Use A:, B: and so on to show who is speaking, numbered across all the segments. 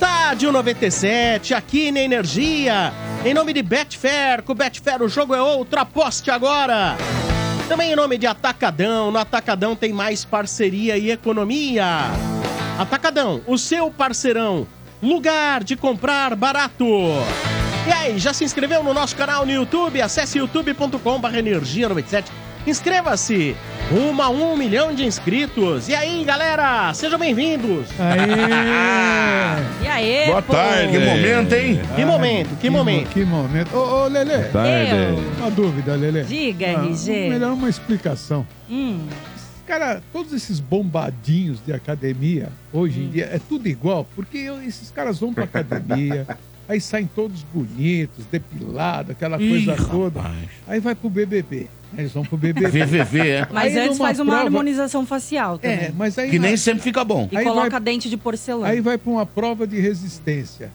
A: Tá 97, aqui na Energia. Em nome de Betfair, com Betfair o jogo é outro, aposte agora. Também em nome de Atacadão, no Atacadão tem mais parceria e economia. Atacadão, o seu parceirão, lugar de comprar barato. E aí, já se inscreveu no nosso canal no YouTube? Acesse youtube.com.br energia97. Inscreva-se! Rumo a um milhão de inscritos. E aí, galera, sejam bem-vindos!
B: E aí?
C: Boa
B: pô?
C: tarde, que momento, hein?
A: Que momento, que momento.
D: mo- Que momento. Ô, ô Lelê,
C: Tarde.
D: uma dúvida, Lelê.
B: Diga,
D: Ah,
B: RG.
D: Melhor uma explicação.
B: Hum,
D: Cara, todos esses bombadinhos de academia, hoje
B: Hum.
D: em dia, é tudo igual, porque eu- esses caras vão pra academia, aí saem todos bonitos, depilados, aquela coisa toda. Aí vai pro BBB. Aí Eles vão pro BBB.
C: VVV, é.
B: mas
D: Aí
B: antes
D: numa
B: faz uma
D: prova-
B: harmonização facial também.
D: É, mas aí.
C: Que
D: na-
C: nem sempre fica bom.
B: E
D: Aí
B: coloca
D: vai-
B: dente de porcelana.
D: Aí vai para uma prova de resistência.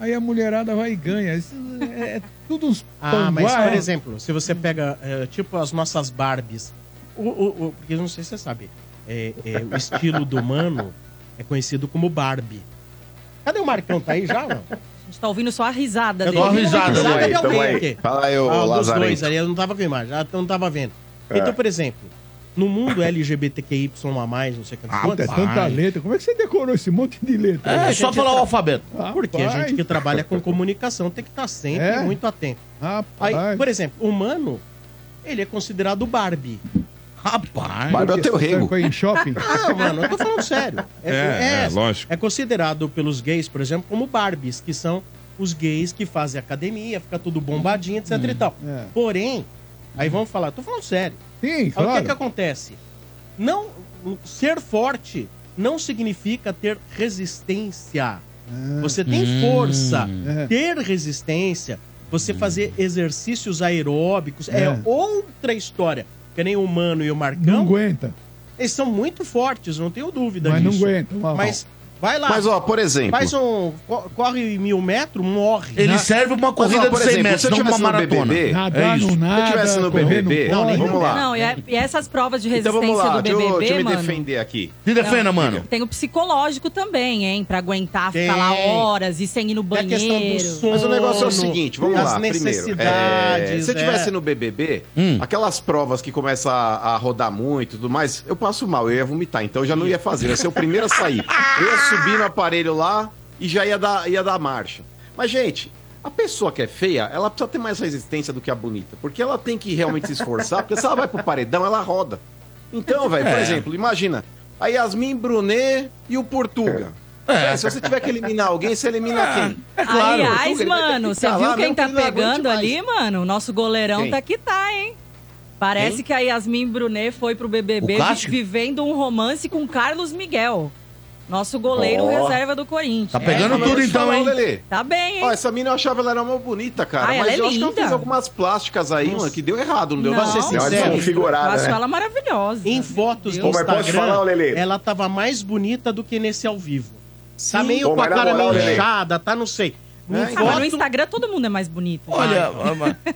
D: Aí a mulherada vai e ganha. Isso é, é tudo uns
A: Ah, mas
D: panguá,
A: por
D: né?
A: exemplo, se você pega, eh, tipo, as nossas Barbies, o, o, o- porque eu não sei se você sabe, é, é, o estilo do humano é conhecido como Barbie. Cadê o Marcão? Tá aí já? Não?
B: A gente tá ouvindo só a risada
A: Eu
B: dele.
C: tô ouvindo-
A: risada
C: Tamo
A: de
C: aí,
A: alguém
E: tamo aí.
A: aqui.
E: Fala aí, ô
A: Ah, dos
E: Lazarento. É.
A: dois ali, eu não tava com a imagem, eu não tava vendo. Então, por exemplo, no mundo LGBTQIA, não sei o que,
E: Ah,
A: não sei
D: Puta,
A: quantas,
D: é tanta letra. Como é que você decorou esse monte de letra?
C: É,
A: a
C: só
A: gente
C: falar
A: tá-
C: o alfabeto.
A: porque a gente que trabalha com comunicação tem que estar sempre
D: É?
A: muito atento. Aí,
D: Rapaz,
A: por exemplo, o humano, ele é considerado Barbie.
C: Rapaz.
E: Barbie é o teu
D: você
E: rego.
D: foi em shopping?
A: Não, Ah, mano, eu tô falando sério.
F: É, é, lógico.
A: É considerado pelos gays, por exemplo, como Barbies, que são os gays que fazem academia, fica tudo bombadinho, etc e tal.
D: é.
A: Porém, aí vamos falar, eu tô falando sério.
D: Sim,
A: Aí o que,
D: claro.
A: que acontece? Não, ser forte não significa ter resistência. Você tem
E: Hum.
A: força,
D: Ah. É.
A: ter resistência, você fazer exercícios aeróbicos é,
D: É.
A: outra história. Que nem o Mano e o
D: Não
A: Marcão,
D: aguenta.
A: eles são muito fortes, não tenho dúvida
D: Mas não
A: disso.
D: aguenta. Mal.
A: Mas vai lá,
E: Mas, ó, por exemplo...
A: faz um. co- Corre mil metros, morre.
C: Ele serve pra uma
E: Mas, ó,
C: corrida de
E: por
C: 100
E: exemplo,
C: metros,
E: se eu
C: não uma
E: tivesse no
C: maratona.
E: BBB,
D: Nadar
C: é isso.
D: no
E: Se eu
D: nada,
E: estivesse no
D: correr
E: BBB...
A: Não,
D: pode.
E: vamos lá.
B: Não, e, é- e essas provas de
E: então
B: resistência
E: vamos lá,
B: do
E: deixa eu,
B: BBB,
E: deixa eu me
B: mano.
E: defender aqui.
C: Se defenda,
B: Não.
C: mano.
B: Tem o psicológico também, hein? Pra aguentar
A: Tem.
B: ficar lá horas e sem ir no
A: É a questão do
B: banheiro.
A: sono.
E: Mas o negócio é o seguinte, vamos
A: das
E: lá, primeiro.
A: necessidades,
E: é, se eu
A: é.
E: tivesse no BBB,
C: Hum.
E: aquelas provas que começa a, a rodar muito e tudo mais, eu passo mal, eu ia vomitar, então eu já não ia fazer, eu ia ser o primeiro a sair. Eu ia subir no aparelho lá e já ia dar, ia dar marcha. Mas, gente, a pessoa que é feia, ela precisa ter mais resistência do que a bonita, porque ela tem que realmente se esforçar, porque se ela vai pro paredão, ela roda. Então, velho, por exemplo, imagina, a Yasmin Brunet e o Portuga. Véi, se você tiver que eliminar alguém, você elimina quem?
B: Aliás,
G: É
E: Ele vai ter É que
B: mano, você
E: ficar
B: viu
E: lá
B: quem
E: mesmo
B: tá
E: que ele não aguente
B: pegando
E: mais.
B: ali, mano? O nosso goleirão
E: Quem?
B: tá que tá, hein? Parece
E: Quem?
B: que a Yasmin Brunet foi pro BBB
C: O Cássio?
B: vivendo um romance com Carlos Miguel. Nosso goleiro
E: Ó.
B: reserva do Corinthians.
C: Tá pegando
E: É, mas
C: tudo
E: deixa eu
C: então,
E: falar,
C: hein?
E: Lelê.
B: Tá bem, hein?
E: Ó, essa mina eu achava ela era uma bonita, cara.
B: Ah, ela
E: mas
B: é
E: eu acho que um ela
B: linda.
E: fez algumas plásticas aí, mano, que deu errado, não deu?
B: Não. é Vou ser
E: Não, eles
A: sincero.
E: são
B: Eu
E: figuradas,
B: acho
E: né?
B: ela maravilhosa.
A: é Em fotos do
B: Deus.
E: Ô, mas pode
A: Instagram,
E: falar, ô, Lelê?
A: ela tava mais bonita do que nesse ao vivo. Tá
E: Sim.
A: meio
E: Ô,
A: com a
E: mas na
A: cara
E: moral,
A: meio
E: Lelê.
A: inchada, tá não sei. Em
E: É,
B: Ah,
A: foto,
B: mas no Instagram todo mundo é mais bonito.
C: Olha,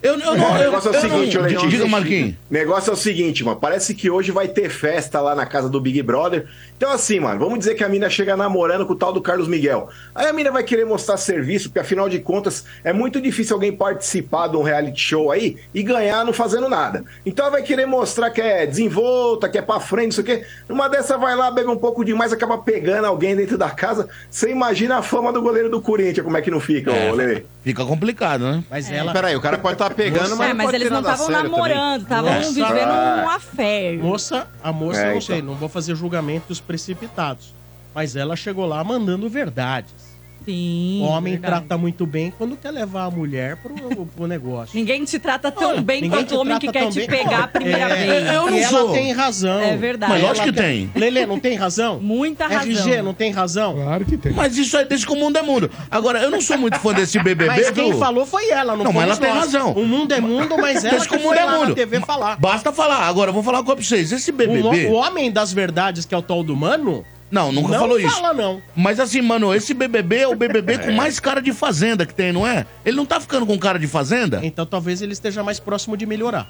C: eu, eu não.
G: O
C: Eu,
G: negócio é o
C: eu não-
G: seguinte, ô, Letícia.
C: Diga, Marquinhos.
G: O negócio é o seguinte, mano. Parece que hoje vai ter festa lá na casa do Big Brother. Então, assim, mano, vamos dizer que a mina chega namorando com o tal do Carlos Miguel. Aí a mina vai querer mostrar serviço, porque afinal de contas é muito difícil alguém participar de um reality show aí e ganhar não fazendo nada. Então ela vai querer mostrar que é desenvolta, que é pra frente, não sei o quê. Numa dessa vai lá, bebe um pouco demais, acaba pegando alguém dentro da casa. Você imagina a fama do goleiro do Corinthians, como é que não fica, ô, Lele?
C: Fica complicado, né?
A: Mas
E: Mas
A: ela.
E: Peraí, o cara pode estar pegando, mas,
B: é, mas
E: pode
B: eles
E: ter
B: não
E: nada
B: estavam
E: sério também.
B: namorando, estavam
A: Nossa.
B: vivendo um affair.
A: Moça, a moça,
G: É,
A: não sei,
G: então.
A: não vou fazer julgamentos precipitados. Mas ela chegou lá mandando verdades.
B: Sim.
A: O homem
B: verdade.
A: trata muito bem quando quer levar a mulher pro, pro negócio.
B: Ninguém te trata tão bem
A: ninguém
B: quanto
A: te
B: o homem que
A: trata
B: quer
A: tão
B: te
A: bem.
B: pegar a primeira
A: É,
B: vez.
C: eu não
A: e ela
C: sou.
A: tem razão.
B: É verdade.
C: Mas lógico
A: Ela
C: que tem.
A: Lelê, não tem razão?
B: Muita razão.
A: RG, não tem razão?
D: Claro que tem.
C: Mas isso é desde que o mundo é mundo. Agora, eu não sou muito fã desse BBB,
A: Mas quem
C: viu?
A: falou foi ela, não,
C: Não, mas
A: fomos
C: ela tem
A: nós.
C: razão.
A: O mundo é mundo, mas ela
C: Mas
A: que
C: o mundo
A: foi
C: é
A: lá na
C: mundo.
A: TV falar.
C: Basta falar. Agora, eu vou falar uma coisa pra vocês. Esse
A: O,
C: BBB...
A: o homem das verdades, que é o tal do mano,
C: Não, nunca
A: não
C: falou isso.
A: fala não.
C: Mas assim, mano, esse BBB é o BBB com mais cara de fazenda que tem, não é? Ele não tá ficando com cara de fazenda?
A: Então talvez ele esteja mais próximo de melhorar.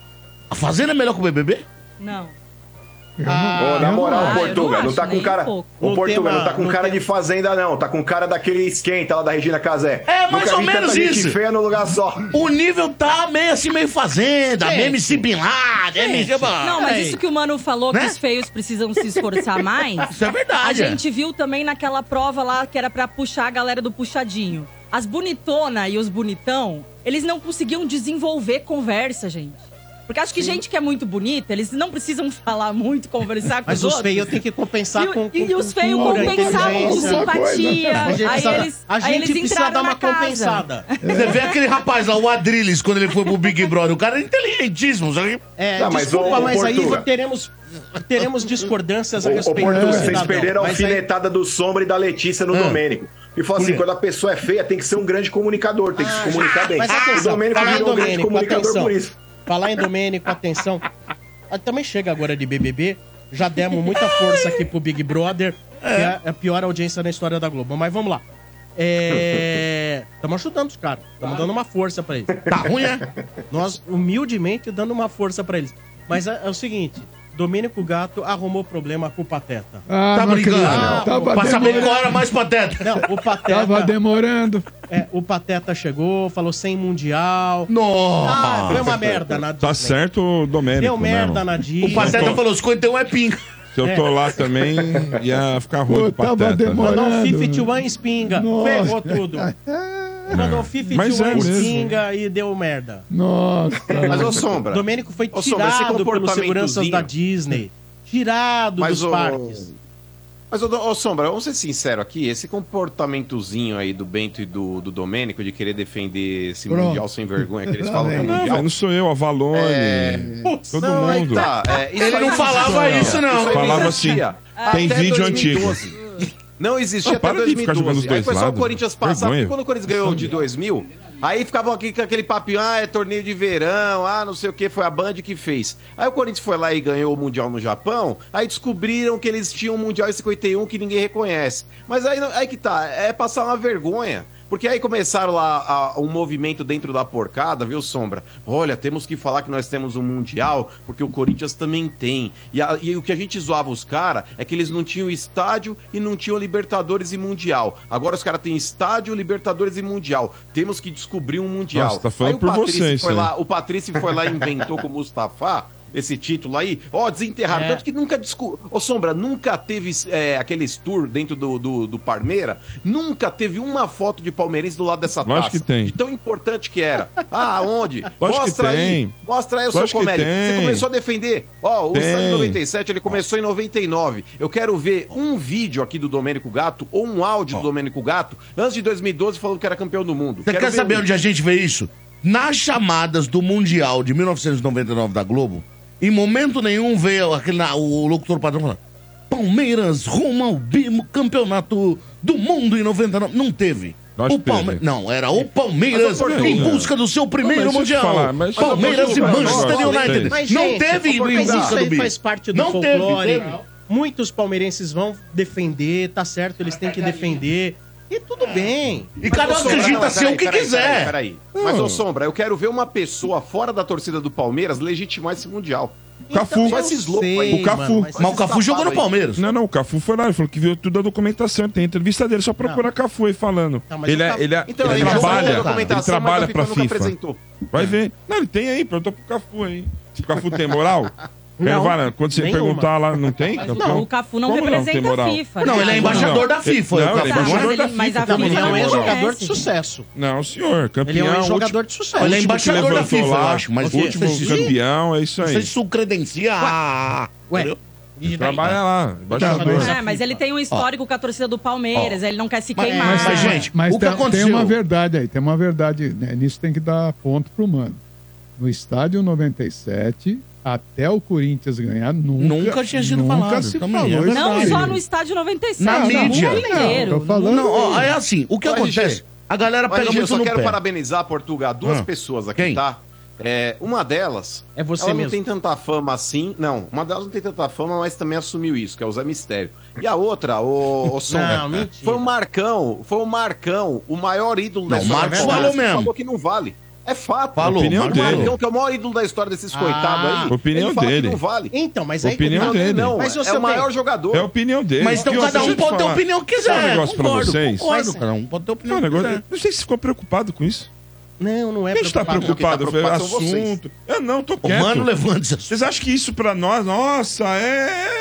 C: A fazenda é melhor que o BBB?
B: Não.
E: Ô, na
D: eu
E: moral,
D: não
B: Ah, eu
E: Portuga,
B: não
E: não, tá
B: acho, nem
E: com cara.
B: um pouco.
E: o
A: Não
E: Portuga
A: tem uma-
E: não tá com
A: não
E: cara
A: tem-
E: de fazenda, não. Tá com cara daquele esquenta lá da Regina Casé.
C: É, mais ou
E: vi
C: menos
E: tanta gente
C: isso.
E: feia no lugar só.
C: O nível tá meio assim, meio fazenda,
A: Gente.
C: meio MC Bin Laden,
A: é
C: MC...
B: Não, mas
A: peraí.
B: isso que o Mano falou,
C: Né?
B: que os feios precisam se esforçar mais.
C: Isso é
B: A
C: verdade.
B: gente viu também naquela prova lá que era pra puxar a galera do puxadinho. As bonitona e os bonitão, eles não conseguiam desenvolver conversa, gente. Porque acho que gente que é muito bonita, eles não precisam falar muito, conversar com
A: Mas
B: os
A: os
B: outros.
A: feios tem que compensar
B: e, o-
A: com, com
B: e os feios
A: cultura,
B: compensavam com
A: inteligência.
E: Uma coisa.
B: simpatia.
A: A gente
B: Aí
A: precisa,
B: eles,
A: a gente
B: aí eles
A: precisa
B: entraram
A: dar uma
B: na casa.
A: compensada.
C: Você vê aquele rapaz lá, o Adrilles, quando ele foi pro Big Brother. O cara é inteligentíssimo, sabe?
A: É,
E: Tá, mas
A: desculpa,
E: ô, ô,
A: mas,
E: Portuga.
A: aí teremos, teremos
B: Tá
A: discordâncias a
E: Ô, ô,
A: respeito
B: assim,
E: Portuga,
A: do
E: vocês
A: cidadão.
E: perderam a
A: Mas aí-
E: alfinetada do Sombra e da Letícia
C: Ah.
E: no Domênico. E falou assim,
C: quê?
E: quando a pessoa é feia, tem que ser um grande comunicador, tem que
B: Ah.
E: se
G: Tá
E: comunicar bem.
A: Mas
E: o
A: atenção,
E: Domênico
A: falar em
E: virou um grande
A: Domênico,
E: comunicador
A: atenção.
E: por isso.
A: Falar em Domênico, atenção. Ah, Também chega agora de BBB. Já demos muita força aqui pro Big Brother, que é a pior audiência da história da Globo. Mas vamos lá. É... Estamos ajudando os caras. Estamos dando uma força pra eles. é?
C: Tá ruim, né?
A: Nós, humildemente, dando uma força pra eles. Mas é, é o seguinte, Domênico Gato arrumou problema com o Pateta.
D: Ah,
C: Tá
D: não
C: brigando.
D: acredito.
C: Não,
D: Tava
C: pra saber
D: demorando.
C: qual era mais pateta.
A: Não, o
D: Tava
A: Pateta,
D: demorando.
A: é, o Pateta chegou, falou sem Mundial. Ah, foi
C: Nossa.
A: uma merda na Disney.
F: Tá certo o Domênico.
A: Deu
F: né,
A: merda
F: mano?
A: na Disney. É.
C: O pateta falou, 51 é pinga.
F: Se eu tô lá também, ia ficar ruim
D: Pô,
F: do
D: tava
F: pateta.
D: demorando.
F: né?
A: Mandou um 51 espinga.
D: Nossa.
A: Ferrou tudo. Mandou um
F: Mas
A: 51
F: é mesmo.
A: espinga e deu merda.
D: Nossa.
G: Mas, ô Sombra,
A: Domênico foi
G: Ô, Sombra, esse
A: tirado pelos seguranças
G: comportamentozinho-
A: da Disney. Tirado
G: mas
A: dos
G: o...
A: parques.
G: Mas, ô, ô, Sombra, vamos ser sinceros aqui, esse comportamentozinho aí do Bento e do, do Domênico de querer defender esse
D: Pronto.
G: Mundial sem vergonha, que eles
D: Tá
G: falam que é
D: vendo?
F: Não,
G: Mundial.
F: velho, não sou eu, a Valone.
A: Putz,
F: Todo
G: Não, aí
F: mundo.
G: tá, é, isso
C: É. Ele
G: aí
C: não falava isso, não.
G: aí
F: Falava
G: não
F: assim,
G: existia.
F: tem
G: Até
F: vídeo
G: 2012. Não existia
F: Não,
G: até
F: Ah, para de ficar jogando os
G: 2012. Aí
F: dois
G: foi só o
F: lados.
G: Corinthians passar.
F: Vergonha.
G: porque Quando o Corinthians ganhou de 2000, aí ficavam aqui com aquele papinho, ah, é torneio de verão, ah, não sei o que, foi a Band que fez. Aí o Corinthians foi lá e ganhou o Mundial no Japão, aí descobriram que eles tinham um Mundial em 51 que ninguém reconhece. Mas aí, não- aí que tá, é passar uma vergonha. Porque aí começaram lá a- um movimento dentro da porcada, viu, Sombra? Olha, temos que falar que nós temos um Mundial, porque o Corinthians também tem. E, a- e o que a gente zoava os caras é que eles não tinham estádio e não tinham Libertadores e Mundial. Agora os caras têm estádio, Libertadores e Mundial. Temos que descobrir um Mundial.
F: Nossa, tá falando
G: aí o
F: por
G: Patrício
F: você isso
G: foi
F: aí.
G: lá, O Patrício foi lá e inventou com o Mustafa esse título aí. Ó, desenterraram.
A: É.
G: Tanto que nunca discu... Ô, Sombra, nunca teve é, aqueles tour dentro do, do, do Parmeira, nunca teve uma foto de palmeirense do lado dessa
F: Lógico
G: taça.
F: que tem.
G: De tão importante que era. Ah, onde?
F: Lógico que
G: mostra aí.
F: tem.
G: Mostra aí o seu
F: Lógico que
G: comédia. Você
F: tem.
G: começou a defender. Ó, o
F: Tem.
G: Santos 97, ele começou em 99. Eu quero ver um vídeo aqui do Domênico Gato ou um áudio do Domênico Gato antes de 2012 falando que era campeão do mundo.
C: Você
G: Quero
C: quer
G: ver
C: saber
G: um.
C: onde a gente vê isso? Nas chamadas do Mundial de 1999 da Globo, em momento nenhum veio aquele, na- o locutor padrão falando Palmeiras rumo ao bicampeonato do mundo em 99. Não teve.
F: Nós
C: o Palme...
F: teve. é
C: Não, era o Palmeiras
G: Mas, ô, Portuga,
C: em busca do seu primeiro
F: mas deixa eu
C: Mundial.
F: te falar, mas- é
C: Palmeiras
G: Mas, ô,
C: e
G: Portuga,
C: Manchester
G: nós
C: United.
F: teve.
A: Mas,
C: não
A: gente,
C: teve em
A: mas
C: busca
A: isso
C: do
A: aí
C: bico.
A: faz parte do
C: Não teve,
A: folclore. É um
C: teve.
A: Muitos palmeirenses vão defender, tá certo, eles têm que defender. E tudo bem.
C: É. E cada um
G: Ô, Sombra,
C: acredita
G: não,
C: ser o
G: peraí,
C: que
G: peraí,
C: quiser.
G: Peraí, peraí. Mas,
F: Hum.
G: ô Sombra, eu quero ver uma pessoa fora da torcida do Palmeiras legitimar esse Mundial.
F: Cafu.
A: eu
G: Só esses loucos aí.
A: sei,
F: O Cafu.
A: mano, mas-
C: Mas o Cafu jogou no Palmeiras.
F: Não, não, o Cafu foi lá, ele falou que viu tudo a documentação, tem entrevista dele, só procurar Cafu aí falando.
A: Não, mas
F: ele,
A: o
F: é-
A: Cafu-
F: ele, é-
G: Então,
F: ele
G: ele jogou
F: trabalha,
G: na documentação,
F: ele
G: mas a
A: tá
F: trabalha
G: FIFA
F: pra
G: nunca
F: FIFA.
G: apresentou.
F: Vai ver. Não, ele tem aí, perguntou pro Cafu aí. Se o Cafu tem moral? Carvalho, quando você
A: nenhuma.
F: perguntar lá, não tem? Então,
B: Não, o Cafu não
F: Como tem
B: representa a
F: moral?
B: FIFA.
C: Não,
B: né?
C: ele é
F: Não,
C: embaixador da FIFA,
F: Não,
C: o
F: ele é
B: Tá, mas
F: embaixador da
B: ele- um mas a
F: FIFA.
A: Não, mas
B: FIFA
A: não é
B: reconhece.
A: jogador de sucesso.
F: Não, senhor,
A: Ele é
F: campeão.
A: um
F: último-
A: jogador de
C: Ele
A: sucesso.
C: é
F: último que
C: embaixador da
F: levantou
C: FIFA, eu
F: lá,
C: acho, mas
F: o
C: não
F: último
C: sei se-
F: campeão, é isso
C: Não sei
F: aí.
C: se isso credencia.
A: Ué,
C: entendeu?
A: e daí?
F: Trabalha lá, embaixador.
B: É, mas ele tem um histórico com a torcida do Palmeiras, ele não quer se
C: Mas-
B: queimar.
C: mas, gente,
D: Mas
C: o que
D: tem,
C: aconteceu?
D: tem uma verdade aí, tem uma verdade. né? Nisso tem que dar ponto pro mano. No estádio 97, até o Corinthians ganhar, nunca,
C: Nunca tinha sido
D: nunca
C: falado,
D: se
C: também,
D: falou
C: é
D: isso
B: Não
D: aí.
B: só no estádio 97,
C: Na
B: no
C: mídia.
B: mundo inteiro.
D: Não, tô falando-
C: Não, ó, é assim, o que
G: Ô,
C: acontece?
G: RG,
C: A galera
G: Mas,
C: pega
G: gente, eu
C: muito
G: só
C: no
G: quero
C: pé.
G: parabenizar, Portugal, duas
C: Ah.
G: pessoas aqui,
C: Quem?
G: tá? É, uma delas,
A: É você
G: ela
A: mesmo.
G: não tem tanta fama assim. Não, uma delas não tem tanta fama, mas também assumiu isso, que é o Zé Mistério. E a outra, o, o Sombra,
A: Não, mentira.
G: foi o Marcão, foi o Marcão, o maior ídolo
C: Não, o
G: história
C: Marcos
G: do Palmeiras,
C: falou
G: que
C: mesmo.
G: Falou que não vale.
E: É fato.
C: Falou,
F: Opinião
E: O
C: Marcelo.
F: dele.
E: Marcão, que é o maior ídolo da história desses coitados aí.
F: Opinião
E: ele fala que
F: dele.
E: não vale.
A: Ah. Então, mas aí...
F: Opinião
A: Não,
F: dele.
E: Não,
A: Mas
E: é
A: você
E: o maior
A: tem-
E: jogador.
F: É a opinião dele.
C: Mas então
F: E outra,
C: cada um
F: deixa eu
C: pode ter
F: falar.
C: opinião que
F: Sabe um
C: quiser.
F: negócio pra
C: concordo,
F: vocês?
C: concordo,
A: Mas-
C: cada um pode ter opinião
F: Não,
C: que
F: negócio, é,
C: quiser.
F: não sei se ficou preocupado com isso.
A: Não, não é
F: Quem está
A: preocupado.
F: preocupado?
E: Quem tá
F: Foi o
E: preocupado são vocês.
F: assunto. Eu não, tô
C: O
F: quieto.
C: mano levanta
F: Vocês acham que isso pra nós, nossa, é.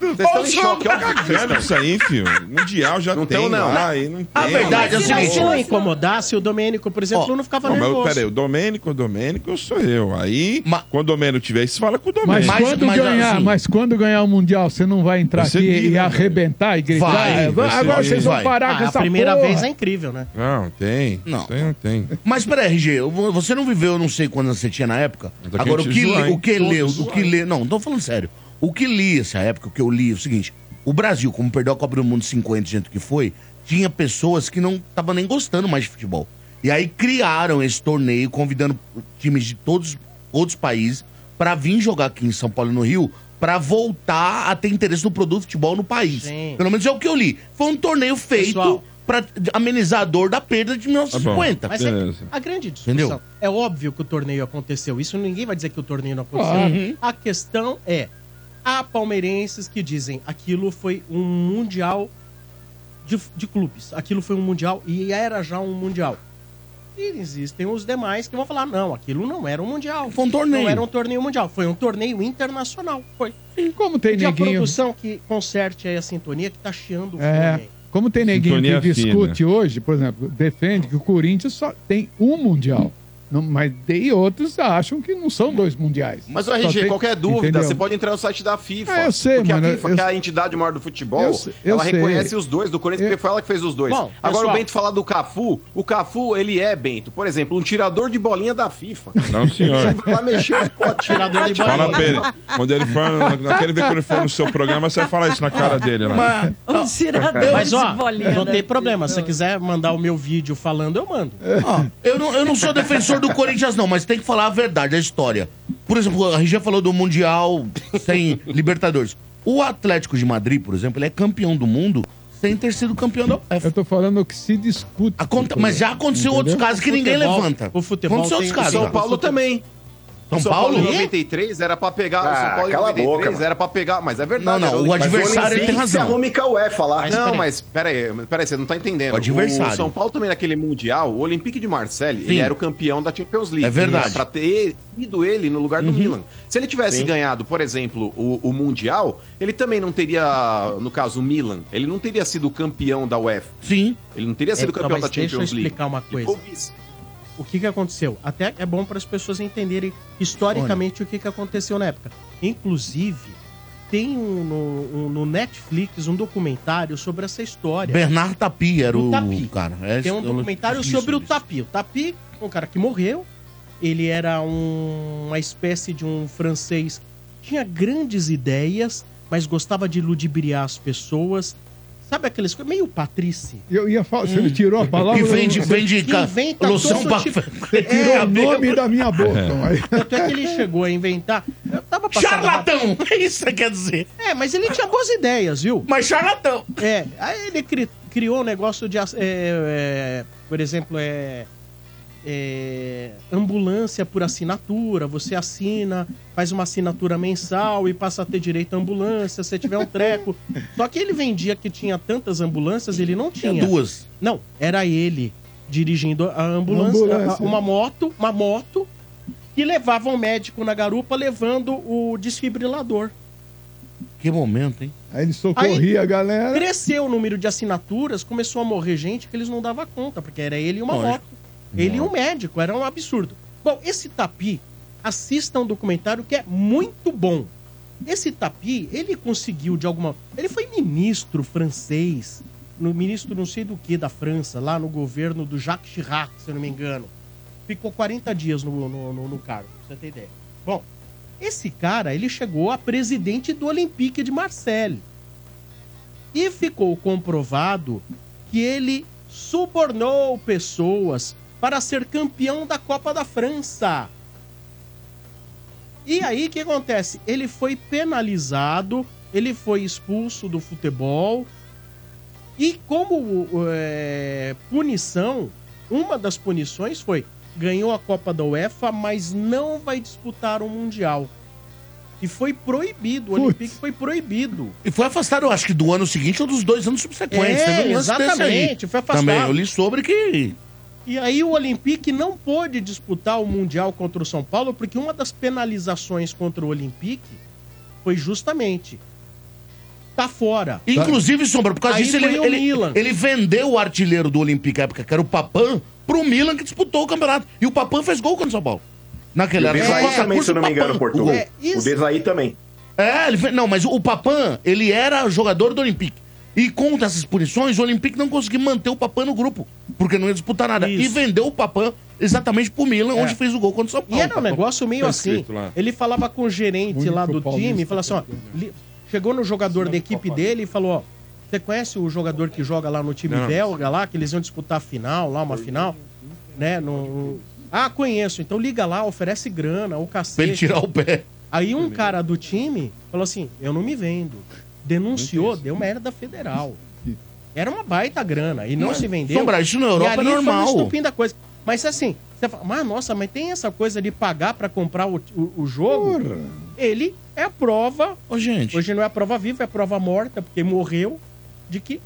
F: Vocês
E: estão em choque, óbvio que vocês
F: cagando
E: estão.
F: isso aí, filho. Mundial já
E: Não
F: tem.
E: tão, não.
F: lá, e não
C: A
F: tem.
C: verdade é o
B: Mas se não
A: Se
C: seguinte.
A: não incomodasse, o Domênico, por exemplo,
C: Ó,
A: não ficava
F: Não, mas
A: nervoso.
F: peraí, o Domênico, o Domênico eu sou eu. Aí,
C: Ma-
F: quando o Domênico tiver isso, fala com o
D: Mas,
F: Domênico.
C: Mas-
D: quando
C: mas
D: ganhar,
C: assim-
D: mas quando ganhar o Mundial, você não vai entrar
F: Vai
D: aqui
F: ser lindo,
D: e
F: né,
D: arrebentar e gritar.
C: Vai,
D: "Ah,
F: vai ser
D: agora
F: lindo,
D: vocês vão
C: vai."
D: parar com
A: Ah, a
D: essa
A: primeira
D: porra."
A: vez é incrível, né?
F: Não, tem.
C: Não.
F: Tem, não tem.
C: Mas peraí, RG, eu vou- você não viveu, eu não sei quando você tinha na época.
F: Mas aqui
C: Agora,
F: a
C: o
F: gente
C: que,
F: zoa,
C: li,
F: hein?
C: o que
F: Todos
C: leu, o
F: zoam.
C: que lê. Não, tô falando sério. O que li essa época, o que eu li é o seguinte: o Brasil, como perdeu a Copa do Mundo 50, gente que foi, tinha pessoas que não estavam nem gostando mais de futebol. E aí criaram esse torneio, convidando times de todos outros países pra vir jogar aqui em São Paulo e no Rio. Pra voltar a ter interesse no produto de futebol no país.
A: Sim.
C: Pelo menos é o que eu li. Foi um torneio feito
A: Pessoal.
C: pra amenizar a dor da perda de 1950.
A: Mas é que
F: Beleza.
A: a grande discussão.
C: Entendeu?
A: É óbvio que o torneio aconteceu. Isso ninguém vai dizer que o torneio não aconteceu. A questão é: há palmeirenses que dizem aquilo foi um mundial de, de clubes. Aquilo foi um mundial e era já um mundial. E existem os demais que vão falar: não, aquilo não era um mundial.
C: Foi um torneio.
A: Não era um torneio mundial. Foi um torneio internacional. Foi.
D: E como tem
A: Pedir a
D: neguinho.
A: produção que conserte aí a sintonia que tá chiando o
D: É,
A: fone.
D: como tem neguinho
F: Sintonia
D: que
F: fina.
D: discute hoje, por exemplo, defende que o Corinthians só tem um Mundial. Não, mas e outros acham que não são dois mundiais.
E: Mas, o
D: Só
E: RG,
D: tem-
E: qualquer dúvida,
D: entendeu?
E: você pode entrar no site da FIFA.
D: Ah, eu sei,
E: porque
D: mano,
E: a FIFA,
D: eu-
E: que é a entidade maior do futebol,
D: Eu sei, eu
E: ela
D: sei.
E: reconhece os dois do Corinthians,
D: Eu-
E: porque foi ela que fez os dois.
A: Bom,
E: Agora
A: pessoal.
E: o Bento falar do Cafu, o Cafu, ele é, Bento, por exemplo, um tirador de bolinha da FIFA.
F: Não, senhor.
E: Vai lá mexer um com a
A: Tirador de
F: Fala
A: bola.
F: pra ele. Quando ele for, naquele dia que ele for no seu programa, você vai falar isso na cara dele
E: né?
F: né? lá.
B: Um tirador
A: Mas Ah. ó,
B: de bolinha.
A: não
B: né?
A: tem problema. Se você quiser mandar o meu vídeo falando, eu mando.
E: É.
C: Ó, eu, não, eu não sou defensor do Corinthians, não, mas tem que falar a verdade, a história. Por exemplo, a RG falou do Mundial sem Libertadores. O Atlético de Madrid, por exemplo, ele é campeão do mundo sem ter sido campeão da
D: Eu
C: UEFA.
D: tô falando o que se discute.
C: Aconte- mas já aconteceu outros
D: Entendeu?
C: casos que ninguém
A: futebol-
C: levanta.
A: o futebol
C: aconteceu
A: tem-
C: outros casos.
E: São Paulo também.
C: São
E: São
C: Paulo?
E: Paulo, em 93 era pra pegar.
G: Ah,
E: o São Paulo em
G: cala a
E: 93
G: boca, mano.
E: era pra pegar. Mas é verdade.
C: Não, não,
E: era
C: o
E: Olimpíada.
C: adversário tem
G: Mas o Olympique se
C: razão.
G: arruma em Cauefa lá.
E: Não,
A: peraí.
E: mas peraí, peraí, você não tá entendendo.
C: O adversário.
E: O São Paulo também naquele Mundial, o Olympique de Marseille,
C: Sim.
E: ele era o campeão da Champions League.
C: É verdade. Uhum.
E: Pra ter ido ele no lugar do Milan. Se ele tivesse ganhado, por exemplo, o, o Mundial, ele também não teria, no caso, o Milan, ele não teria sido campeão da UEFA.
C: Sim. É,
E: Ele não teria sido
A: então,
E: campeão
A: mas
E: da Champions
A: deixa eu
E: League.
A: explicar uma
E: Ele
A: coisa.
E: foi vice.
A: O que, que aconteceu? Até é bom para as pessoas entenderem historicamente o que, que aconteceu na época. Inclusive, tem um, no, um- no Netflix um documentário sobre essa história.
C: Bernard Tapia era
A: Do
C: o
A: Tapi.
C: cara. É,
A: tá Tem um
C: eu
A: documentário
C: li
A: sobre o
C: isso.
A: Tapi. O Tapi, um cara que morreu, ele era um- uma espécie de um francês que tinha grandes ideias, mas gostava de ludibriar as pessoas. Sabe aqueles coisas? Meio Patrice. Hum.
D: Eu ia falar, você me tirou a palavra.
C: E vende,
D: você
C: vende
A: Que
C: ca-
A: inventa
C: loção
A: todo
C: pra...
A: tipo-
D: você tirou o nome da minha boca. mas-
A: Tanto é que ele chegou a inventar. Eu tava passando
C: Charlatão! É isso que você quer dizer.
A: É, mas ele tinha boas ideias, viu?
C: Mas charlatão.
A: É, aí ele cri- criou um negócio de. ass- é, é, por exemplo, é, é, Ambulância por assinatura. Você assina, faz uma assinatura mensal e passa a ter direito à ambulância se tiver um treco. Só que ele vendia que tinha tantas ambulâncias, ele não
C: Tinha
A: tinha.
C: duas.
A: Não, era ele dirigindo a ambulância,
D: Ambulância.
A: a- uma moto, uma moto que levava um médico na garupa levando o desfibrilador.
C: Que momento, hein?
D: Aí ele socorria a galera.
A: Cresceu o número de assinaturas, começou a morrer gente que eles não davam conta, porque era ele e uma
C: Lógico.
A: moto. Ele e um médico, era um absurdo. Bom, esse Tapi, assista um documentário que é muito bom. Esse Tapi, ele conseguiu de alguma... Ele foi ministro francês, no ministro não sei do que da França, lá no governo do Jacques Chirac, se eu não me engano. Ficou 40 dias no, no, no, no cargo, pra você ter ideia. Bom, esse cara, ele chegou a presidente do Olympique de Marseille. E ficou comprovado que ele subornou pessoas para ser campeão da Copa da França. E aí o que acontece? Ele foi penalizado, ele foi expulso do futebol. E como eh, punição, uma das punições foi ganhou a Copa da UEFA, mas não vai disputar o Mundial. E foi proibido, o
D: Putz.
A: Olympique foi proibido.
C: E foi afastado, eu acho que do ano seguinte ou dos dois anos subsequentes.
A: É,
C: Teve um lance desse
A: exatamente,
C: aí.
A: foi afastado.
C: Também, eu li sobre que...
A: E aí o Olympique não pôde disputar o Mundial contra o São Paulo, porque uma das penalizações contra o Olympique foi justamente tá fora.
C: Inclusive, Sombra, por causa
A: Aí
C: disso, ele,
A: foi o
C: ele,
A: Milan.
C: ele vendeu o artilheiro do Olympique à época, que era o Papan, pro Milan que disputou o campeonato. E o Papan fez gol contra o São Paulo. Naquele
G: O
C: ano.
G: Desaí
C: Foi
G: também, se eu não me
C: Papan,
G: engano,
C: o
G: Portugal.
C: gol.
A: É, isso.
G: O Desaí também.
C: É, ele fez, não, mas o Papan, ele era jogador do Olympique. E contra essas punições, o Olympique não conseguiu manter o Papan no grupo, porque não ia disputar nada.
A: Isso.
C: E vendeu o Papan exatamente pro Milan, onde fez o gol contra o São
A: É. E
C: Paulo.
A: era um negócio meio
F: Tá
A: assim.
F: escrito lá.
A: Ele falava com o gerente
D: Único
A: lá do
D: paulista
A: time, falava
F: né?
A: assim, ó, li- chegou no jogador
F: é
A: da equipe dele e falou, ó, você conhece o jogador que joga lá no time
F: Não.
A: belga lá, que eles iam disputar a final, lá uma final, né, no... Ah, conheço. Então liga lá, oferece grana, o
C: Pra ele
A: cacete.
C: tirar o pé.
A: Aí um cara do time falou assim: Eu não me vendo. Denunciou, deu merda federal. Era uma baita grana e não
C: Mas,
A: se vendeu.
C: Sombra, isso na Europa
A: e ali
C: é normal.
A: Foi um estupim da coisa. Mas assim, você fala, mas nossa, mas tem essa coisa de pagar pra comprar o, o- o jogo? Ele é a prova,
C: Ô, gente.
A: hoje não é a prova viva, é a prova morta, porque morreu, de que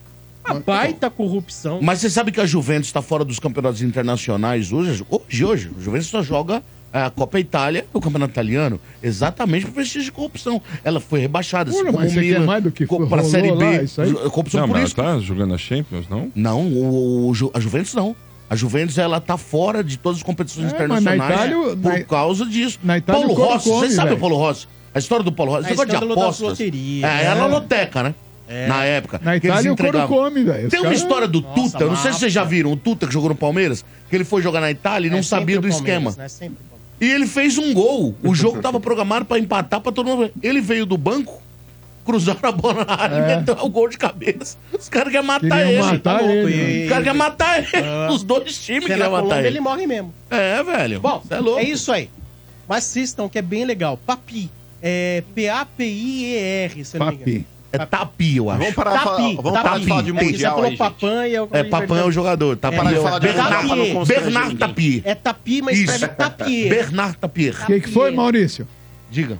A: a baita corrupção. é
C: Mas você sabe que a Juventus está fora dos campeonatos internacionais hoje? Hoje, hoje. A Juventus só joga é, a Copa Itália, o campeonato italiano, exatamente por vestígio de corrupção. Ela foi rebaixada. assim
D: Porra,
C: como
D: mas você quer mais do que
C: co-
D: rolou
C: pra Série B.
D: lá, isso aí?
C: ju- Corrupção
F: Não,
C: por
F: mas
C: isso.
F: tá jogando a Champions, não?
C: Não, o, o Ju- a Juventus não. A Juventus, ela tá fora de todas as competições
D: É, mas na
C: internacionais
D: Itália,
C: por
D: na-
C: causa disso.
D: na Itália o
C: Paulo
D: couro
C: Rossi,
D: come,
C: você sabe
D: velho.
C: o Paulo Rossi? A história do Paulo Rossi,
A: É,
C: esse negócio de
A: escândalo das
C: apostas.
A: loterias,
C: é, era a loteca, né? Na época.
D: Na
C: que eles
D: Itália o couro
C: entregavam.
D: come, velho. Os
C: Tem uma
D: caras-
C: história do
A: É. Nossa,
C: Tuta, eu não sei se
A: mapa.
C: vocês já viram, o Tuta que jogou no Palmeiras, que ele foi jogar na Itália e não
A: É sempre
C: sabia do
A: o Palmeiras,
C: esquema.
A: né? Sempre o Palmeiras.
C: E ele fez um gol, o jogo tava programado pra empatar pra todo mundo. Ele veio do banco, cruzaram a bola na área
E: É.
C: e meteu o gol de cabeça. Os caras querem matar
D: Queriam
C: ele.
D: matar
A: tá louco, e-
D: ele.
E: né?
D: velho.
C: Os caras querem matar ele. Os dois times
A: Se é
C: querem
A: na
C: matar
A: Colômbia, ele
C: ele.
A: morre mesmo.
C: É, velho.
A: Bom,
C: Cê
A: é, isso aí. Mas assistam, que é bem legal. Papi. É P-A-P-I-E-R, se eu não me engano.
D: Papi.
C: É tapi, eu acho.
E: Vamos parar, de falar-
A: Tapi,
E: vamos parar de
C: tapi.
E: falar de
A: É que você
E: mundial
A: falou
E: aí, gente.
A: papan e eu...
C: É, Papan é o jogador. Tapi
E: Parar de
C: é o-
E: falar de
A: Bernard-
E: mundial pra não constranger
C: Bernard
E: ninguém.
C: Tapi.
A: É tapi, mas
C: Isso.
A: escreve tapier.
C: Bernard Tapier.
D: O que, que foi, Maurício?
C: Diga.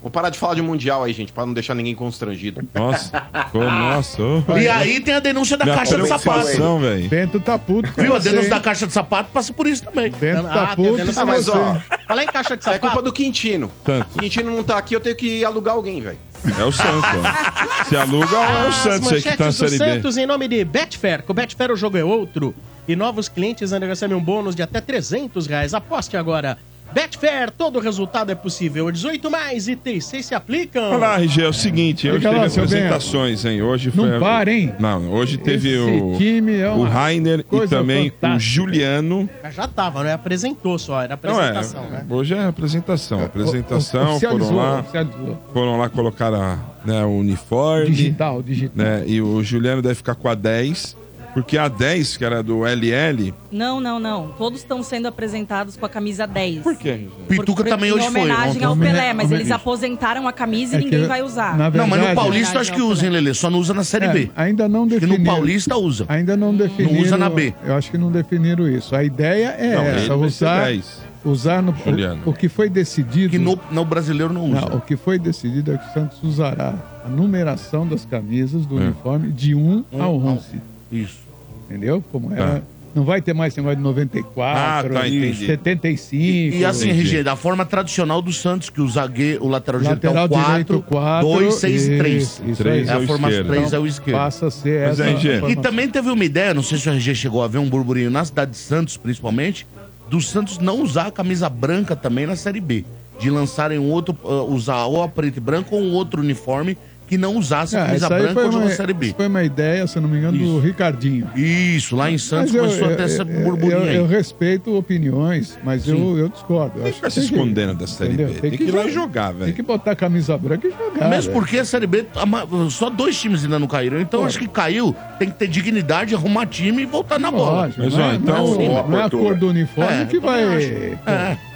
E: Vamos parar de falar de mundial aí, gente, pra não deixar ninguém constrangido.
F: Nossa, ficou- nossa. ô.
C: E aí tem a denúncia da
F: Minha
C: caixa de sapato.
F: preocupação, velho.
D: Bento tá puto. com
C: Viu? A
D: você,
C: denúncia da
D: hein?
C: caixa de sapato passa por isso também.
D: Bento
A: Ah,
D: tá
A: tem
D: puto.
A: denúncia,
D: com
E: Ah, mas
D: você.
E: ó,
A: Fala em caixa de
E: é
A: sapato.
E: culpa do Quintino.
F: Tanto.
E: O Quintino não tá aqui, eu tenho que alugar alguém, velho.
F: É o Santos, ó. Se aluga, é o
A: As
F: Santos aí que tá na
A: manchetes do
F: Série B.
A: Santos em nome de Betfair. Com Betfair o jogo é outro. E novos clientes ainda recebem um bônus de até 300 reais. Aposte agora. Betfair, todo resultado é possível. 18 mais e 36 se aplicam.
D: então.
F: Olha lá, RG, é o seguinte, hoje
D: Fica
F: teve
D: lá, seu
F: apresentações, hein? Hoje foi.
D: Não
F: a-
D: para, hein?
F: Não, hoje teve
D: Esse
F: o.
D: time é
F: o
D: uma
F: Rainer e
D: coisa
F: também o
D: fantástica.
F: Juliano.
A: Já tava, não é? Apresentou só, era
F: Não é,
A: apresentação, né?
F: hoje é apresentação.
D: O-
E: é um
F: Apresentação,
D: oficializou,
F: foram lá,
D: oficializou.
F: foram lá colocar a, né, o uniforme.
D: Digital, digital.
F: né, e o Juliano deve ficar com a 10, porque a 10, que era do LL.
B: Não, não, não. Todos estão sendo apresentados com a camisa 10.
F: Por quê? RG?
C: Pituca
B: Por-
C: também hoje
B: Em
C: foi.
B: homenagem
C: ontem.
B: ao
D: Homena-
B: Pelé, mas
D: homena-
B: eles aposentaram a camisa e
D: É que,
B: ninguém vai usar.
D: na
C: Não, mas no
D: verdade-
C: Paulista acho que usa, hein, Lelê? Só não usa na Série B.
D: É, ainda não
C: Acho que
D: definiram.
C: no Paulista usa.
D: Ainda não definiram.
C: usa na B.
D: Eu acho que não definiram isso. A ideia é
F: Não, ele
D: essa,
F: vai ser
D: usar,
F: 10.
D: usar no,
F: Juliano.
D: o, o que foi decidido.
C: Que no, no brasileiro não usa.
D: Não, o que foi decidido é que o Santos usará a numeração das camisas
F: É.
D: do uniforme de 1
C: Um
D: a
C: ao-
D: 11.
C: Isso.
D: Entendeu? Como era.
F: Tá.
D: Não vai ter mais esse negócio de 94,
F: Ah, tá,
D: e
F: entendi.
D: 75.
C: E, e assim,
F: Entendi.
C: RG, da forma tradicional do Santos, que o zagueiro, o lateral direito é o
D: lateral
C: 4,
D: direito 4,
C: 2, 6, 3.
D: Isso, isso
F: Três
C: É
D: aí.
F: ao
C: a formação
F: esquerdo.
C: 3 é o esquerdo.
D: Passa a ser
F: Mas,
D: Então, é
F: é, RG,
D: essa. a
F: e
C: E
D: formação.
C: também teve uma ideia, não sei se o RG chegou a ver um burburinho na cidade de Santos, principalmente, do Santos não usar a camisa branca também na Série B. De lançarem um outro, ah, usar ou a preta e branca ou um outro uniforme que não usasse a
D: Ah,
C: camisa
D: essa aí
C: branca
D: foi
C: ou jogou
D: uma,
C: na Série
D: isso
C: B.
D: foi uma ideia, se eu não me engano,
C: Isso.
D: do Ricardinho.
C: Isso, lá em Santos
D: Mas
C: começou a ter essa burburinho
D: eu-
C: aí.
D: eu respeito opiniões, mas eu, eu discordo.
F: Tem
D: Eu
F: que
D: acho
F: ficar
D: que
F: se
D: tem que-
F: escondendo da Série
D: entendeu?
F: B. Tem, que ir lá e jogar,
D: Tem
F: velho.
D: que botar a camisa branca e jogar.
C: Mesmo
D: velho.
C: porque a Série B, a ma- só dois times ainda não caíram. Então acho que caiu, tem que ter dignidade, arrumar time e voltar na bola.
D: Lógico,
F: Mas,
D: não
F: ó,
D: é-
F: então-
D: não é, não é a cor do uniforme
C: É,
D: que vai.
C: É,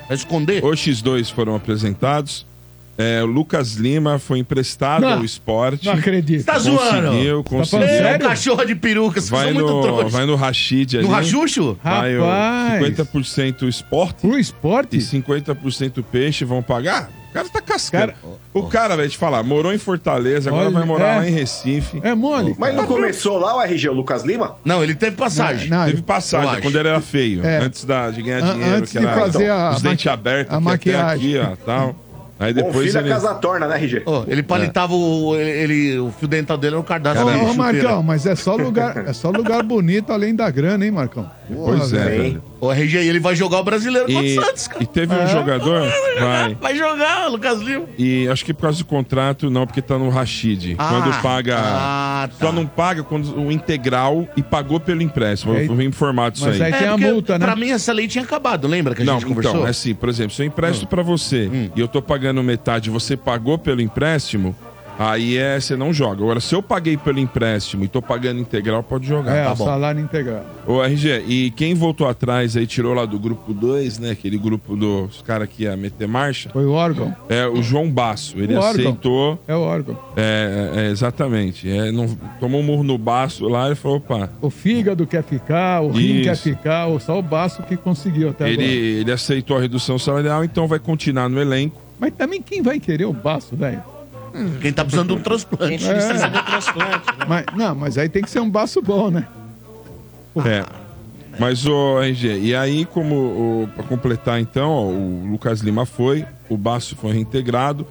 C: vai esconder.
F: Hoje os dois foram apresentados. É, o Lucas Lima foi emprestado
D: Não.
F: ao esporte.
D: Não acredito.
C: Tá
F: Conseguiu,
C: zoando.
F: conseguiu.
D: falando
C: Meu
D: sério?
C: cachorro de peruca, vocês
F: Vai
C: são muito
F: no,
C: trouxas.
F: vai no Rashid ali.
C: No rachucho?
F: Vai o
D: Rapaz.
F: 50% esporte
D: Pro
F: e
D: esporte?
F: 50% peixe vão pagar? O cara tá cascando.
D: Cara-
F: O cara, velho, te falar, morou em Fortaleza, agora
D: Olha,
F: vai morar
D: é.
F: lá em Recife.
D: É mole.
G: Mas não começou lá o RG, o Lucas Lima?
C: Não, ele teve passagem.
H: Não,
F: Teve
C: eu
F: passagem
C: acho.
F: quando ele era feio,
H: É.
F: antes da, de ganhar
H: An-
F: dinheiro,
H: antes
F: que
H: de
F: era
H: fazer a
F: os dentes
H: maqui-
F: abertos,
H: a
F: que
H: maquiagem.
F: até aqui, ó, tal. Aí
G: Bom
F: depois
G: filho,
F: ele... É.
G: a casa torna, né, RG?
C: Ó, ele palitava o, ele, ele- o fio dental dele no cardápio.
H: Ô,
C: de
H: ô,
C: chuteira.
H: Marcão, mas é só lugar, é só lugar bonito além da grana, hein, Marcão?
F: Pois é,
G: velho.
F: velho.
C: O RG, ele vai jogar o brasileiro contra o
F: E,
C: Santos, cara.
F: e teve um jogador, vai,
C: Vai jogar, Lucas Lima.
F: e acho que por causa do contrato, não, porque tá no Rashid.
C: Ah,
F: quando paga...
C: ah, tá.
F: Só não paga quando o integral e pagou pelo empréstimo.
D: Aí-
F: Eu vim informar disso
D: Mas
F: aí.
D: aí tem a
C: É, porque
D: multa, né?
C: Pra mim, essa lei tinha acabado, lembra que a
F: Não,
C: gente conversou? Ah. Hum.
F: então, é assim, por exemplo, se eu empresto pra você e eu tô pagando metade, você pagou pelo empréstimo, aí é, você não joga. Agora, se eu paguei pelo empréstimo e tô pagando integral, pode jogar.
D: É,
C: tá
D: o
C: bom.
D: salário integral.
F: Ô, RG, e quem voltou atrás aí, tirou lá do grupo 2, né? Aquele grupo dos caras que ia meter marcha,
D: Foi o órgão.
F: é o João Basso. Ele
D: O órgão.
F: aceitou.
D: É o órgão.
F: É, é, exatamente. É, não, tomou um murro no baço lá e falou, opa.
D: O fígado quer ficar, Ah, tá o rim quer
F: Isso.
D: ficar, o- só o baço que conseguiu até
F: Ele,
D: agora.
F: ele aceitou a redução salarial, então vai continuar no elenco.
D: Mas também quem vai querer o baço, velho? É.
C: Quem tá precisando de um transplante.
A: Gente, eles precisam do transplante. né?
D: Mas, não, mas aí tem que ser um baço bom, né?
F: É. Mas, o RG, e aí, como o- pra completar, então, ó, o Lucas Lima foi, o Baço foi reintegrado,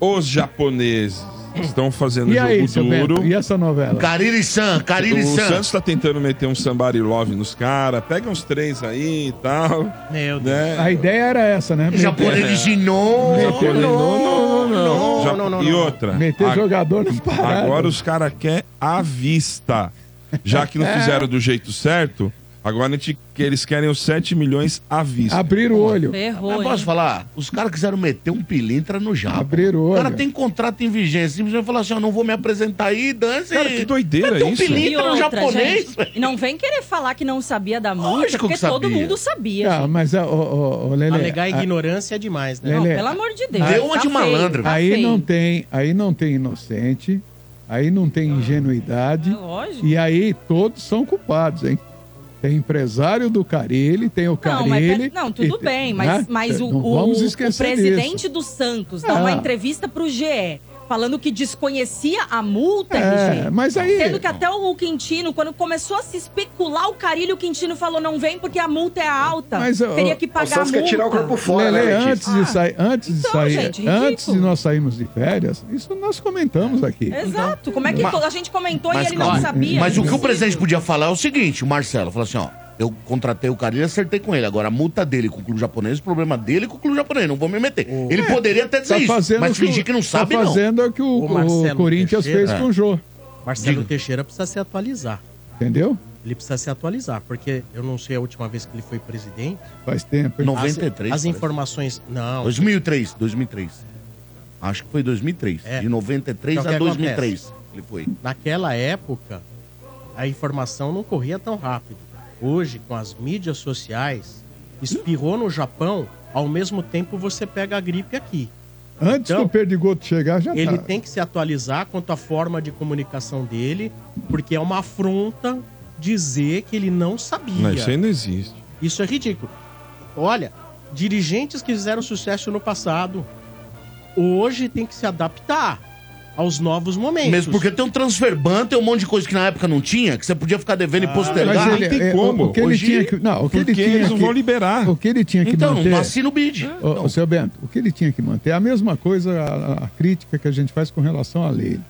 F: os japoneses estão fazendo
D: E
F: jogo
D: aí, seu
F: duro.
D: Bento, e essa novela?
C: Cariri San, Cariri
F: O
C: San.
F: Santos tá tentando meter um somebody love nos caras. Pega uns três aí e tal,
A: Meu Deus.
F: né?
D: A ideia era essa, né?
C: Japonês de Ginon.
F: Japonês- não, não, não,
A: não,
F: Já-
A: não, não,
F: E
A: não.
F: outra.
D: Meter
F: a-
D: jogador na parada.
F: Agora os caras querem à vista. Já que não
C: É.
F: fizeram do jeito certo, agora a gente, que eles querem os 7 milhões à vista.
D: Abrir o olho.
C: Mas
B: Ferrou.
C: posso
B: hein?
C: falar? Os caras quiseram meter um pilintra no Japa.
D: Abriram o
C: O cara
D: olho.
C: tem contrato em vigência. Simplesmente falar assim, ó, não vou me apresentar aí, dance.
F: Cara, que doideira
C: Meteu um
F: isso.
C: pilintra
B: E
C: no
B: outra,
C: japonês.
B: gente, e não vem querer falar que não sabia da
C: Lógico
B: música,
C: que
B: porque todo
C: sabia.
B: mundo sabia.
D: Ah,
B: gente.
D: mas, ó, ó, ó, Lele,
A: Alegar
D: a-
A: ignorância é demais, né?
D: Lele,
B: Não,
D: Pelé.
B: pelo amor de Deus.
C: Deu uma de malandro.
B: tá
D: aí
B: feio.
D: não tem, aí não tem inocente, aí não tem
B: É
D: ingenuidade.
B: lógico.
D: E aí todos são culpados, hein? Tem empresário do Carilli, tem o
B: Não, mas
D: Carilli.
B: pera- não, tudo
D: e-
B: bem,
D: né?
B: mas, mas o,
D: Não
B: o-
D: vamos
B: o
D: esquecer
B: presidente
D: disso.
B: do Santos
D: Ah.
B: dá uma entrevista pro GE falando que desconhecia a multa,
D: É,
B: RG.
D: mas aí.
B: Sendo que até o Quintino, quando começou a se especular o carilho, o Quintino falou: não vem porque a multa é alta.
D: Mas, ó,
B: Teria que
G: O
B: pagar a
G: Santos
B: multa.
G: quer tirar o corpo fora,
D: Lele,
G: né,
D: antes
G: gente?
D: de
B: Ah,
D: sair, antes de
B: então,
D: sair,
B: gente, ridículo.
D: antes de nós sairmos de férias, isso nós comentamos aqui.
B: Exato. Como é que
C: Mas-
B: to- a gente comentou e ele não
C: calma.
B: sabia?
C: Mas o que o
B: Impossível.
C: presidente podia falar é o seguinte, o Marcelo, falou assim, ó, eu contratei o cara e acertei com ele. Agora, a multa dele com o clube japonês, o problema dele é com o clube japonês, não vou me meter. Ele poderia até dizer
D: Tá
C: isso,
D: fazendo
C: mas
D: o o-
C: fingir que não sabe,
D: tá
C: não.
D: fazendo é o que o,
A: O Marcelo
D: o Corinthians
A: Teixeira.
D: fez com o Jô,
A: Marcelo
C: Diga.
A: Teixeira precisa se atualizar.
D: entendeu?
A: Ele precisa se atualizar, porque eu não sei a última vez que ele foi presidente.
D: Faz tempo. hein?
C: 93,
A: As, as
C: parece.
A: informações. Não.
C: 2003, 2003. Acho que foi 2003.
A: É.
C: De 93
A: Então, o
C: a
A: que
C: 2003. Ele foi.
A: Naquela época, a informação não corria tão rápido. Hoje, com as mídias sociais, espirrou no Japão, ao mesmo tempo você pega a gripe aqui.
D: Antes
A: Então,
D: do Perdigoto chegar, já
A: Ele
D: tá.
A: tem que se atualizar quanto à forma de comunicação dele, porque é uma afronta dizer que ele não sabia.
F: Não, isso ainda existe.
A: Isso é ridículo. Olha, dirigentes que fizeram sucesso no passado, hoje tem que se adaptar aos novos momentos.
C: Mesmo porque tem um transfer ban, tem um monte de coisa que na época não tinha, que você podia ficar devendo e postergar.
D: Ah, Mas
F: Não
D: ele,
F: tem
D: é,
F: como.
D: O, o que ele
F: Hoje-
D: tinha que, não, o que ele
F: Porque
D: tinha
F: eles não
D: que-
F: vão liberar.
D: O que ele tinha que
C: então,
D: manter. Ah.
C: assina o bid.
D: Ô, ô, seu Bento, o que ele tinha que manter é a mesma coisa, a, a crítica que a gente faz com relação à lei.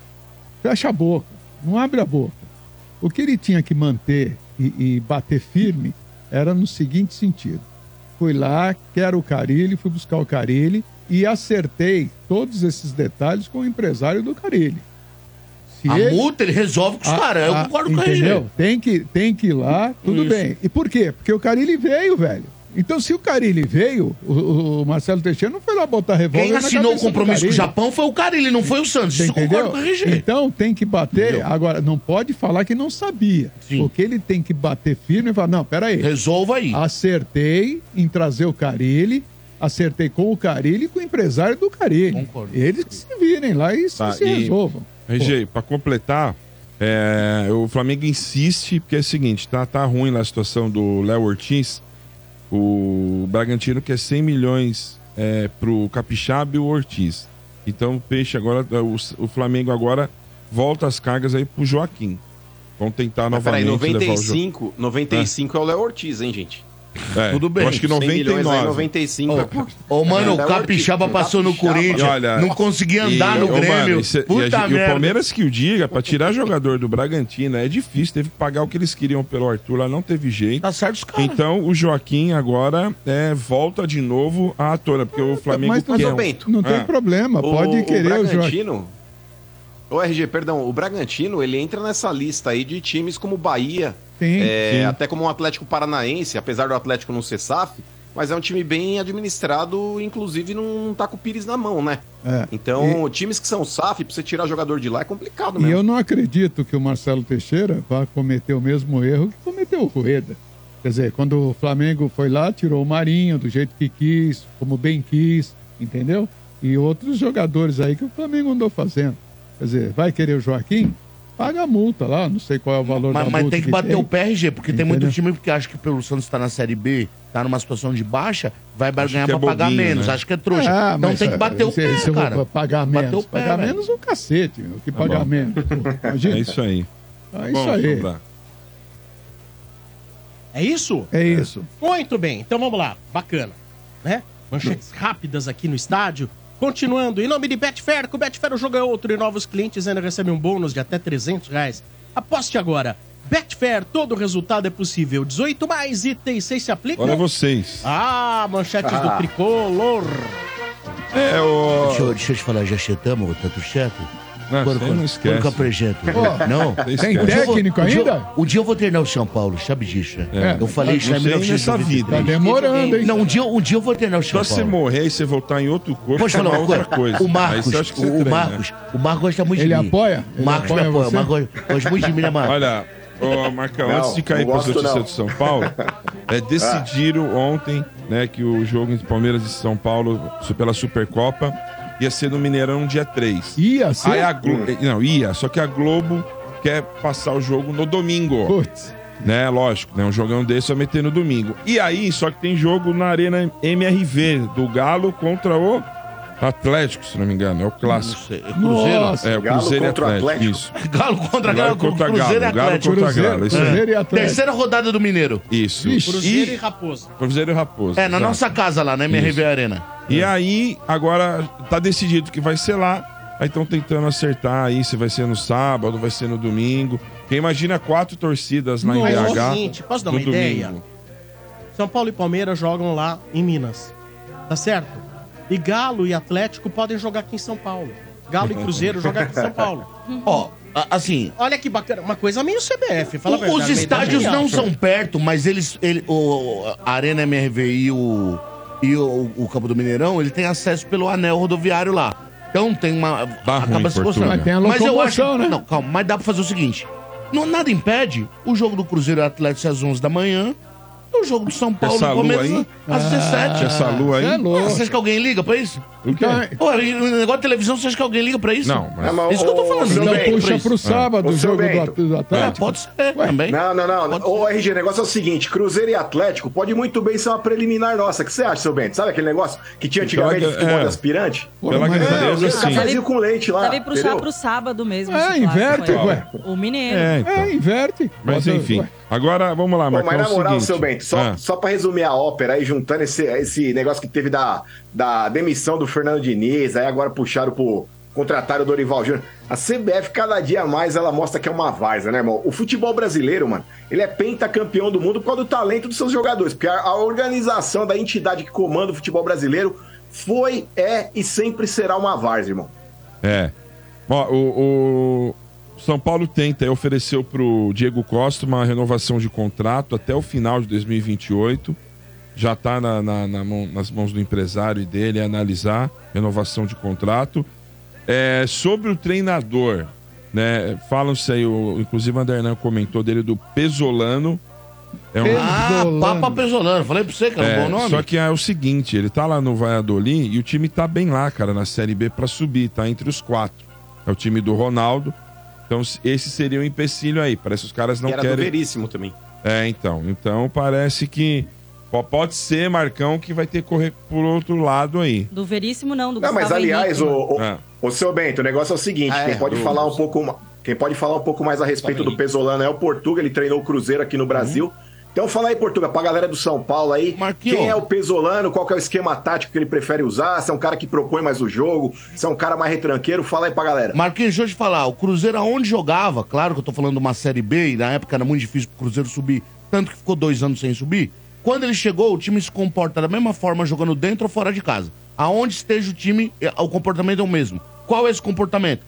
D: Fecha a boca, não abre a boca. O que ele tinha que manter e, e bater firme era no seguinte sentido. Fui lá, quero o Carilli, fui buscar o Carilli e acertei todos esses detalhes com o empresário do Carilli. Se
C: A
D: ele-
C: multa ele resolve com os
D: a-
C: caras. Eu
D: a-
C: concordo com o
D: Ah, entendeu?
C: RG.
D: Tem que, tem que ir lá, tudo bem. E por quê? Porque o Carilli veio, velho. Então, se o Carilli veio, o, o Marcelo Teixeira não foi lá botar revólver
C: Quem
D: na
C: assinou o
D: cabeça do
C: compromisso com o
D: Carille.
C: Japão foi o cara, ele não foi o Santos.
D: Você
C: Isso eu concordo
D: entendeu?
C: com o RG.
D: Então tem que bater.
C: Entendeu?
D: Agora, não pode falar que não sabia.
C: Sim.
D: Porque ele tem que bater firme e falar: não, peraí.
C: Resolva aí.
D: Acertei em trazer o Carilli. acertei com o Carilli e com o empresário do Carilli. Eles que se virem lá e se-
F: Tá,
D: se
F: e-
D: resolvam.
F: RG, pra completar, é, o Flamengo insiste, porque é o seguinte, tá, tá ruim lá a situação do Léo Ortiz. O Bragantino quer 100 milhões é, pro Capixaba e o Ortiz. Então o Peixe agora, o, o Flamengo agora volta as cargas aí pro Joaquim. Vão tentar
E: Mas
F: novamente
E: peraí,
F: levar o Joaquim.
E: 95, 95 é. o Léo Ortiz, hein, gente?
F: É,
C: Tudo bem.
F: Eu acho que
E: 100 milhões aí,
F: 99.
E: 95.
C: Ô, mano,
E: É,
C: o Capixaba passou
F: Tá
C: no Corinthians,
F: Olha,
C: não conseguia andar
F: E,
C: no
F: ô,
C: Grêmio.
F: mano, isso é- e a
C: Puta
F: gente- e
C: merda.
F: o Palmeiras que o diga, pra tirar jogador do Bragantino é difícil, teve que pagar o que eles queriam pelo Arthur, lá não teve jeito.
C: Tá certo os caras.
F: Então o Joaquim agora é, volta de novo à tona, porque o Flamengo
D: mas não-
F: quer.
E: Mas, ô,
F: um-
E: Bento,
D: Não tem
F: Ah.
D: problema, pode
E: o
D: querer o Joaquim.
E: Bragantino. O RG, perdão, o Bragantino, ele entra nessa lista aí de times como Bahia,
D: Tem.
E: é,
F: sim.
E: até como o Atlético Paranaense, apesar do Atlético não ser SAF, mas é um time bem administrado, inclusive não tá com o Pires na mão, né?
D: É.
E: Então, times que são SAF, pra você tirar jogador de lá é complicado
D: E
E: mesmo.
D: eu não acredito que o Marcelo Teixeira vá cometer o mesmo erro que cometeu o Rueda. Quer dizer, quando o Flamengo foi lá, tirou o Marinho do jeito que quis, como bem quis, entendeu? E outros jogadores aí que o Flamengo andou fazendo. Quer dizer, vai querer o Joaquim? Paga a multa lá, não sei qual é o valor
C: Mas,
D: da
C: mas
D: multa.
C: tem que bater o pé, RG, porque tem
D: Entendeu?
C: muito time que acha que pelo Santos tá na Série B, tá numa situação de baixa, vai ganhar
F: que é
C: pra pagar
F: bobinho,
C: menos.
F: né?
C: Acho que é trouxa. então
D: mas,
C: tem que
D: é,
C: bater o
D: se-
C: pé,
D: se eu vou
C: cara.
D: Pagar
C: Bater
D: menos.
C: o pé,
D: pagar
C: velho.
D: menos é um cacete, meu. Que pagar
F: Tá bom.
D: menos. pô. Imagina.
F: É isso aí.
D: É
F: Bom,
D: isso aí.
F: Sombra.
A: É isso?
D: É isso.
A: Muito bem, então vamos lá. Bacana, né? Manchetes rápidas aqui no estádio. Continuando, em nome de Betfair, com o Betfair o jogo é outro e novos clientes ainda recebem um bônus de até 300 reais. Aposte agora. Betfair, todo resultado é possível. 18 mais, item 6 se aplica.
C: é
F: Olha vocês.
A: Ah, manchetes do tricolor.
F: É,
C: Deixa,
F: o.
C: eu- deixa eu te falar, já chetamos tanto chefe?
F: Não,
C: Quando-
F: você
C: quando-
F: não esquece.
C: quando que eu apresento? não?
F: Tem
C: Um dia eu vou-
D: técnico
C: um dia eu-
D: ainda?
C: um dia eu vou treinar o São Paulo, sabe disso, né?
F: É.
C: Eu falei
F: Não
C: isso em
F: sei nessa
C: 1993.
F: vida.
D: Tá demorando, hein?
C: Não, um dia, um dia eu vou treinar o
F: Só
C: São
F: você
C: Paulo.
F: morrer e você voltar em outro corpo,
C: Posso falar
F: é
C: uma coisa? O Marcos,
F: Aí você acha
C: o,
F: que você
C: o
F: treina.
C: Marcos, o Marcos gosta muito
D: Ele
C: de mim.
D: apoia?
C: O Marcos
D: Ele
C: me
D: apoia
C: apoia, o
D: você?
C: Marcos gosta- gosta muito de mim, né, Marcos?
F: Olha, ô, Marcão,
G: Não,
F: antes de cair
G: não
F: para as
G: gosto,
F: notícias
G: não.
F: de São Paulo, é, decidiram ontem né, que o jogo entre Palmeiras e São Paulo su- pela Supercopa ia ser no Mineirão dia 3.
D: Ia ser. Hum.
F: Aí a Glo- eh, Não, ia, só que a Globo quer passar o jogo no domingo.
D: Putz.
F: Né, lógico, né? Um jogão desse vai meter no domingo. E aí, só que tem jogo na Arena MRV do Galo contra o Atlético, se não me engano. É o clássico.
D: Nossa.
F: É, o
G: Galo
F: Cruzeiro e
G: contra o
F: Atlético.
G: Atlético.
F: Isso.
C: Galo contra Galo,
F: Galo contra
C: Cruzeiro
F: Galo,
C: e
F: Galo
C: Atlético.
F: contra
D: Cruzeiro,
F: Galo, é isso aí.
D: Cruzeiro e Atlético.
C: Terceira rodada do Mineiro.
F: Isso.
A: Cruzeiro
F: E-
A: e Raposa.
F: Cruzeiro e Raposa.
C: É, na
F: exato.
C: nossa casa lá, na MRV Arena.
F: E aí, agora tá decidido que vai ser lá. Aí estão tentando acertar aí se vai ser no sábado, vai ser no domingo. Porque imagina quatro torcidas lá
A: Mas é o
F: em BH.
A: seguinte, posso dar uma
F: no
A: ideia?
F: domingo.
A: São Paulo e Palmeiras jogam lá em Minas. Tá certo? E Galo e Atlético podem jogar aqui em São Paulo. Galo e Cruzeiro jogam aqui em São Paulo.
C: Ó, a- assim,
A: Olha que bacana. Uma coisa meio CBF, fala a
C: o-
A: verdade. é
C: os
A: uma ideia
C: estádios
A: genial.
C: não são perto, mas eles. Ele, o, a Arena MRV e o, e o, o Campo do Mineirão, ele tem acesso pelo anel rodoviário lá. Então tem uma.
F: Dá Tá ruim, Portuga. Mas
D: tem a locomoção, né?
C: Não, calma, mas dá pra fazer o seguinte: não, nada impede o jogo do Cruzeiro e Atlético ser às 11 da manhã. E o jogo do São Paulo e
F: Essa lua
C: Palmeiras
F: aí? Ah,
C: às 17.
F: Essa lua aí.
D: Você é
C: Ah,
D: louco.
C: você acha que alguém liga pra isso?
F: O quê?
D: Então,
C: Pô, e no negócio de televisão, você acha que alguém liga pra isso?
F: Não, mas.
G: Não, mas,
C: Isso que eu tô
G: ô,
C: falando,
G: seu
C: não
D: Então
G: Bento,
D: puxa pro sábado o
G: Ô, seu
D: jogo do
G: Bento.
D: At- do
C: É,
D: Atlético.
C: pode ser também.
G: Não, não, não.
C: Pode-
G: Ô, RG, o negócio é o seguinte: Cruzeiro e Atlético pode muito bem ser uma preliminar nossa. O que você acha, seu Bento? Sabe aquele negócio que tinha antigamente
F: Então,
G: de futebol
F: é.
G: de aspirante?
D: Pô,
F: Pela
D: mas-
G: É,
F: grandeza,
G: o
F: sim.
G: cafezinho com leite lá.
B: Sabe puxar
G: entendeu?
B: pro sábado mesmo.
D: Ah,
B: esse clássico
D: inverte,
B: aí.
D: ué.
B: O Mineiro.
F: É, então.
D: É, inverte.
F: Mas
D: Bota-
F: enfim.
D: Ué,
F: Agora, vamos lá,
G: Pô,
F: Marcão.
G: mas na
F: é o
G: moral,
F: seguinte.
G: seu Bento, só,
F: Ah,
G: só pra resumir a ópera aí, juntando esse, esse negócio que teve da, da demissão do Fernando Diniz, aí agora puxaram pro. Contrataram o Dorival Júnior. A CBF, cada dia mais, ela mostra que é uma várzea, né, irmão? O futebol brasileiro, mano, ele é pentacampeão do mundo por causa do talento dos seus jogadores. Porque a, a organização da entidade que comanda o futebol brasileiro foi, é e sempre será uma várzea, irmão.
F: É. Ó, o, o São Paulo tenta e ofereceu pro Diego Costa uma renovação de contrato até o final de 2028. Já está na, na- na mão- nas mãos do empresário e dele analisar renovação de contrato. É, sobre o treinador, né? Falam-se aí, o, inclusive o Andernan comentou dele do Pesolano, É
C: Ah,
H: Pesolano.
C: Papa Pesolano. Falei pra você que era
F: É,
C: um bom nome.
F: Só que é o seguinte, ele tá lá no Valladolid e o time tá bem lá, cara, na Série B pra subir, tá entre os quatro. É o time do Ronaldo. Então s- esse seria o empecilho aí. Parece que os caras não
E: que era do
F: querem.
E: Veríssimo também.
F: É, então. Então parece que po- pode ser Marcão que vai ter que correr por outro lado aí.
B: Do Veríssimo, não, do
G: Não, mas
B: Gustavo
G: aliás,
B: Henrique, né?
G: o, o,
F: É.
G: o seu Bento, o negócio é o seguinte:
E: Ah, é,
G: quem pode
E: do-
G: falar um pouco ma- quem pode falar um pouco mais a respeito do Pesolano é o Portuga, ele treinou o Cruzeiro aqui no
F: Uhum.
G: Brasil. Então fala aí, Portuga, pra galera do São Paulo aí,
C: Marquinho.
G: quem é o Pesolano, qual que é o esquema tático que ele prefere usar, se é um cara que propõe mais o jogo, se é um cara mais retranqueiro, fala aí pra galera.
C: Marquinhos, deixa eu te falar, o Cruzeiro aonde jogava, claro que eu tô falando de uma Série B, e na época era muito difícil pro Cruzeiro subir, tanto que ficou dois anos sem subir. Quando ele chegou, o time se comporta da mesma forma jogando dentro ou fora de casa. Aonde esteja o time, é, o comportamento é o mesmo. Qual é esse comportamento?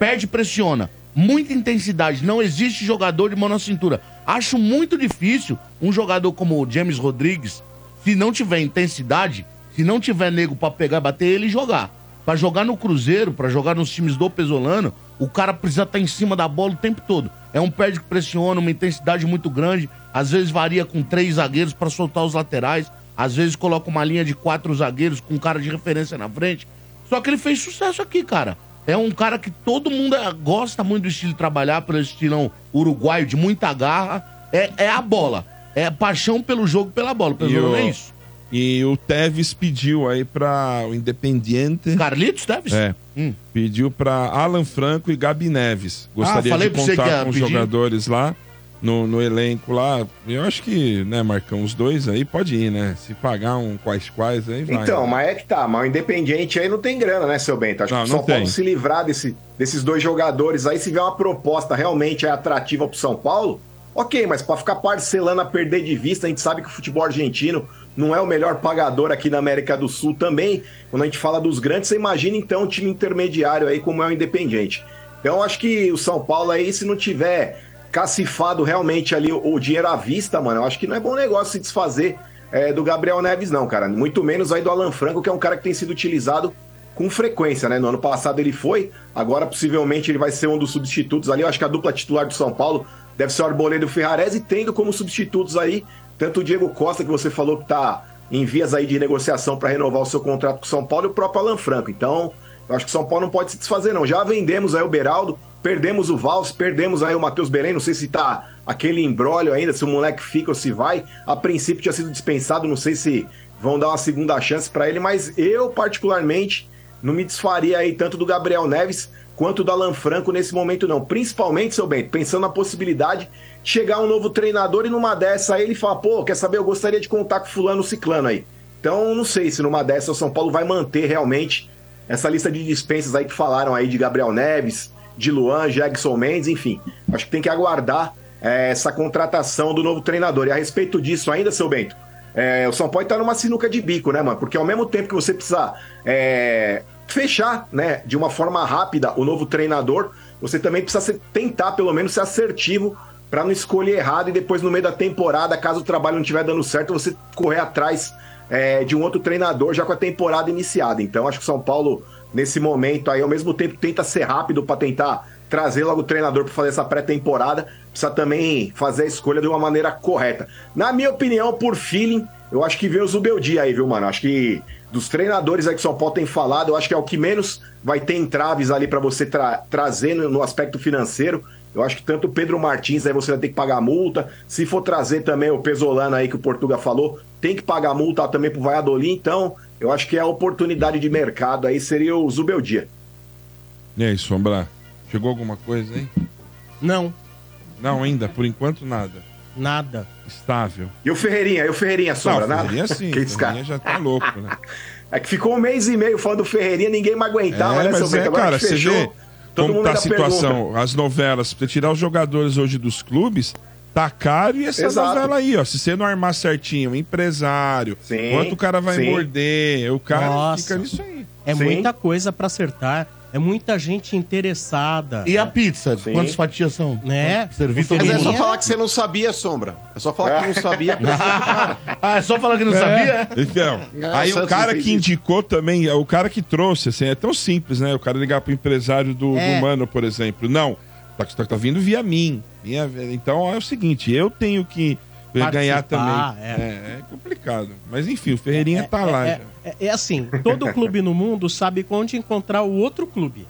C: Perde e pressiona. Muita intensidade. Não existe jogador de mão na cintura. Acho muito difícil um jogador como o James Rodrigues, se não tiver intensidade, se não tiver nego pra pegar e bater ele e jogar. Pra jogar no Cruzeiro, pra jogar nos times do Pesolano, o cara precisa estar em cima da bola o tempo todo. É um pé que pressiona, uma intensidade muito grande. Às vezes varia com três zagueiros pra soltar os laterais. Às vezes coloca uma linha de quatro zagueiros com um cara de referência na frente. Só que ele fez sucesso aqui, cara. É um cara que todo mundo eh, gosta muito do estilo de trabalhar, pelo estilão uruguaio, de muita garra. É, é a bola. É paixão pelo jogo, pela bola. Pelo
F: o-
C: é isso.
F: E o Tevez pediu aí pra o Independiente.
C: Carlitos Teves?
F: É.
C: Hum.
F: Pediu pra Alan Franco e Gabi Neves. Gostaria
C: Ah, falei
F: de
C: pra você que
F: contar
C: ia
F: com os
C: pedir.
F: jogadores lá no, no elenco lá. Eu acho que, né, Marcão, os dois aí pode ir, né? Se pagar um quais quais aí vai.
G: Então, mas é que tá, mas o Independiente aí não tem grana, né, seu Bento? Acho
F: Não,
G: que o
F: não
G: São Paulo
F: tem.
G: se livrar desse- desses dois jogadores aí, se vier uma proposta realmente é atrativa pro São Paulo, ok, mas pra ficar parcelando a perder de vista, a gente sabe que o futebol argentino não é o melhor pagador aqui na América do Sul também. Quando a gente fala dos grandes, você imagina então um time intermediário aí como é o Independiente. Então, acho que o São Paulo aí, se não tiver cacifado realmente ali o, o dinheiro à vista, mano, eu acho que não é bom negócio se desfazer é, do Gabriel Neves, não, cara. Muito menos aí do Alan Franco, que é um cara que tem sido utilizado com frequência, né? No ano passado ele foi, agora possivelmente ele vai ser um dos substitutos ali. Eu acho que a dupla titular do São Paulo deve ser o Arboleda e o Ferrarese, e tendo como substitutos aí tanto o Diego Costa, que você falou que tá em vias aí de negociação para renovar o seu contrato com o São Paulo, e o próprio Alan Franco. Então, eu acho que o São Paulo não pode se desfazer, não. Já vendemos aí o Beraldo, perdemos o Valls, perdemos aí o Matheus Belém. Não sei se tá aquele embrólio ainda, se o moleque fica ou se vai. A princípio tinha sido dispensado, não sei se vão dar uma segunda chance para ele, mas eu, particularmente, não me desfaria aí tanto do Gabriel Neves quanto do Alan Franco nesse momento, não. Principalmente, seu bem, pensando na possibilidade de chegar um novo treinador e numa dessa aí ele fala, pô, quer saber? Eu gostaria de contar com fulano ciclano aí. Então, não sei se numa dessa o São Paulo vai manter realmente essa lista de dispensas aí que falaram aí de Gabriel Neves, de Luan, Jackson Mendes, enfim. Acho que tem que aguardar eh, essa contratação do novo treinador. E a respeito disso ainda, seu Bento, é, o São Paulo tá numa sinuca de bico, né, mano? Porque ao mesmo tempo que você precisa é, fechar, né, de uma forma rápida o novo treinador, você também precisa ser- tentar, pelo menos, ser assertivo pra não escolher errado e depois, no meio da temporada, caso o trabalho não estiver dando certo, você correr atrás é, de um outro treinador já com a temporada iniciada. Então, acho que o São Paulo, nesse momento aí, ao mesmo tempo, tenta ser rápido pra tentar trazer logo o treinador para fazer essa pré-temporada, precisa também fazer a escolha de uma maneira correta. Na minha opinião, por feeling, eu acho que veio o Zubeldia aí, viu, mano? Acho que dos treinadores aí que o São Paulo tem falado, eu acho que é o que menos vai ter entraves ali para você tra- trazer no, no aspecto financeiro. Eu acho que tanto o Pedro Martins aí você vai ter que pagar multa. Se for trazer também o Pesolano aí que o Portuga falou, tem que pagar multa também pro Valladolid. Então, eu acho que a oportunidade de mercado aí seria o Zubeldia.
F: E aí, Sombra? Chegou alguma coisa aí?
A: Não,
F: Não, ainda, por enquanto nada.
A: nada.
F: Estável.
G: E o Ferreirinha, e o Ferreirinha, Sombra,
F: não,
G: nada?
F: Ferreirinha sim.
G: Que esse
F: Ferreirinha
G: cara?
F: já tá louco, né?
G: É que ficou um mês e meio falando do Ferreirinha, ninguém mais aguentava,
F: é,
G: né,
F: mas
G: seu Bento?
F: é,
G: Agora
F: cara,
G: que
F: você
G: fechou,
F: vê
G: todo
F: como
G: mundo
F: tá a
G: ainda
F: situação.
G: pergunta.
F: As novelas, pra tirar os jogadores hoje dos clubes, tá caro e essa
G: Exato.
F: novela aí, ó. Se você não armar certinho, um empresário,
G: Sim,
F: quanto o cara vai
G: sim.
F: morder, o cara
A: Nossa.
F: fica nisso aí.
A: É
G: Sim.
A: muita coisa pra acertar, é muita gente interessada. É,
C: E a pizza?
G: Sim.
C: Quantas fatias são?
A: Né?
C: Servir todo
E: Mas é
C: mundo.
E: só falar que você não sabia, Sombra. É só falar que não sabia.
C: Ah, é só falar que não sabia?
F: Então,
E: Nossa,
F: aí o
E: eu
F: cara
E: sei
F: que
E: disso.
F: indicou também, é o cara que trouxe, assim, é tão simples, né? O cara ligar pro empresário do,
A: É.
F: do Mano, por exemplo. Não, tá, tá, tá vindo via mim. Minha- então é o seguinte, eu tenho que Vai ganhar
A: Participar,
F: também.
A: é.
F: É, é complicado. Mas enfim, o Ferreirinha tá lá.
A: É,
F: já.
A: é- é assim, todo clube no mundo sabe onde encontrar o outro clube.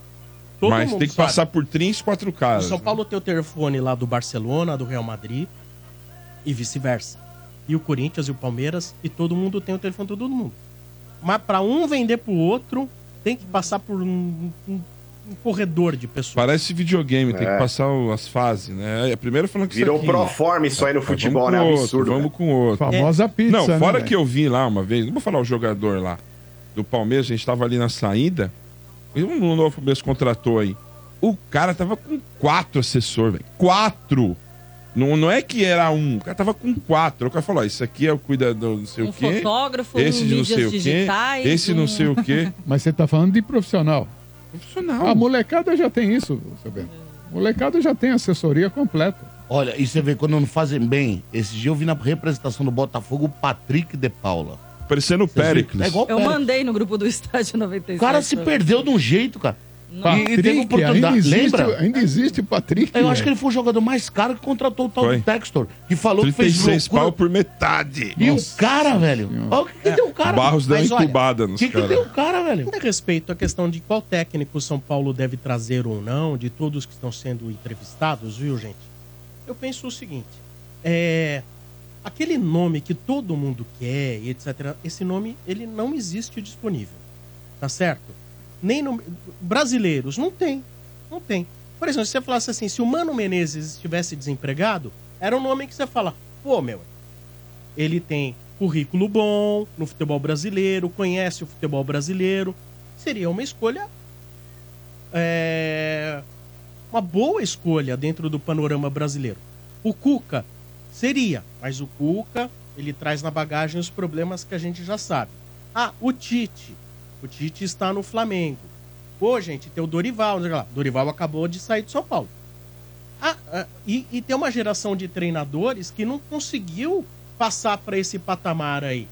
A: Todo
F: Mas
A: mundo
F: tem que
A: sabe.
F: passar por três, quatro
A: O
F: caras.
A: São Paulo tem o telefone lá do Barcelona, do Real Madrid e vice-versa. E o Corinthians e o Palmeiras e todo mundo tem o telefone de todo mundo. Mas para um vender pro outro, tem que passar por um, um- um corredor de pessoas.
F: Parece videogame, tem que
G: É.
F: passar o- as fases, né? É, Primeiro falando que
G: Virou
F: isso aqui...
G: proforma isso aí no
F: Mas
G: futebol,
F: vamos
G: né?
F: com outro,
G: Absurdo.
F: Vamos com outro. É.
H: Famosa
B: É.
H: pizza,
F: Não,
H: né,
F: fora
H: velho?
F: que eu vi lá uma vez, não vou falar o jogador lá do Palmeiras, a gente tava ali na saída, e um novo Palmeiras contratou aí. O cara tava com quatro assessor, velho. Quatro! Não, não é que era um, o cara tava com quatro. O cara falou: ó, isso aqui é o cuidador, não sei
B: Um
F: o quê.
B: fotógrafo,
F: esse
B: um
F: de não
B: mídias
F: sei o quê.
B: digitais,
F: Esse
B: um-
F: não sei o quê.
H: É. Mas você tá falando de profissional.
F: Profissional.
H: A molecada já tem isso, seu Bento. Molecada já tem assessoria completa.
C: Olha, e você vê, quando não fazem bem, esse dia eu vi na representação do Botafogo o Patrick de Paula.
F: Parecendo o Pericles.
C: É igual o
B: Eu né?
C: Péricles.
B: mandei no grupo do Estádio 97.
C: O cara se perdeu de um jeito, cara. E, e teve
H: ainda
C: oportunidade.
H: existe,
C: Lembra?
H: ainda existe o Patrick.
C: Eu acho que ele foi o jogador mais caro que contratou o tal
F: Foi.
C: do Textor. Que falou que fez
F: 36 pau
C: loucura.
F: por metade.
C: E o
H: Nossa
C: cara, velho.
H: Senhora.
C: Olha o que, que
A: É.
C: deu o
F: O
C: cara.
F: Barros deu uma
A: mas olha,
F: entubada
C: O
F: nos
C: que, que deu
F: caras.
C: o cara, velho?
A: A respeito à questão de qual técnico o São Paulo deve trazer ou não, de todos que estão sendo entrevistados, viu, gente? Eu penso o seguinte: é, aquele nome que todo mundo quer, e etc., esse nome ele não existe disponível. Tá certo? Nem no- Brasileiros, não tem. Não tem. Por exemplo, se você falasse assim, se o Mano Menezes estivesse desempregado, era um nome que você fala, pô, meu, ele tem currículo bom no futebol brasileiro, conhece o futebol brasileiro. Seria uma escolha. é, uma boa escolha dentro do panorama brasileiro. O Cuca seria, mas o Cuca ele traz na bagagem os problemas que a gente já sabe. Ah, o Tite. O Tite está no Flamengo. Pô, gente, tem o Dorival. não sei o que lá. Dorival acabou de sair de São Paulo. Ah, ah, e, e tem uma geração de treinadores que não conseguiu passar para esse patamar aí.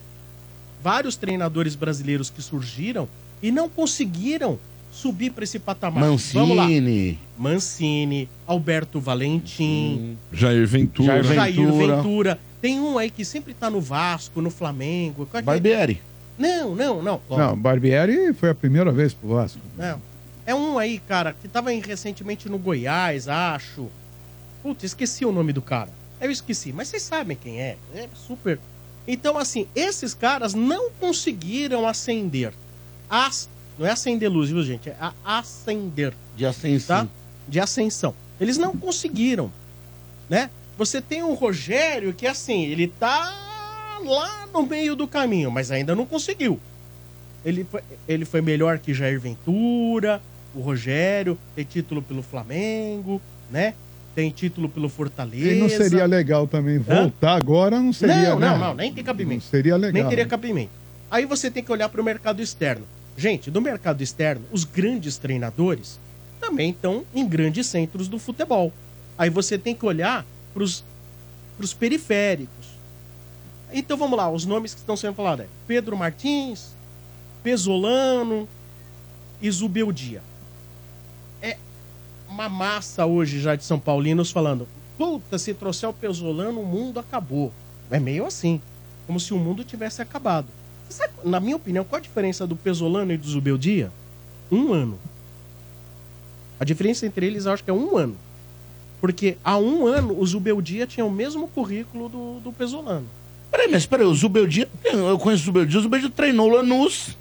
A: Vários treinadores brasileiros que surgiram e não conseguiram subir para esse patamar. Vamos lá.
C: Mancini.
A: Mancini, Alberto Valentim,
F: Jair Ventura.
C: Hum. Jair Ventura.
A: Jair Ventura. Tem um aí que sempre tá no Vasco, no Flamengo. Qual é que é?
C: Barbieri.
A: Não, não, não.
H: Não, Barbieri foi a primeira vez pro Vasco.
A: Não. É um aí, cara, que tava em- recentemente no Goiás, acho. Putz, esqueci o nome do cara. Eu esqueci, mas vocês sabem quem é. É super. Então, assim, esses caras não conseguiram acender. As... Não é acender luz, viu, gente? É a- ascender.
C: De ascensão.
A: tá? De ascensão. Eles não conseguiram, né? Você tem o Rogério que assim, ele tá lá no meio do caminho, mas ainda não conseguiu. Ele foi, ele foi melhor que Jair Ventura, o Rogério, tem título pelo Flamengo, né? Tem título pelo Fortaleza.
H: E não seria legal também voltar agora, não seria,
A: Não,
H: né?
A: não, não, nem tem
H: Não
A: cabimento.
H: seria
D: é
H: legal. né?
A: Nem
D: né?
A: teria cabimento. Aí você tem que olhar para o mercado externo. Gente, do mercado externo, os grandes treinadores também estão em grandes centros do futebol. Aí você tem que olhar para os periféricos. Então vamos lá, os nomes que estão sendo falados é Pedro Martins, Pesolano e Zubeldia. É uma massa hoje já de São Paulinos falando: puta, se trouxer o Pesolano, o mundo acabou. É meio assim como se o mundo tivesse acabado. Você sabe, na minha opinião, qual a diferença do Pesolano e do Zubeldia? Um ano. A diferença entre eles, eu acho que é um ano. Porque há um ano, o Zubeldia tinha o mesmo currículo do, do Pesolano.
C: Peraí, mas peraí, o Zubeldia. Eu conheço o Zubeldia, o Zubeldia treinou o Lanús.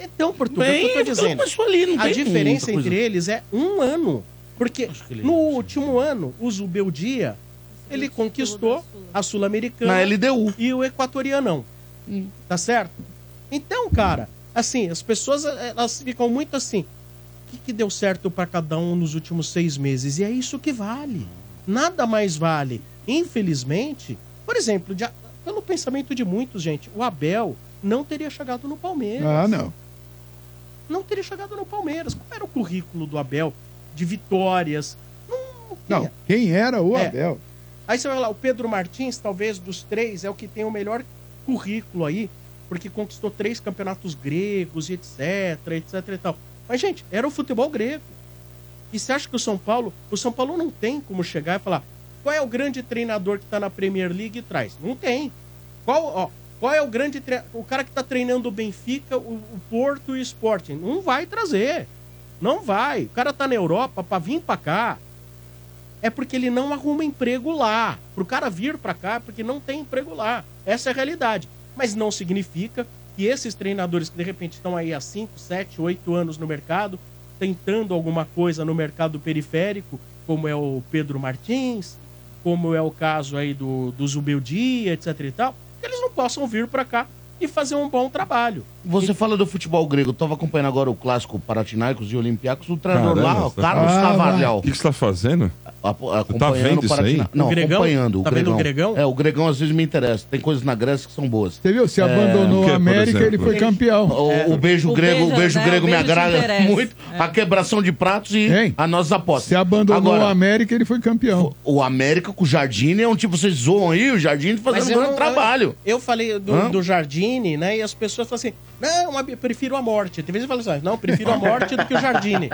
A: Então, Portugal, é o que eu tô dizendo.
C: começou ali, não
A: A
C: tem
A: diferença
C: muita coisa.
A: entre eles é um ano. Porque
C: Acho que ele- é um
A: no último ano, o Zubeldia, ele conquistou a
C: Na
A: Sul-Americana.
C: LDU.
A: e o equatorianão. Tá certo? Então, cara, assim, as pessoas elas ficam muito assim. O que, que deu certo pra cada um nos últimos seis meses? E é isso que vale. Nada mais vale. Infelizmente, por exemplo, de a- pelo pensamento de muitos, gente, o Abel não teria chegado no Palmeiras
H: Ah, não.
A: não teria chegado no Palmeiras. Como era o currículo do Abel de vitórias? Não,
H: Não, quem era o
A: É.
H: Abel?
A: Aí você vai lá, o Pedro Martins, talvez dos três, é o que tem o melhor currículo aí, porque conquistou três campeonatos gregos e etc, etc e tal. Mas, gente, era o futebol grego. E você acha que o São Paulo. O São Paulo não tem como chegar e falar: Qual é o grande treinador que tá na Premier League e traz? Não tem. Qual, ó, qual é o grande tre... O cara que tá treinando o Benfica, o, o Porto e o Sporting? Não vai trazer. Não vai. O cara tá na Europa pra vir pra cá. É porque ele não arruma emprego lá. Pro cara vir pra cá, é porque não tem emprego lá. Essa é a realidade. Mas não significa que esses treinadores que de repente estão aí há 5, 7, 8 anos no mercado, tentando alguma coisa no mercado periférico, como é o Pedro Martins, como é o caso aí do, do Zubeldia, etc e tal, que eles não possam vir pra cá e fazer um bom trabalho.
C: Você fala do futebol grego, eu tava acompanhando agora o clássico Paratinaicos e Olympiacos, o treinador
F: Caramba,
C: lá, o
H: tá
F: você-
C: Carlos
F: Ah,
C: Cavalhal.
F: O que que você tá fazendo?
C: Acompanhando
F: tá vendo isso aí?
C: Paratina- Não,
F: O Gregão?
C: acompanhando o
F: Tá vendo
C: Gregão.
F: o
C: É, o Gregão às vezes me interessa. Tem coisas na Grécia que são boas. É,
H: Você viu? Se
F: É,
H: abandonou a América, ele foi campeão.
C: O, o beijo
H: O
C: grego,
H: beijo,
C: o beijo
H: né,
C: grego
H: o
C: me
H: beijo te
C: agrada
H: interessa.
C: muito.
H: É.
C: A quebração de pratos e a nossa aposta.
H: Se abandonou a América, ele foi campeão.
C: O América com o Jardine é um tipo, vocês zoam aí, o Jardine
A: Mas
C: fazendo um
A: eu
C: grande
A: não-
C: trabalho.
A: Eu, eu falei do,
C: Hã?
A: do Jardine, né? E as pessoas falam assim: não, eu prefiro a morte. Tem vezes que falam assim: não, eu prefiro a morte do que o Jardine.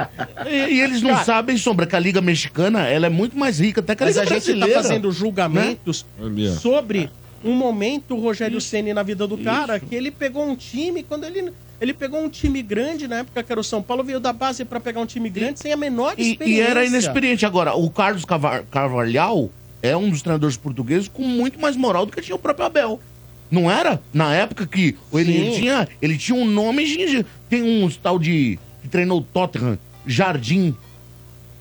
C: E, e eles não
A: Cara,
C: sabem, Sombra, que a Liga Mexicana ela é muito mais rica até que a
A: Mas
C: Liga
A: a gente tá
C: Brasileira. né?
A: fazendo julgamentos
C: Ali, ó.
A: sobre um momento o Rogério Ceni na vida do cara que ele pegou um time quando ele ele pegou um time grande na época que era o São Paulo veio da base pra pegar um time grande sem a menor
C: E,
A: experiência.
C: e era inexperiente. Agora, o Carlos Cavar- Carvalhal é um dos treinadores portugueses com muito mais moral do que tinha o próprio Abel. Não era? Na época que ele
A: Sim.
C: tinha, ele tinha um nome de... Tem um tal de... que treinou o Tottenham, Jardim.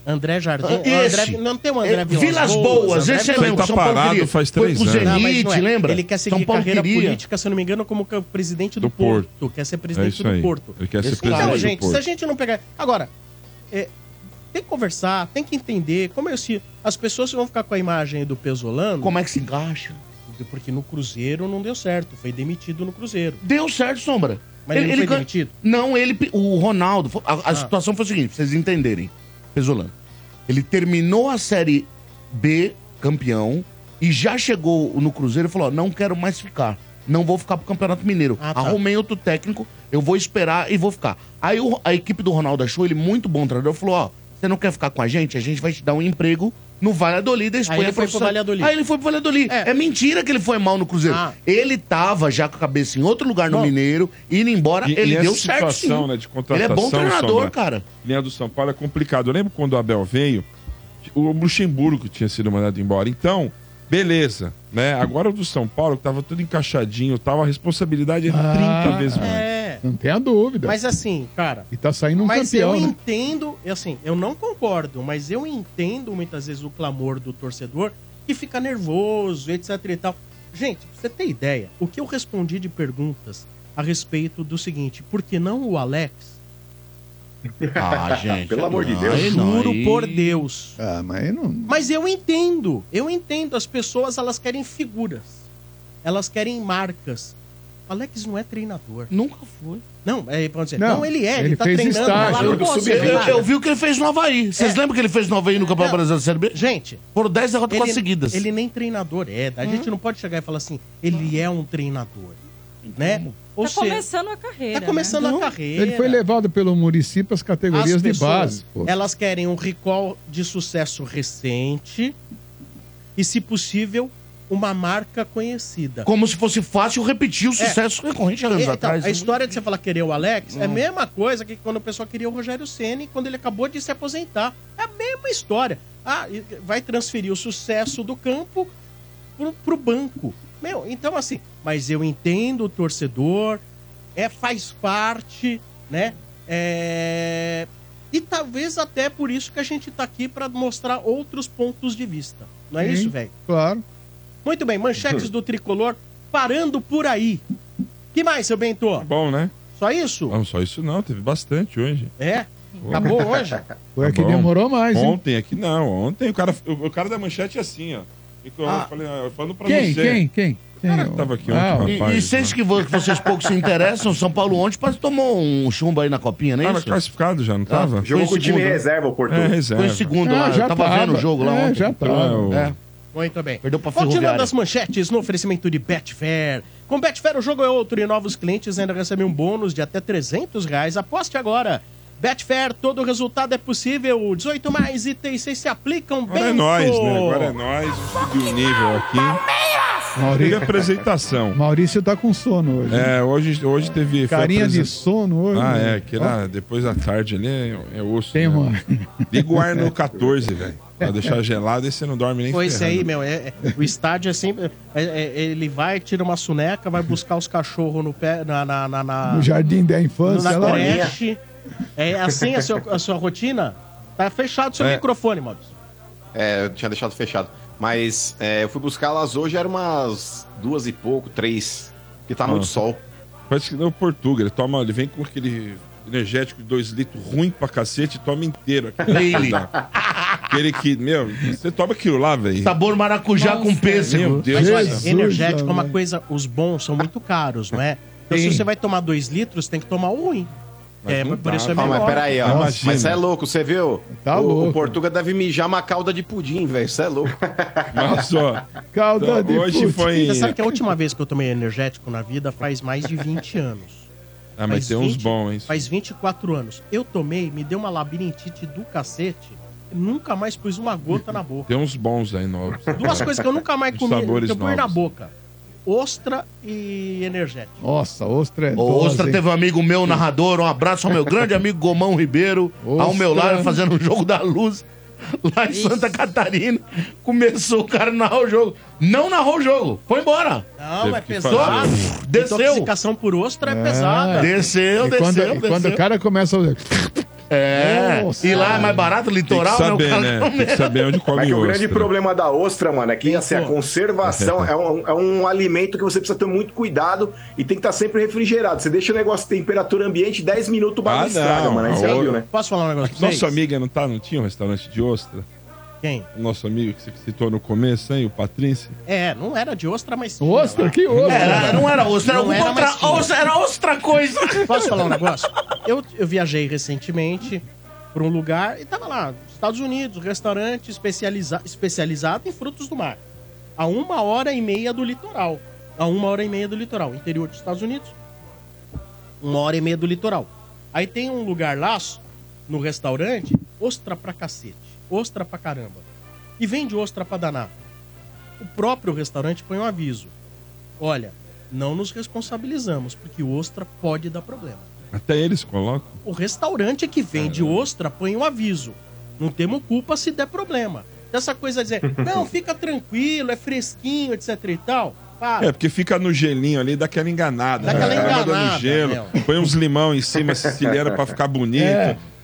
A: André Jardim.
C: Ah,
A: André-
C: esse.
A: não tem o André
C: É,
A: Vilas
C: Vilas
A: Boas,
C: Boas,
A: André
C: esse é
A: Vilas
C: mesmo.
A: Boas.
C: São Paulo queria. Foi pro
A: Não, mas
C: Zenit,
A: não é.
C: lembra?
A: Ele quer seguir
C: São Paulo
A: carreira
C: queria.
A: política, se eu não me engano, como ca- presidente do
F: Do Porto.
A: Porto. Quer ser
F: É
A: presidente
F: isso
A: do
F: aí.
A: Porto.
F: Ele quer ser presidente
A: Então,
F: do
A: gente, se
F: Porto.
A: a gente não pegar... Agora, é, tem que conversar, tem que entender como é se as pessoas vão ficar com a imagem do Pesolano. Como
C: é que se encaixa?
A: Porque no Cruzeiro não deu certo, foi demitido no Cruzeiro.
C: Deu certo, Sombra.
A: Mas ele, não foi
C: gan-
A: demitido? Ah.
C: Não, ele. O Ronaldo. A, a situação foi a seguinte, pra vocês entenderem. Pesolano. Ele terminou a Série B campeão e já chegou no Cruzeiro e falou: ó, não quero mais ficar. Não vou ficar pro Campeonato Mineiro.
A: Ah, tá.
C: Arrumei outro técnico, eu vou esperar e vou ficar. Aí o- a equipe do Ronaldo achou ele muito bom treinador. Falou: ó, você não quer ficar com a gente? A gente vai te dar um emprego no Valladolid da Espanha.
A: ele foi pro
C: profissional."
A: Valladolid.
C: Aí ele foi pro Valladolid. É. mentira que ele foi mal no Cruzeiro.
A: Ah.
C: Ele tava já com a cabeça em outro lugar no Mineiro, indo embora.
F: E-
C: ele
F: e essa
C: deu certo,
F: situação,
C: sim.
F: né, de
C: ele é
F: contratação,
C: bom treinador,
F: Sombra.
C: cara.
F: Linha do São Paulo é complicado. Eu lembro quando o Abel veio, o Luxemburgo tinha sido mandado embora. Então, beleza, né? Agora o do São Paulo, que tava tudo encaixadinho, tava a responsabilidade era 30 vezes mais.
A: É.
H: Não tem a dúvida.
A: Mas assim, cara...
H: E tá saindo um
A: mas
H: campeão,
A: eu
H: né?
A: entendo, e assim, eu não concordo, mas eu entendo muitas vezes o clamor do torcedor que fica nervoso, etc e tal. Gente, pra você ter ideia, o que eu respondi de perguntas a respeito do seguinte, por que não o Alex?
C: Ah, gente,
G: Pelo amor de Deus.
A: Eu juro por Deus.
H: Ah, mas não.
A: Mas eu entendo, eu entendo, as pessoas elas querem figuras, elas querem marcas. O Alex não é treinador.
C: Nunca foi.
A: Não, é, vamos dizer,
C: Não,
A: não, ele é, ele,
C: ele
A: tá
C: fez
A: treinando.
C: estágio.
A: tá lá no
C: Eu-
A: Botafogo,
C: eu-
A: cara.
C: eu vi o que ele fez no Havaí. Vocês lembram que ele fez no Havaí no Campeonato Brasileiro da Série B?
A: É. Gente.
C: Foram 10 derrotas
A: ele,
C: seguidas.
A: Ele nem treinador é. A
C: Uhum.
A: gente não pode chegar e falar assim, ele é um treinador. Né? Ou
B: tá começando a carreira.
A: tá começando
B: né?
A: a carreira.
H: Ele foi levado pelo Murici para as categorias
A: As
H: de
A: pessoas,
H: base. pô.
A: Elas querem um recall de sucesso recente e, se possível, uma marca conhecida.
C: Como se fosse fácil repetir o sucesso recorrente há anos
A: É, então,
C: atrás.
A: A história de você falar querer o Alex é a
C: Hum.
A: mesma coisa que quando o pessoal queria o Rogério Ceni quando ele acabou de se aposentar. É a mesma história. Ah, e vai transferir o sucesso do campo pro, pro banco. Meu, então assim, mas eu entendo o torcedor, é, faz parte, né? É, E talvez até por isso que a gente tá aqui para mostrar outros pontos de vista. Não é
H: Sim,
A: isso, velho?
H: Claro.
A: Muito bem, manchetes do tricolor parando por aí. Que mais, seu Bento?
F: Bom, né?
A: Só isso?
F: Não, só isso não, teve bastante hoje.
A: É? Acabou hoje?
H: Foi
F: Tá
H: que
F: bom.
H: demorou mais, hein?
F: Ontem aqui não, ontem o cara, o, o cara da manchete é assim, ó. E que Eu falei, ah, eu falando pra
H: Quem,
F: você.
H: quem, quem?
F: cara que tava aqui ontem,
C: Ah, e-
F: rapaz. né?
C: e vocês que, vo- que vocês poucos se interessam, São Paulo ontem parece que tomou um chumbo aí na copinha, né?
F: Tava classificado já, não tava?
G: Jogou com o time reserva, o Porto.
F: É, reserva.
C: Foi em segundo
F: Ah,
C: lá,
F: já
C: eu tava,
F: tava.
C: vendo o jogo lá
F: É,
C: ontem.
F: já tava.
C: É.
A: Muito bem.
C: Perdeu pra
A: Continuando
C: Ferroviária.
A: as manchetes no oferecimento de Betfair. Com Betfair o jogo é outro e novos clientes ainda recebem um bônus de até 300 reais. Aposte agora. Betfair, todo resultado é possível. 18 mais itens, vocês se aplicam bem.
F: Agora é nós, né? Agora é nós. Subiu o nível aqui. Teve apresentação.
D: Maurício tá com sono hoje.
F: É, hoje, hoje teve. foi
D: Carinha de
F: apresen-
D: sono hoje.
F: Ah,
D: né?
F: é, que lá, depois da tarde ali é, é osso.
D: Tem
F: né?
D: uma-
F: Liga o ar no 14, velho. Pra deixar gelado e você não dorme nem
A: Pois
F: ferrando.
A: aí, meu, é- é- o estádio é sempre. é- é- ele vai, tira uma soneca, vai buscar os cachorros no pé, na, na, na, na,
D: No jardim da infância.
A: na
D: lá.
A: creche. É assim a sua, a sua rotina? Tá fechado seu
F: É.
A: microfone, Maurício.
G: É, eu tinha deixado fechado. Mas é, eu fui buscar elas hoje, era umas duas e pouco, três. Porque tá muito
F: Ah.
G: sol.
F: Parece que não é o Portuga. Ele toma, ele vem com aquele energético de 2 litros ruim pra cacete e toma inteiro. Aquele, aquele que, meu, você toma aquilo lá, velho.
C: Sabor maracujá com
F: Meu
C: pêssego.
A: Mas
F: Deus.
A: olha,
D: Jesus,
A: energético é uma
D: amém.
A: coisa. Os bons são muito caros, não é? Então, se
C: Sim.
A: você vai tomar dois litros, tem que tomar um ruim.
F: Mas
A: é,
F: não
A: por
F: dá,
A: isso é
G: Ah,
A: melhor.
G: mas peraí, ó.
F: Imagina.
G: Mas você é louco, você viu?
D: Tá
G: o,
D: louco.
G: o Portuga deve mijar uma calda de pudim, velho. Você é louco.
F: Nossa, ó.
D: Calda
F: Então,
D: de
F: hoje
D: pudim.
F: foi.
A: Você sabe que a última vez que eu tomei energético na vida faz mais de 20 anos.
F: Ah, mas
A: Faz
F: tem uns
A: 20,
F: bons, hein?
A: Faz 24 anos. Eu tomei, me deu uma labirintite do cacete. Nunca mais pus uma gota na boca.
F: Tem uns bons aí novos.
A: Duas coisas que eu nunca mais
F: Os
A: comi, né?
F: sabores
A: que eu pus na
F: novos.
A: boca. Ostra e energético.
D: Nossa, ostra é
C: O
D: dose,
C: Ostra
D: hein?
C: teve um amigo meu, narrador. Um abraço ao meu grande amigo Gomão Ribeiro, ao meu
D: Ostra.
C: lado, fazendo o jogo da luz. Lá em Santa Catarina, começou o cara a narrar o jogo. Não narrou o jogo, foi embora.
A: Não,
F: Teve
A: é
F: que
A: pesado.
C: fazer. Desceu.
A: Intoxicação por ostra é, pesada.
C: Desceu,
D: um- E
C: desceu,
D: quando, e
C: desceu.
D: quando o cara começa a...
C: É.
D: Nossa.
C: E lá é mais barato,
F: Tem que
C: litoral,
F: saber,
C: o cara é.
F: né? Tem que saber onde come né?
I: Mas que o
F: ostra.
I: grande problema da ostra, mano, é que assim, a
A: pô.
I: conservação é um, é um alimento que você precisa ter muito cuidado e tem que estar sempre refrigerado. Você deixa o negócio temperatura ambiente 10 minutos, o bagulho
F: Ah, não.
I: estraga, mano. Aí você
F: A
I: já
F: o-
I: viu, né?
A: Posso falar um negócio pra
F: Nossa
A: vocês?
F: amiga não tá, não tinha um restaurante de ostra?
A: Quem?
F: O nosso amigo que você citou no começo, hein? O Patrício.
A: É, não era de ostra, mas tinha
D: Ostra,
A: lá.
D: que ostra.
C: Era, não era ostra, era
A: Não
C: alguma
A: era
C: outra,
A: mais fino.
C: ostra, era outra coisa.
A: Posso falar um negócio? Eu, eu viajei recentemente para um lugar e tava lá, Estados Unidos, restaurante especializa, especializado em frutos do mar. A uma hora e meia do litoral. A uma hora e meia do litoral. Interior dos Estados Unidos. Uma hora e meia do litoral. Aí tem um lugar lá, no restaurante, ostra pra cacete. Ostra pra caramba. E vende ostra pra danar. O próprio restaurante põe um aviso. Olha, não nos responsabilizamos, porque ostra pode dar problema.
F: Até eles colocam.
A: O restaurante que vende ostra põe um aviso. Não temos culpa se der problema. Essa coisa de dizer, não, fica tranquilo, é fresquinho, etc e tal. Para.
F: É, porque fica no gelinho ali, dá aquela enganada.
A: Ah. Dá aquela
F: né? Acaba dando
A: enganada,
F: gelo,
A: meu. É.
F: põe uns limão em cima, siciliano, pra ficar bonito.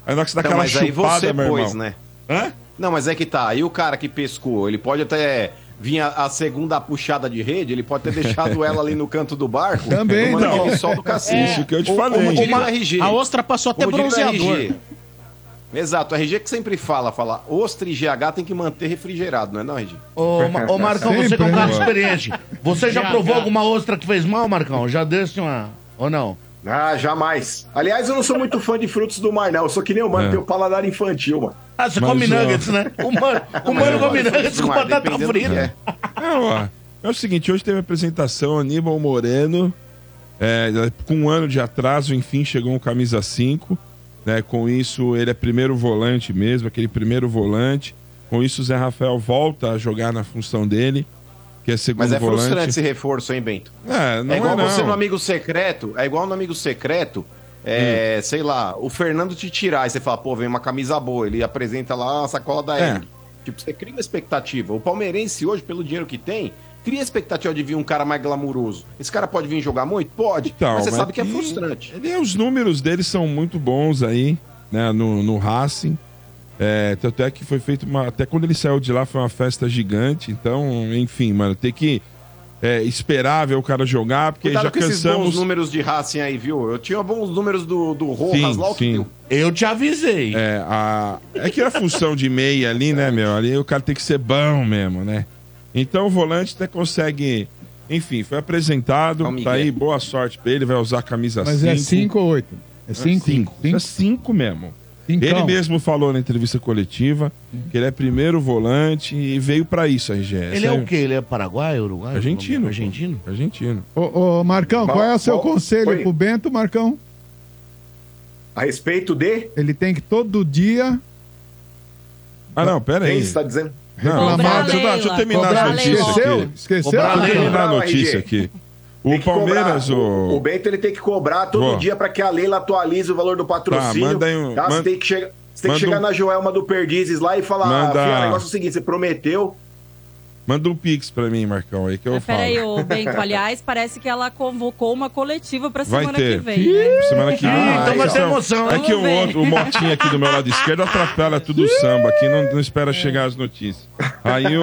F: Aí na hora que você dá
G: Não,
F: aquela
G: mas aí
F: chupada,
G: você
F: meu
G: pôs,
F: irmão.
G: né?
F: Hã?
G: Não, mas é que tá. E o cara que pescou, ele pode até vir a, a segunda puxada de rede, ele pode ter deixado ela ali no canto do barco.
D: Também
G: tomando
D: não.
G: aquele sol do cacete.
F: Isso que eu te
G: Como-
F: falei.
G: Como diria
F: Uma-
G: o RG.
A: A ostra passou até
G: Como diria o
A: bronzeador.
G: RG. Exato, o RG que sempre fala, fala, ostra e GH tem que manter refrigerado, não é não, RG?
C: Ô, Ma- ô Marcão, você que é um
F: né?
D: né?
C: cara experiente. Você já
A: Já,
C: provou
A: já.
C: alguma ostra que fez mal, Marcão? Já desse uma. Ou não?
I: Ah, jamais. Aliás, eu não sou muito fã de frutos do mar, não. Eu sou que nem o mano,
F: É.
I: tenho paladar infantil, mano.
C: Ah, você
F: Mas,
C: come
F: ó,
C: nuggets, né? O mano, o
G: mas
C: mano
G: eu
C: come
G: gosto
C: nuggets
G: de
C: com
G: mar,
C: batata
G: dependendo do que
C: frita.
G: é.
F: É, ó. É o seguinte, hoje teve a apresentação Aníbal Moreno, é, com um ano de atraso, enfim, chegou um camisa 5. Né? Com isso, ele é primeiro volante mesmo, aquele primeiro volante. Com isso, o Zé Rafael volta a jogar na função dele, que é segundo
G: Mas é frustrante
F: volante.
G: esse reforço, hein, Bento?
F: É, não
G: é igual
F: não.
G: você no amigo secreto, é igual no amigo secreto, é,
F: Hum.
G: sei lá, o Fernando te tirar e você fala, pô, vem uma camisa boa, ele apresenta lá a sacola da
F: É.
G: Hebe. Tipo, você cria uma expectativa. O palmeirense hoje, pelo dinheiro que tem, cria a expectativa de vir um cara mais glamuroso. Esse cara pode vir jogar muito? Pode.
F: Então,
G: mas você
F: mas
G: sabe que é
F: que-
G: frustrante.
F: Ele- os números dele são muito bons aí, né, no, no Racing. É, tanto é que foi feito uma. Até quando ele saiu de lá foi uma festa gigante. Então, enfim, mano, tem que é, esperar ver o cara jogar, porque
G: Cuidado
F: já
G: com esses bons
F: cansamos.
G: números de Racing aí, viu? Eu tinha bons números do, do Rojas
F: Sim,
G: lá, o que
F: sim.
G: deu?
C: Eu te avisei.
F: É, a... é que a função de meia ali, né, meu? Ali o cara tem que ser bom mesmo, né? Então o volante até consegue. Enfim, foi apresentado.
G: Ó, Miguel.
F: Tá aí, boa sorte pra ele. Vai usar a camisa
D: Mas é 5 ou 8? É 5?
F: Cinco. É cinco mesmo.
D: Cincão.
F: Ele mesmo falou na entrevista coletiva que ele é primeiro volante e veio pra isso, RG.
C: Ele é o quê? Ele é paraguaio, uruguaio?
F: Argentino.
C: Argentino?
F: Argentino.
D: Ô, ô, Marcão,
I: Bom,
D: qual é o seu
I: bom,
D: conselho
I: foi.
D: pro Bento, Marcão?
G: A respeito de.
H: Ele tem que todo dia
F: Ah, não, pera
G: Quem
F: aí.
G: está dizendo?
F: Não,
B: Cobrar
F: deixa, eu dar- deixa eu
B: Leila.
F: terminar
H: Cobrar
F: a notícia
H: Leila.
F: aqui.
H: Esqueceu? Esqueceu?
F: Deixa eu
G: Cobrar
F: terminar a
G: Leila,
F: notícia
G: RG.
F: aqui.
G: Tem
F: O
G: que
F: Palmeiras,
G: cobrar. o.
F: o...
G: Bento ele tem que cobrar todo
F: Boa.
G: dia para que a Leila atualize o valor do patrocínio.
F: Tá, manda aí um-
G: tá? Você
F: manda-
G: tem que, chegar- você tem
F: manda
G: que chegar
F: um-
G: na Joelma do Perdizes lá e falar:
F: Manda-
G: ah, filha, o negócio é o seguinte, você prometeu.
F: Manda um pix pra mim, Marcão, aí que eu
B: Mas
F: falo.
B: peraí, ô Bento, aliás, parece que ela convocou uma coletiva pra
F: Vai
B: semana
F: ter.
B: que vem, né?
F: Semana que vem.
C: Ah, então vai ter emoção.
F: É que o,
B: Vamos ver.
F: outro, o motinho aqui do meu lado esquerdo atrapalha tudo o samba aqui, não, não
H: É.
F: espera chegar as notícias. Aí o.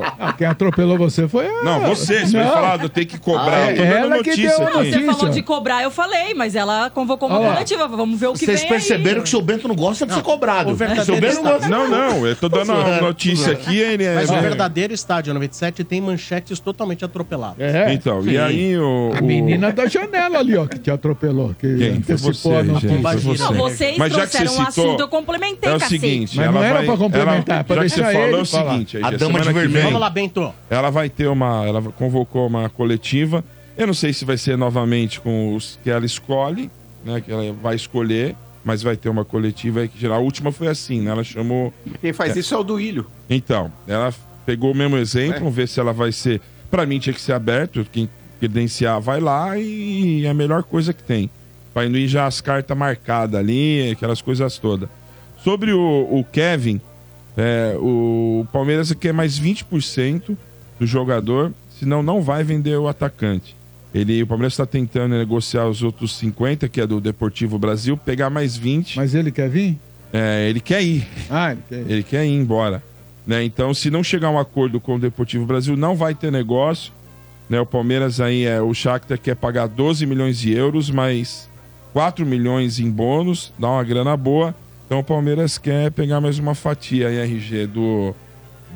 F: o-
H: Ah, quem atropelou você foi ela.
F: Não, você, você vai
H: Não.
F: falar, eu tenho que cobrar.
H: Ah,
F: eu tô
H: é
F: dando
H: ela que
F: notícia
H: deu a
F: aqui.
H: notícia.
B: Você falou de cobrar, eu falei, mas ela convocou uma
H: Olha lá.
B: coletiva. Vamos ver o que
C: Vocês
B: vem
C: perceberam
B: aí.
C: que o seu Bento não gosta de ser cobrado.
A: o verdadeiro
C: O seu Bento não gosta.
A: está-
F: Não, não, eu tô dando a notícia aqui, ele é.
A: é Mas o verdadeiro estádio 97 tem manchetes totalmente atropeladas.
H: É.
F: Então, e aí o.
H: A
F: o-
H: menina da janela ali, ó, que te atropelou. Que
F: Quem? Foi
H: antecipou
F: você,
H: a
F: gente.
H: notícia.
F: Foi você.
B: Não, vocês
F: Mas já que
B: trouxeram
F: você
B: um
F: citou,
B: assunto, eu complementei,
F: É o
B: cacete.
F: seguinte,
H: Mas
F: ela
H: não era
F: vai,
H: pra complementar,
F: ela,
H: pra
F: já que
H: deixar
F: você falou é
H: ele
F: o
H: falar.
F: seguinte,
C: A dama
F: RG,
C: de
F: semana que
C: vermelho.
F: vem,
A: Vamos lá, Bento.
F: ela vai ter uma, ela convocou uma coletiva. Eu não sei se vai ser novamente com os que ela escolhe, né, que ela vai escolher, mas vai ter uma coletiva aí que geral. A última foi assim, né? Ela chamou
E: Quem faz isso é o É. Duílio.
F: então, ela pegou o mesmo exemplo, vamos ver se ela vai ser. Pra mim tinha que ser aberto, quem credenciar vai lá e é a melhor coisa que tem. Pra não ir já as cartas marcadas ali, aquelas coisas todas. Sobre o, o Kevin, é, o Palmeiras quer mais 20% do jogador, senão não vai vender o atacante. Ele, o Palmeiras está tentando negociar os outros 50, que é do Deportivo Brasil, pegar mais 20.
H: Mas ele quer vir?
F: É, ele quer ir.
H: Ah, ele quer ir.
F: Ele quer ir embora. Né? Então, se não chegar um acordo com o Deportivo Brasil, não vai ter negócio. Né? O Palmeiras aí é. O Shakhtar quer pagar 12 milhões de euros, mais 4 milhões em bônus, dá uma grana boa. Então o Palmeiras quer pegar mais uma fatia aí, RG, do,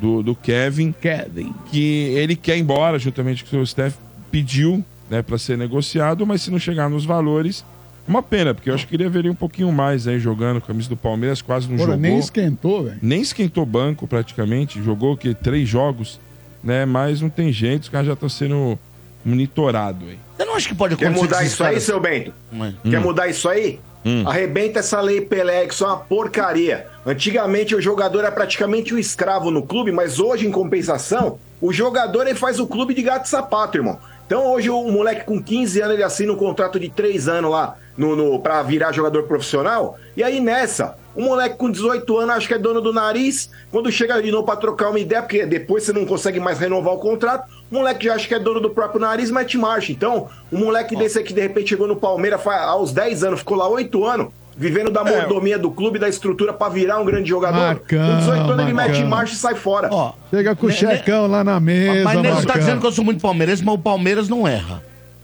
F: do, do Kevin
H: Kevin.
F: que ele quer ir embora, juntamente com o seu Steph, pediu né, para ser negociado, mas se não chegar nos valores, uma pena, porque eu acho que ele haveria um pouquinho mais aí jogando com a camisa do Palmeiras, quase não
H: Porra,
F: jogou.
H: nem esquentou, velho.
F: Nem esquentou banco praticamente, jogou que três jogos, né? Mas não tem jeito, os caras já estão sendo monitorado aí.
C: Eu não acho que pode
G: Quer
C: acontecer
G: mudar
C: desses
G: isso aí,
C: caras. Hum.
G: seu Bento? Quer mudar isso aí? Arrebenta essa lei Pelé, que isso é uma porcaria. Antigamente o jogador era praticamente um escravo no clube, mas hoje, em compensação, o jogador ele faz o clube de gato e sapato, irmão. Então hoje o moleque com 15 anos ele assina um contrato de 3 anos lá no, no, pra virar jogador profissional. E aí nessa, o moleque com 18 anos acho que é dono do nariz. Quando chega de novo pra trocar uma ideia, porque depois você não consegue mais renovar o contrato, o moleque já acha que é dono do próprio nariz, mas te marcha. Então, um moleque desse aqui de repente chegou no Palmeiras fa- aos 10 anos, ficou lá 8 anos, vivendo da mordomia do clube, da estrutura pra virar um grande jogador.
H: Marcão,
G: com 18 anos ele
H: Marcão.
G: mete marcha e sai fora.
A: Ó,
H: Chega
C: Né,
H: com o checão lá na mesa,
A: Mas
H: mas
A: nem
C: Você tá
H: Marcão.
C: dizendo que eu sou muito palmeirense, mas o Palmeiras não erra.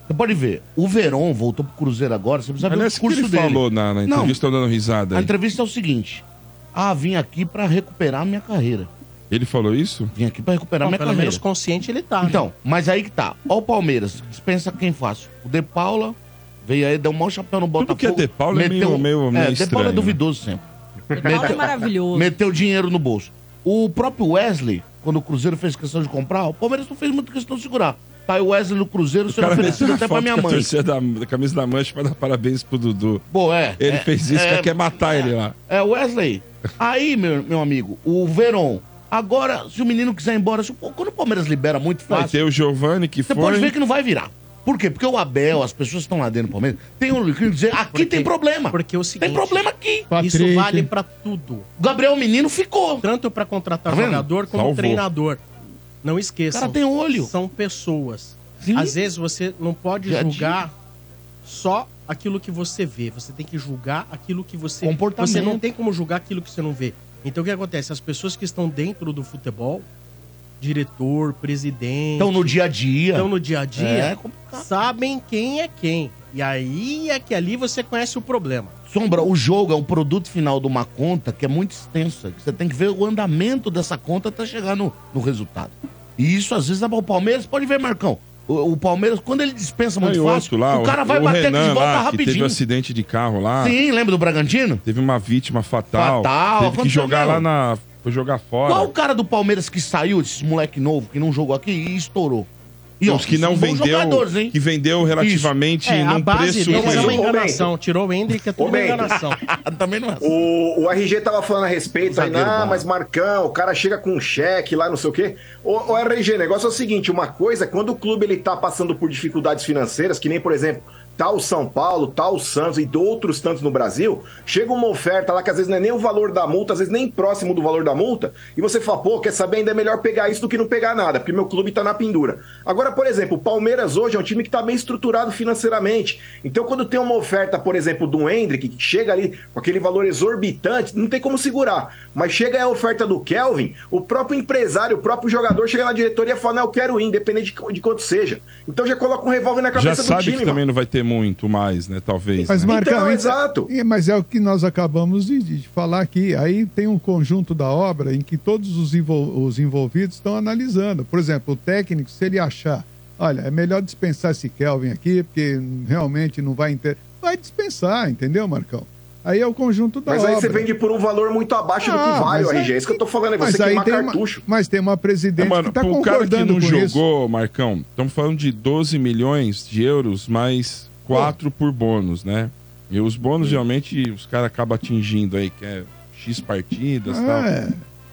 C: Você pode ver, o Verón voltou pro Cruzeiro agora, você precisa ver
F: Aliás,
C: o
F: o que ele
C: curso dele.
F: falou na, na
C: Não.
F: entrevista, eu dando risada
C: A
F: aí.
C: entrevista é o seguinte: Ah, vim aqui pra recuperar minha carreira.
F: Ele falou isso?
C: Vim aqui pra recuperar
A: não,
C: minha
A: pelo
C: carreira.
A: menos consciente ele tá. né?
C: Então, mas aí que tá. Ó o Palmeiras, dispensa quem faz. O De Paula veio aí, deu um mau chapéu no Botafogo.
F: que é De Paula é meio- meio- meio
C: É, De Paula
F: estranho, né?
C: é duvidoso sempre.
B: Paulo é maravilhoso.
C: Meteu dinheiro no bolso. O próprio Wesley, quando o Cruzeiro fez questão de comprar, o Palmeiras não fez muito questão de segurar. Tá aí o Wesley no Cruzeiro sendo oferecido
F: meteu
C: até pra
F: foto
C: minha
F: com a
C: mãe.
F: torcida Da, da camisa da mancha pra dar parabéns pro Dudu.
C: Bom, é.
F: Ele
C: é,
F: fez isso,
C: é,
F: que quer matar ele lá.
C: É, Wesley. Aí, meu, meu amigo, o Veron. Agora, se o menino quiser ir embora, se o- quando o Palmeiras libera muito
F: Vai
C: fácil,
F: ter o Giovani que
C: você
F: foi.
C: pode ver que não vai virar. Por quê? Porque o Abel, as pessoas que estão lá dentro do Palmeiras, tem um que dizer, aqui tem problema.
A: Porque é o seguinte,
C: Tem problema aqui.
F: Tá
A: isso
H: Patrick.
A: vale pra tudo.
C: Gabriel Menino ficou.
A: Tanto pra contratar
C: Tá vendo?
A: jogador como
F: Salvou.
A: treinador. Não
C: O
A: esqueçam.
C: cara tem olho.
A: São pessoas.
C: Sim.
A: Às vezes você não pode
C: Já
A: julgar só aquilo que você vê. Você tem que julgar aquilo que você.
C: Comportamento.
A: Você não tem como julgar aquilo que você não vê. Então o que acontece? As pessoas que estão dentro do futebol, diretor, presidente,
C: Então, no dia a dia.
A: estão no dia a dia,
C: É complicado.
A: sabem quem é quem. E aí é que ali você conhece o problema.
C: Sombra, o jogo é um produto final de uma conta que é muito extensa. Você tem que ver o andamento dessa conta até chegar no, no resultado. E isso às vezes dá para o Palmeiras. Pode ver, Marcão. O, o Palmeiras, quando ele dispensa
F: Aí
C: muito
F: outro
C: fácil, o cara vai bater aqui de
F: Renan
C: volta
F: lá, Que teve um
C: rapidinho.
F: acidente de carro lá.
C: Sim, lembra do Bragantino?
F: Teve uma vítima fatal.
C: Fatal,
F: Teve que
C: aconteceu
F: jogar lá
C: mesmo.
F: na. Foi jogar fora.
C: Qual o cara do Palmeiras que saiu, esse moleque novo, que não jogou aqui e estourou? E, ó,
F: os que não
C: bons
F: vendeu,
C: jogadores, hein?
F: que vendeu relativamente
A: É, a
F: num
A: base
F: preço...
A: dele é uma
G: Ô,
A: enganação. Tirou o Hendrick, é tudo uma
G: Ô, bem.
A: enganação.
C: Também não é. assim.
G: O, o RG tava falando a respeito aí,
A: Zagueiro
G: ah,
A: bom.
G: mas Marcão, o cara chega com um cheque lá, não sei o quê. O, RG, o negócio é o seguinte: uma coisa, é quando o clube ele tá passando por dificuldades financeiras, que nem, por exemplo, tal São Paulo, tal Santos e de outros tantos no Brasil, chega uma oferta lá que às vezes não é nem o valor da multa, às vezes nem próximo do valor da multa, e você fala, pô, quer saber, ainda é melhor pegar isso do que não pegar nada, porque meu clube tá na pendura. Agora, por exemplo, o Palmeiras hoje é um time que tá bem estruturado financeiramente. Então, quando tem uma oferta, por exemplo, do Hendrick, que chega ali com aquele valor exorbitante, não tem como segurar. Mas chega a oferta do Kelvin, o próprio empresário, o próprio jogador chega na diretoria e fala, não, eu quero ir, independente de, qu- de quanto seja. Então já coloca um revólver na
F: Já
G: cabeça do
F: sabe
G: time,
F: que
G: mano.
F: também não vai ter muito mais, né? Talvez.
H: Mas,
F: né?
C: Então,
H: Marcão, é-
G: Então, exato.
H: é, mas é o que nós acabamos de, de falar aqui. Aí tem um conjunto da obra em que todos os, envol- os envolvidos estão analisando. Por exemplo, o técnico, se ele achar, olha, é melhor dispensar esse Kelvin aqui, porque realmente não vai... Inter... Vai dispensar, entendeu, Marcão? Aí é o conjunto da
G: Mas
H: obra.
G: aí você vende por um valor muito abaixo do
H: Ah,
G: que vale o
H: mas
G: RG.
H: aí-
G: É isso que eu tô falando, é você
H: mas aí
G: queimar
H: tem uma-
G: cartucho.
H: mas tem uma presidente
F: Mano,
H: que tá
F: pro cara
H: concordando
F: que não
H: com isso.
F: jogou, Marcão, estamos falando de 12 milhões de euros mais 4 por bônus, né? E os bônus, geralmente, os caras acabam atingindo aí, que é X partidas e tal.
H: É,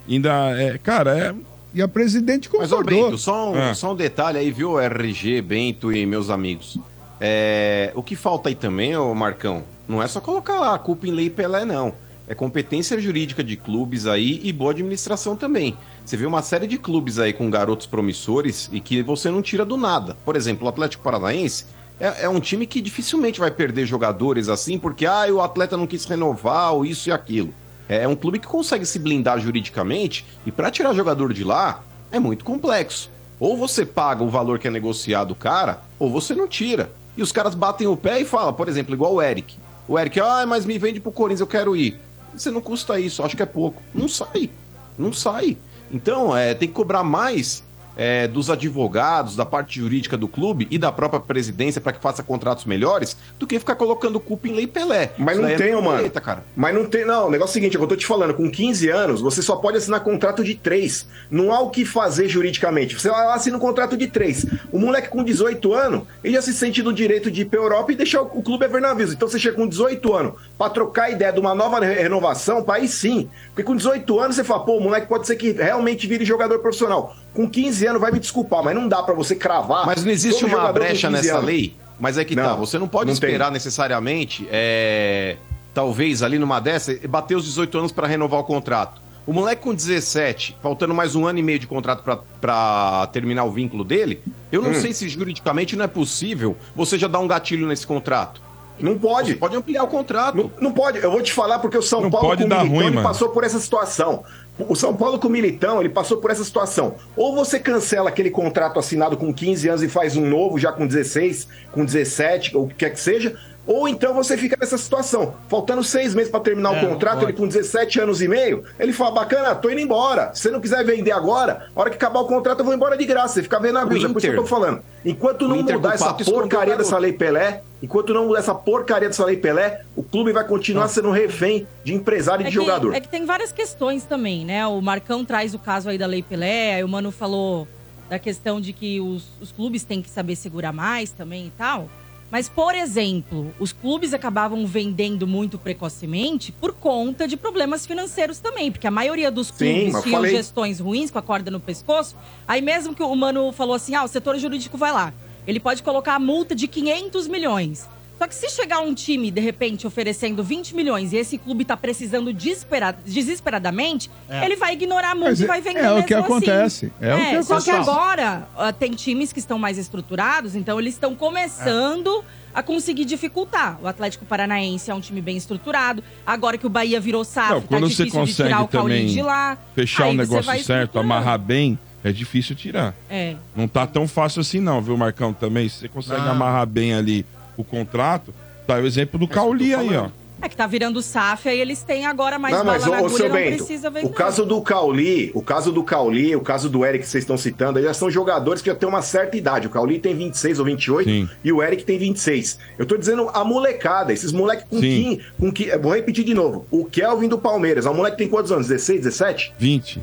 F: Ainda é. Cara, é.
H: e a presidente
E: Mas, ô,
H: concordou.
E: Brito, só um,
F: Ah.
E: só um detalhe aí, viu, RG, Bento e meus amigos. É, o que falta aí também, ô Marcão, não é só colocar lá a culpa em Lei Pelé, não. É competência jurídica de clubes aí e boa administração também. Você vê uma série de clubes aí com garotos promissores e que você não tira do nada. Por exemplo, o Atlético Paranaense é, é um time que dificilmente vai perder jogadores assim porque ah, o atleta não quis renovar ou isso e aquilo. É é um clube que consegue se blindar juridicamente e para tirar jogador de lá é muito complexo. Ou você paga o valor que é negociado o cara, ou você não tira. E os caras batem o pé e falam, por exemplo, igual o Eric. O Eric, ah, mas me vende pro Corinthians, eu quero ir. Você não custa isso, acho que é pouco. Não sai, não sai. Então, é, tem que cobrar mais é, dos advogados, da parte jurídica do clube e da própria presidência para que faça contratos melhores, do que ficar colocando culpa em Lei Pelé.
G: Mas
E: Isso
G: não
E: daí é
G: tem, ô, mano.
E: treta, cara.
G: Mas não tem, não. O negócio é o seguinte, é o que eu tô te falando, com 15 anos, você só pode assinar contrato de 3. Não há o que fazer juridicamente. Você vai lá, assina um contrato de 3. O moleque com 18 anos, ele já se sente no direito de ir pra Europa e deixar o, o clube haver navios. Então você chega com 18 anos pra trocar a ideia de uma nova re- renovação, pra aí sim. Porque com 18 anos você fala, pô, o moleque pode ser que realmente vire jogador profissional. Com 15 anos vai me desculpar, mas não dá pra você cravar.
E: Mas não existe
G: todo
E: uma
G: jogador com
E: brecha
G: 15
E: nessa
G: anos.
E: lei. Mas é que
G: Não,
E: tá, você não pode
G: não tem.
E: esperar necessariamente, é, talvez ali numa dessa, bater os 18 anos para renovar o contrato. O moleque com 17, faltando mais um ano e meio de contrato pra- pra terminar o vínculo dele, eu
G: Hum.
E: não sei se juridicamente não é possível você já dar um gatilho nesse contrato.
G: Não pode.
E: Você pode ampliar o contrato.
G: Não, não pode, eu vou te falar porque o São
F: Não
G: Paulo
F: pode
G: com o
F: dar
G: Militão
F: ruim,
G: ele
F: mano.
G: passou por essa situação. O São Paulo com o Militão, ele passou por essa situação. Ou você cancela aquele contrato assinado com 15 anos e faz um novo já com 16, com 17, ou o que quer que seja, ou então você fica nessa situação. Faltando seis meses para terminar
A: É,
G: o
A: não
G: contrato, ele
A: pode.
G: com 17 anos e meio, ele fala, bacana, tô indo embora. Se você não quiser vender agora, a hora que acabar o contrato eu vou embora de graça. Você fica vendo a vida, é por isso que
E: Inter-
G: eu tô falando. Enquanto não
E: o Inter
G: mudar
E: com
G: essa
E: pato escondeu o
G: porcaria
E: garoto.
G: dessa Lei Pelé, enquanto não mudar essa porcaria dessa Lei Pelé, o clube vai continuar sendo um refém de empresário e de
B: que,
G: jogador.
B: é que tem várias questões também, né? O Marcão traz o caso aí da Lei Pelé, aí o Mano falou da questão de que os, os clubes têm que saber segurar mais também e tal. Mas, por exemplo, os clubes acabavam vendendo muito precocemente por conta de problemas financeiros também. Porque a maioria dos clubes
G: mas eu
B: tinham
G: falei.
B: gestões ruins com a corda no pescoço. Aí mesmo que o Mano falou assim, ah, o setor jurídico vai lá. Ele pode colocar a multa de 500 milhões. Só que se chegar um time, de repente, oferecendo 20 milhões e esse clube tá precisando despera- desesperadamente, ele vai ignorar a multa
H: Mas
B: e
H: é-
B: vai vender
H: é o
B: mesmo
H: que
B: assim.
H: acontece, é o que
B: Só que
H: acontece.
B: agora ah, tem times que estão mais estruturados, então eles estão começando a conseguir dificultar. O Atlético Paranaense é um time bem estruturado. Agora que o Bahia virou sapo,
F: Não, quando
B: tá
F: você
B: difícil de tirar
F: consegue
B: o Cauli
F: também
B: de lá.
F: fechar
B: Aí
F: o
B: você
F: negócio
B: vai
F: certo,
B: estruturando.
F: amarrar bem, é difícil tirar.
B: É.
F: Não tá tão fácil assim, não, viu, Marcão? Também, se você consegue
B: Ah.
F: amarrar bem ali o contrato, tá o exemplo do Cauli aí, ó.
B: É que tá virando SAF, aí eles têm agora mais
G: Não,
B: bala
G: mas
B: na
G: ô, ô,
B: agulha,
G: seu
B: não
G: Bento,
B: precisa vender.
G: o caso do Cauli, o caso do Cauli, o caso do Eric que vocês estão citando, aí já são jogadores que já têm uma certa idade. O Cauli tem 26 ou 28
F: Sim.
G: e o Eric tem 26. Eu tô dizendo a molecada, esses moleques com
F: Sim.
G: quem, com que, vou repetir de novo. O Kelvin do Palmeiras, é um moleque que tem quantos anos? 16, 17?
F: 20.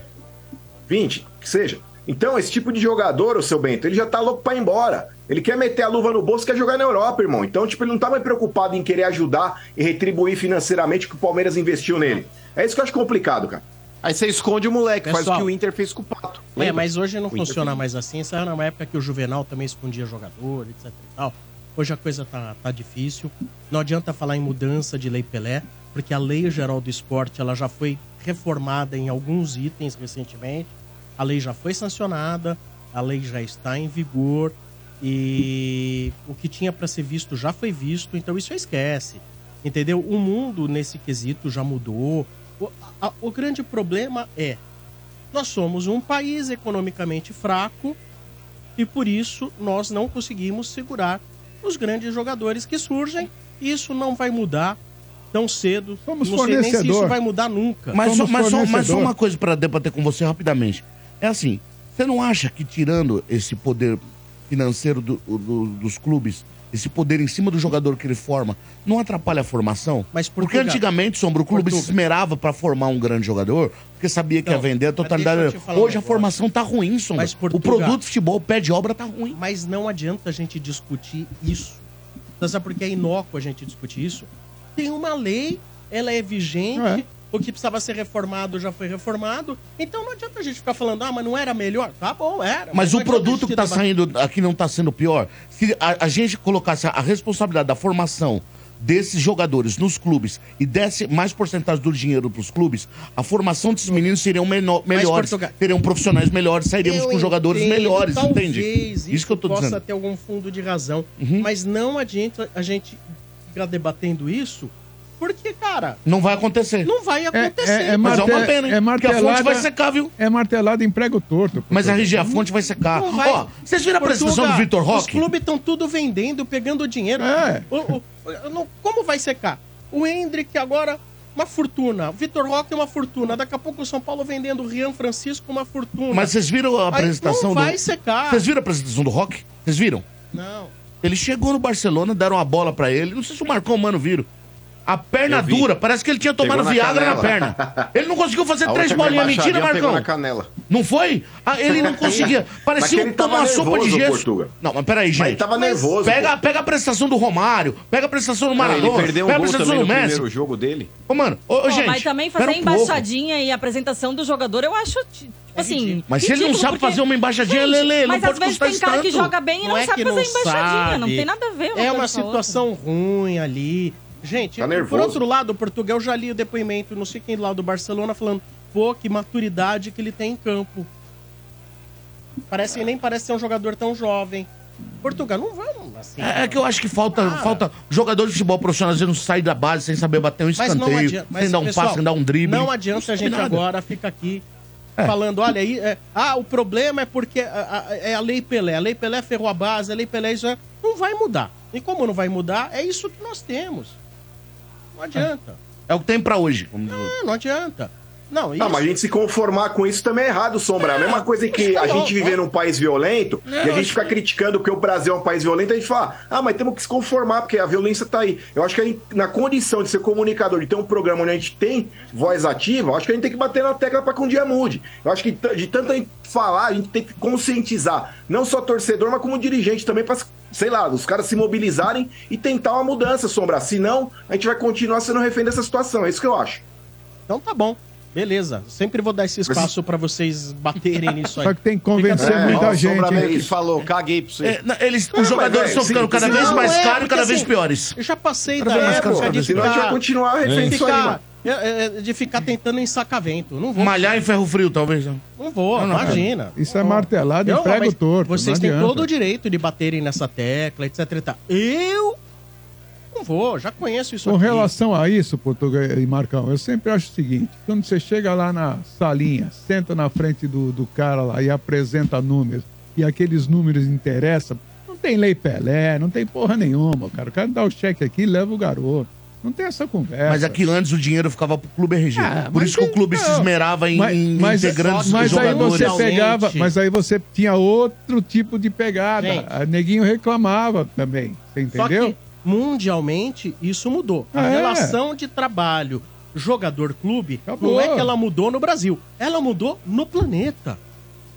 G: 20, que seja. Então, esse tipo de jogador, o seu Bento, ele já tá louco pra ir embora. Ele quer meter a luva no bolso, quer jogar na Europa, irmão. Então, tipo, ele não tá mais preocupado em querer ajudar e retribuir financeiramente o que o Palmeiras investiu nele. É isso que eu acho complicado, cara.
E: Aí você esconde o moleque, faz
A: Pessoal.
E: o que o Inter fez com o Pato.
A: É,
E: lembra?
A: mas hoje não
E: Inter
A: funciona
E: fez.
A: mais assim. Isso era uma época que o Juvenal também escondia jogador, etc e tal. Hoje a coisa tá, tá difícil. Não adianta falar em mudança de Lei Pelé, porque a Lei Geral do Esporte ela já foi reformada em alguns itens recentemente. A lei já foi sancionada, a lei já está em vigor e o que tinha para ser visto já foi visto, então isso esquece. Entendeu? O mundo nesse quesito já mudou. O- a- o grande problema é nós somos um país economicamente fraco e por isso nós não conseguimos segurar os grandes jogadores que surgem. Isso não vai mudar tão cedo.
H: Somos
A: não sei nem se isso
H: fornecedor.
A: vai mudar nunca.
C: Mas, só,
H: Somos
C: mas, só, mas só
H: fornecedor.
C: uma coisa para debater com você rapidamente. É assim, você não acha que tirando esse poder financeiro do- do- dos clubes, esse poder em cima do jogador que ele forma, não atrapalha a formação?
A: Mas
C: Porque
A: Portugal-
C: antigamente, Sombra, o clube se
A: Portugal.
C: esmerava para formar um grande jogador, porque sabia que
A: Não,
C: ia vender a
A: mas
C: totalidade.
A: deixa eu te falar um
C: Hoje a
A: negócio.
C: formação tá ruim, Sombra.
A: Mas
C: O
A: Portugal-
C: produto de futebol, o pé de obra tá ruim.
A: Mas não adianta a gente discutir isso. Então, sabe por que é inócuo a gente discutir isso? Tem uma lei, ela é vigente,
H: É.
A: o que precisava ser reformado já foi reformado. Então não adianta a gente ficar falando, ah, mas não era melhor? Tá bom, era.
C: Mas o
A: não
C: produto que tá está
A: adianta a gente
C: saindo aqui não está sendo pior. Se a, a gente colocasse a, a responsabilidade da formação desses jogadores nos clubes e desse mais porcentagem do dinheiro para os clubes, a formação desses meninos seriam menor, melhores,
A: Portugal-
C: teriam profissionais melhores, sairíamos
A: Eu
C: com jogadores
A: entendo,
C: melhores,
A: talvez
C: entende?
A: Isso,
C: Isso, que eu tô
A: possa
C: dizendo. Uhum.
A: ter algum fundo de razão. Mas não adianta a gente ficar debatendo isso, porque, cara,
C: Não vai acontecer.
A: não vai acontecer.
H: é- é
C: Mas é uma
H: Marte-
C: pena, hein?
H: é
C: Porque a fonte
H: martelada-
C: vai secar, viu?
H: É martelado em prego torto.
C: Mas
D: Uhum.
C: a RG, a fonte vai secar.
A: Não vai.
C: Ó, vocês viram a apresentação do
A: Portuga,
C: Vitor
A: Os
C: Roque?
A: clubes estão tudo vendendo, pegando dinheiro.
H: É.
A: O- o- o- não- como vai secar? O Hendrick agora, uma fortuna. O Vitor Roque, uma fortuna. Daqui a pouco o São Paulo vendendo o Rian Francisco, uma fortuna.
C: Mas vocês viram a
A: Aí
C: apresentação
A: não
C: do...
A: vai secar.
C: Vocês viram a apresentação do Rock? Vocês viram?
A: Não.
C: Ele chegou no Barcelona, deram uma bola pra ele. Não sei se o Marcão Mano viram. A perna
E: Eu vi.
C: dura, parece que ele tinha tomado
E: Pegou na
C: Viagra na,
E: canela.
C: perna. Ele não conseguiu fazer
E: A
C: três
E: outra
G: é
E: é
C: bolinhas.
E: embaixadinha
C: Mentira,
E: pegou
C: Marcão.
E: na canela.
C: Não foi? Ah, ele não conseguia. Parecia
G: Mas
C: um
G: ele tava
C: tomar uma sopa de
G: nervoso,
C: gesso.
G: Portuga.
C: Não, mas peraí, gente.
G: Mas ele tava nervoso.
C: Pega, pega a prestação do Romário, pega a prestação do
E: Cara,
C: Maradona,
E: Ele perdeu um
C: pega a
E: gol
C: prestação
E: também no
C: do Messi.
E: primeiro jogo dele.
C: Ô, mano, ô, ô,
B: Pô,
C: gente.
B: mas também fazer
C: pera um pouco.
B: embaixadinha e apresentação do jogador, eu acho, ti- tipo assim.
C: Mas se ele não
B: ridículo,
C: sabe fazer uma embaixadinha,
B: Gente,
C: Lele, não
B: Mas
C: pode
B: às vezes
C: custar
B: tem cara que
C: tanto.
B: joga bem e não,
A: é
B: sabe
A: que
B: fazer embaixadinha. Não
A: sabe.
B: tem nada a ver. uma
A: É
B: coisa
A: uma
B: com a outra.
A: situação ruim ali. Gente,
G: Tá
A: por
G: nervoso.
A: outro lado, o Portugal já li o depoimento, não sei quem lá do Barcelona, falando, pô, que maturidade que ele tem em campo. Parece, nem parece ser um jogador tão jovem. Portugal, não vamos assim.
C: É é que eu acho que falta, falta jogador de futebol profissional, às vezes não sai da base sem saber bater um
A: Mas não
C: escanteio,
A: adianta. Mas,
C: sem dar um
A: pessoal,
C: passe, sem dar um drible.
A: Não adianta a
C: sabe
A: gente
C: nada.
A: agora ficar aqui falando, olha aí, é, ah, o problema é porque a- a- é a Lei Pelé. A Lei Pelé ferrou a base, a Lei Pelé isso é- não vai mudar. E como não vai mudar, é isso que nós temos. Não adianta.
C: É o que tem pra hoje. vamos dizer.
A: Ah, não adianta. Não, isso...
G: Ah, mas a gente se conformar com isso também é errado, Sombra. É a mesma coisa que a gente viver num país violento e a gente ficar criticando porque o Brasil é um país violento, a gente fala, ah, mas temos que se conformar, porque a violência tá aí. Eu acho que a gente, na condição de ser comunicador, de ter um programa onde a gente tem voz ativa, eu acho que a gente tem que bater na tecla para que um dia mude. Eu acho que t- de tanto a gente falar, a gente tem que conscientizar, não só torcedor, mas como dirigente também, para sei lá, os caras se mobilizarem e tentar uma mudança, Sombra. Senão, a gente vai continuar sendo refém dessa situação. É isso que eu acho.
A: Então tá bom. Beleza. Sempre vou dar esse espaço pra vocês baterem nisso aí.
H: Só que tem que convencer
A: Fica-
H: É, muita
E: ó, o
H: gente,
E: Sombra
H: hein?
E: meio que falou, caguei pra você.
C: É, na- eles, os jogadores
G: velho,
C: estão
G: é, sim,
C: ficando cada
G: sim.
C: vez
A: Não,
C: mais
A: é,
C: caros e
A: porque
C: cada vez
A: assim,
C: piores.
A: Eu já passei
G: Cada
A: da
G: vez mais
A: época
G: caro,
A: de
G: senão a gente vai
A: ficar,
G: continuar refém
A: de
G: disso aí,
A: ficar,
G: mano.
A: é, é, de ficar tentando ensacar vento. Não vou,
C: Malhar em ferro frio, talvez. né? não.
A: não vou, imagina.
H: Isso é martelado em prego
A: mas
H: torto.
A: Vocês
H: não
A: têm
H: adianta.
A: todo o direito de baterem nessa tecla, etc. e tal. Eu não vou, já conheço isso
H: Com
A: aqui.
H: relação a isso, Portugal e Marcão, eu sempre acho o seguinte: quando você chega lá na salinha, senta na frente do, do cara lá e apresenta números, e aqueles números interessam, não tem lei Pelé, não tem porra nenhuma, cara. O cara dá o cheque aqui e leva o garoto. Não tem essa conversa.
C: Mas aqui antes o dinheiro ficava pro clube RG.
H: Ah,
C: Por
H: mas
C: isso que o clube se
H: não.
C: esmerava em, em integrantes
H: mas aí
C: jogadores.
H: você pegava,
A: Realmente.
H: mas aí você tinha outro tipo de pegada.
A: Gente.
H: A neguinho reclamava também, você
A: Só
H: entendeu?
A: que mundialmente isso mudou. A
H: Ah, é?
A: relação de trabalho jogador-clube
H: Acabou.
A: não é que ela mudou no Brasil, ela mudou no planeta.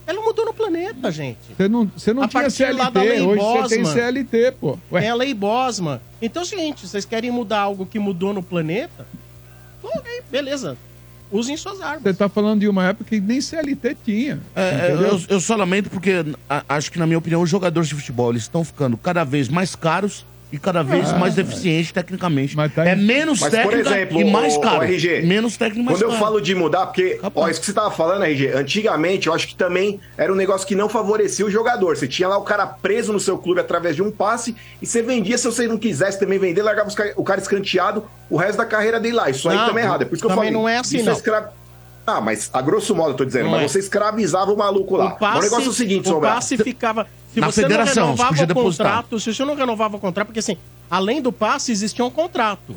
A: Ela mudou no planeta, gente.
D: Você não, você não
A: A
D: tinha
A: partir lá da
D: CLT,
A: Lei
D: hoje você tem
A: Bosman.
D: CLT, pô. Ué,
A: É a lei Bosman. Então é o seguinte, vocês querem mudar algo que mudou no planeta? Ok, beleza. Usem suas
D: você
A: armas.
D: tá falando de uma época que nem CLT tinha.
C: É, é,
D: entendeu?
C: eu, eu só lamento porque a- acho que, na minha opinião, os jogadores de futebol eles estão ficando cada vez mais caros e cada vez
H: Ah.
C: mais deficientes tecnicamente.
D: Mas tá em-
C: É menos
G: Mas, por
C: técnica
G: exemplo,
C: e mais
G: o- o
C: caro.
G: RG,
C: menos técnico e mais
G: Quando eu
C: caro.
G: falo de mudar, porque, ó, isso que você tava falando, RG, antigamente eu acho que também era um negócio que não favorecia o jogador. Você tinha lá o cara preso no seu clube através de um passe e você vendia, se você não quisesse também vender, largava os ca- o cara escanteado o resto da carreira dele lá. Isso aí
A: Não,
G: também é errado. É por isso que eu
A: também
G: falei.
A: não é assim,
G: isso
A: não.
G: escra- Ah, mas a grosso modo eu tô dizendo,
A: Não
G: mas
A: é.
G: você escravizava o maluco lá.
A: O passe,
G: Mas o negócio é o seguinte,
A: o
G: Sombra.
A: passe ficava... Se
C: Na
A: você
C: federação,
A: não
C: você
A: renovava
C: podia
A: o
C: depositar.
A: contrato, se você não renovava o contrato, porque assim, além do passe, existia um contrato.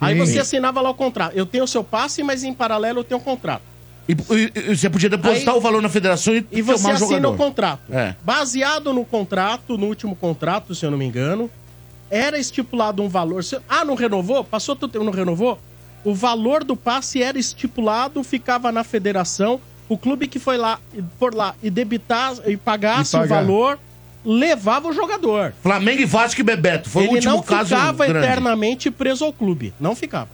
A: Aí
D: Sim.
A: você assinava lá o contrato. Eu tenho o seu passe, mas em paralelo eu tenho o contrato.
C: E, e- e você podia depositar o
A: Aí-
C: valor na federação e,
A: E você
C: filmar é o
A: assina o
C: jogador.
A: contrato.
C: É.
A: Baseado no contrato, no último contrato, se eu não me engano, era estipulado um valor. Se- Ah, não renovou? Passou todo tempo, não renovou? O valor do passe era estipulado, ficava na federação. O clube que foi lá, por lá e debitar e pagasse
D: E
A: o
D: pagar.
A: valor, levava o jogador.
C: Flamengo e Vasco e Bebeto. Foi o
A: Ele
C: último
A: não
C: caso
A: ficava
C: grande.
A: eternamente preso ao clube. Não ficava.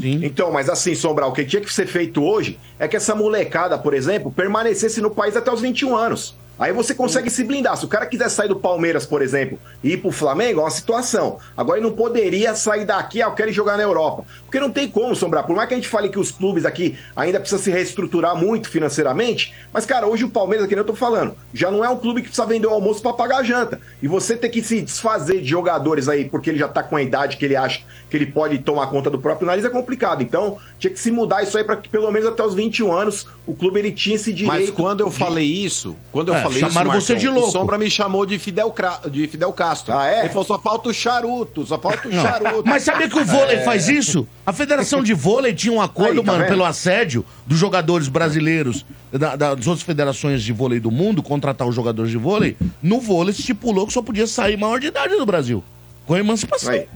C: Sim.
G: Então, mas assim, Sombra, o que tinha que ser feito hoje é que essa molecada, por exemplo, permanecesse no país até os 21 anos. Aí você consegue se blindar. Se o cara quiser sair do Palmeiras, por exemplo, e ir pro Flamengo, é uma situação. Agora ele não poderia sair daqui, ah, eu quero ir jogar na Europa. Porque não tem como, Sombra. Por mais que a gente fale que os clubes aqui ainda precisam se reestruturar muito financeiramente, mas, cara, hoje o Palmeiras, que nem eu tô falando, já não é um clube que precisa vender o almoço pra pagar a janta. E você ter que se desfazer de jogadores aí, porque ele já tá com a idade que ele acha que ele pode tomar conta do próprio nariz, é complicado. Então, tinha que se mudar isso aí pra que pelo menos até os 21 anos o clube ele tinha esse direito.
E: Mas quando eu falei isso, quando eu
C: É,
E: falei
C: chamaram
E: isso,
C: você de louco.
E: o Sombra me chamou de Fidel, Cra- de Fidel Castro.
G: Ah, é?
E: Ele falou, só falta o charuto, só falta o
C: Não.
E: charuto. É.
C: Mas sabia que o vôlei faz isso? A Federação de Vôlei tinha um acordo,
G: É. Aí, tá
C: mano,
G: vendo?
C: pelo assédio dos jogadores brasileiros da- da- das outras federações de vôlei do mundo, contratar os jogadores de vôlei. No vôlei estipulou que só podia sair maior de idade do Brasil. Com a emancipação.
G: Aí.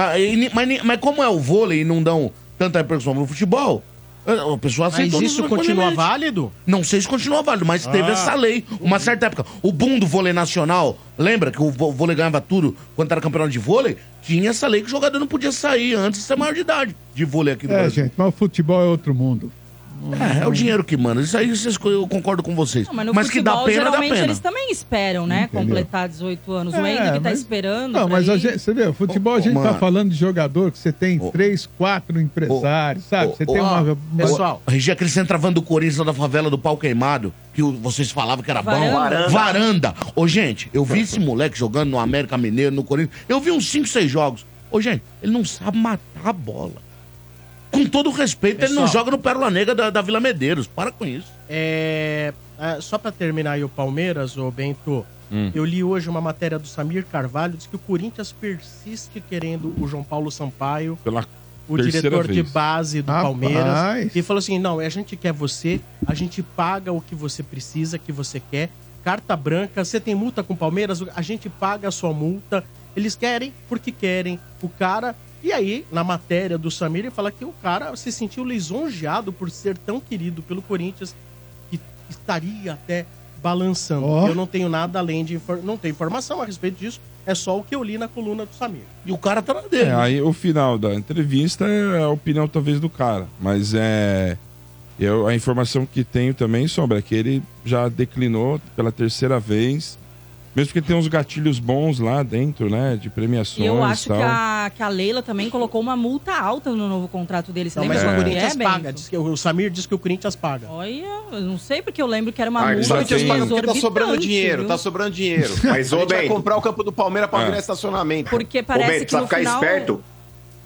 C: Ah, e ni- mas, ni- mas como é o vôlei e não dão tanta repercussão no futebol, a pessoa
A: Mas
C: aceitou.
A: isso continua
C: tranquilamente.
A: válido? Ah.
C: Não sei se continua válido, mas teve essa lei, uma certa época. O boom do vôlei nacional, lembra que o vô- vôlei ganhava tudo quando era campeonato de vôlei? Tinha essa lei que o jogador não podia sair antes de ser maior de idade de vôlei aqui do
D: É,
C: Brasil.
D: gente, mas o futebol é outro mundo.
C: É, é o dinheiro que manda. Isso aí vocês- eu concordo com vocês.
B: Não,
C: mas
B: mas no
C: que
B: futebol,
C: dá pena, dá
B: geralmente,
C: pena.
B: eles também esperam, né? Completar 18 anos. o
D: É,
B: Henrique tá
D: mas-
B: esperando.
D: Não,
B: pra
D: mas a
B: ir.
D: gente, você vê, o futebol
C: Ô,
D: a gente
C: mano.
D: tá falando de jogador que você tem
C: Ô.
D: três, quatro empresários, sabe?
C: Ô,
D: Tá, Você
C: ô,
D: tem um uma.
C: ó,
D: uma-
A: Pessoal,
C: O RG, aquele centroavante do Corinthians lá da favela do pau queimado, que o- vocês falavam que era bom.
B: Varanda.
C: Varanda. Ô, gente, eu vi esse moleque jogando no América Mineiro, no Corinthians. Eu vi uns 5, 6 jogos. Ô, gente, ele não sabe matar a bola. Com todo o respeito, ele não
A: Pessoal.
C: joga no Pérola Negra da, da Vila Medeiros. Para com isso.
A: É, ah, só pra terminar aí o Palmeiras, ô Bento,
C: Hum.
A: eu li hoje uma matéria do Samir Carvalho, diz que o Corinthians persiste querendo o João Paulo Sampaio,
F: Pela
A: o
F: terceira
A: diretor de
F: vez.
A: base do
D: Rapaz.
A: Palmeiras, e falou assim: não, a gente quer você, a gente paga o que você precisa, que você quer, carta branca, você tem multa com o Palmeiras, a gente paga a sua multa. Eles querem porque querem o cara. E aí, na matéria do Samir, ele fala que o cara se sentiu lisonjeado por ser tão querido pelo Corinthians que estaria até balançando.
D: Ó.
A: Eu não tenho nada além de infor- não tenho informação a respeito disso, é só o que eu li na coluna do Samir.
C: E o cara tá na dele.
F: É, aí o final da entrevista é a opinião talvez do cara, mas é eu a informação que tenho também sombra é que ele já declinou pela terceira vez, mesmo que tem uns gatilhos bons lá dentro, né, de premiações
B: E eu acho
F: tal.
B: que a, que a Leila também colocou uma multa alta no novo contrato dele. Você
A: Não,
B: lembra
A: mas o
B: quanto que
A: Corinthians
B: é,
A: paga.
B: Bento?
A: diz que- o Samir diz que o Corinthians paga.
B: Olha, eu não sei porque eu lembro que era uma
G: Ah,
B: multa
G: eles
E: Só que
F: Exatamente.
E: paga porque tá
B: exorbitante,
E: sobrando dinheiro,
B: viu?
E: tá sobrando dinheiro.
G: Mas, ô,
E: a gente vai
G: Bento.
E: comprar o campo do Palmeiras pra
F: É.
E: virar estacionamento.
B: Porque
G: Ô, Bento,
B: parece que
G: precisa
B: no
G: ficar
B: final...
G: esperto.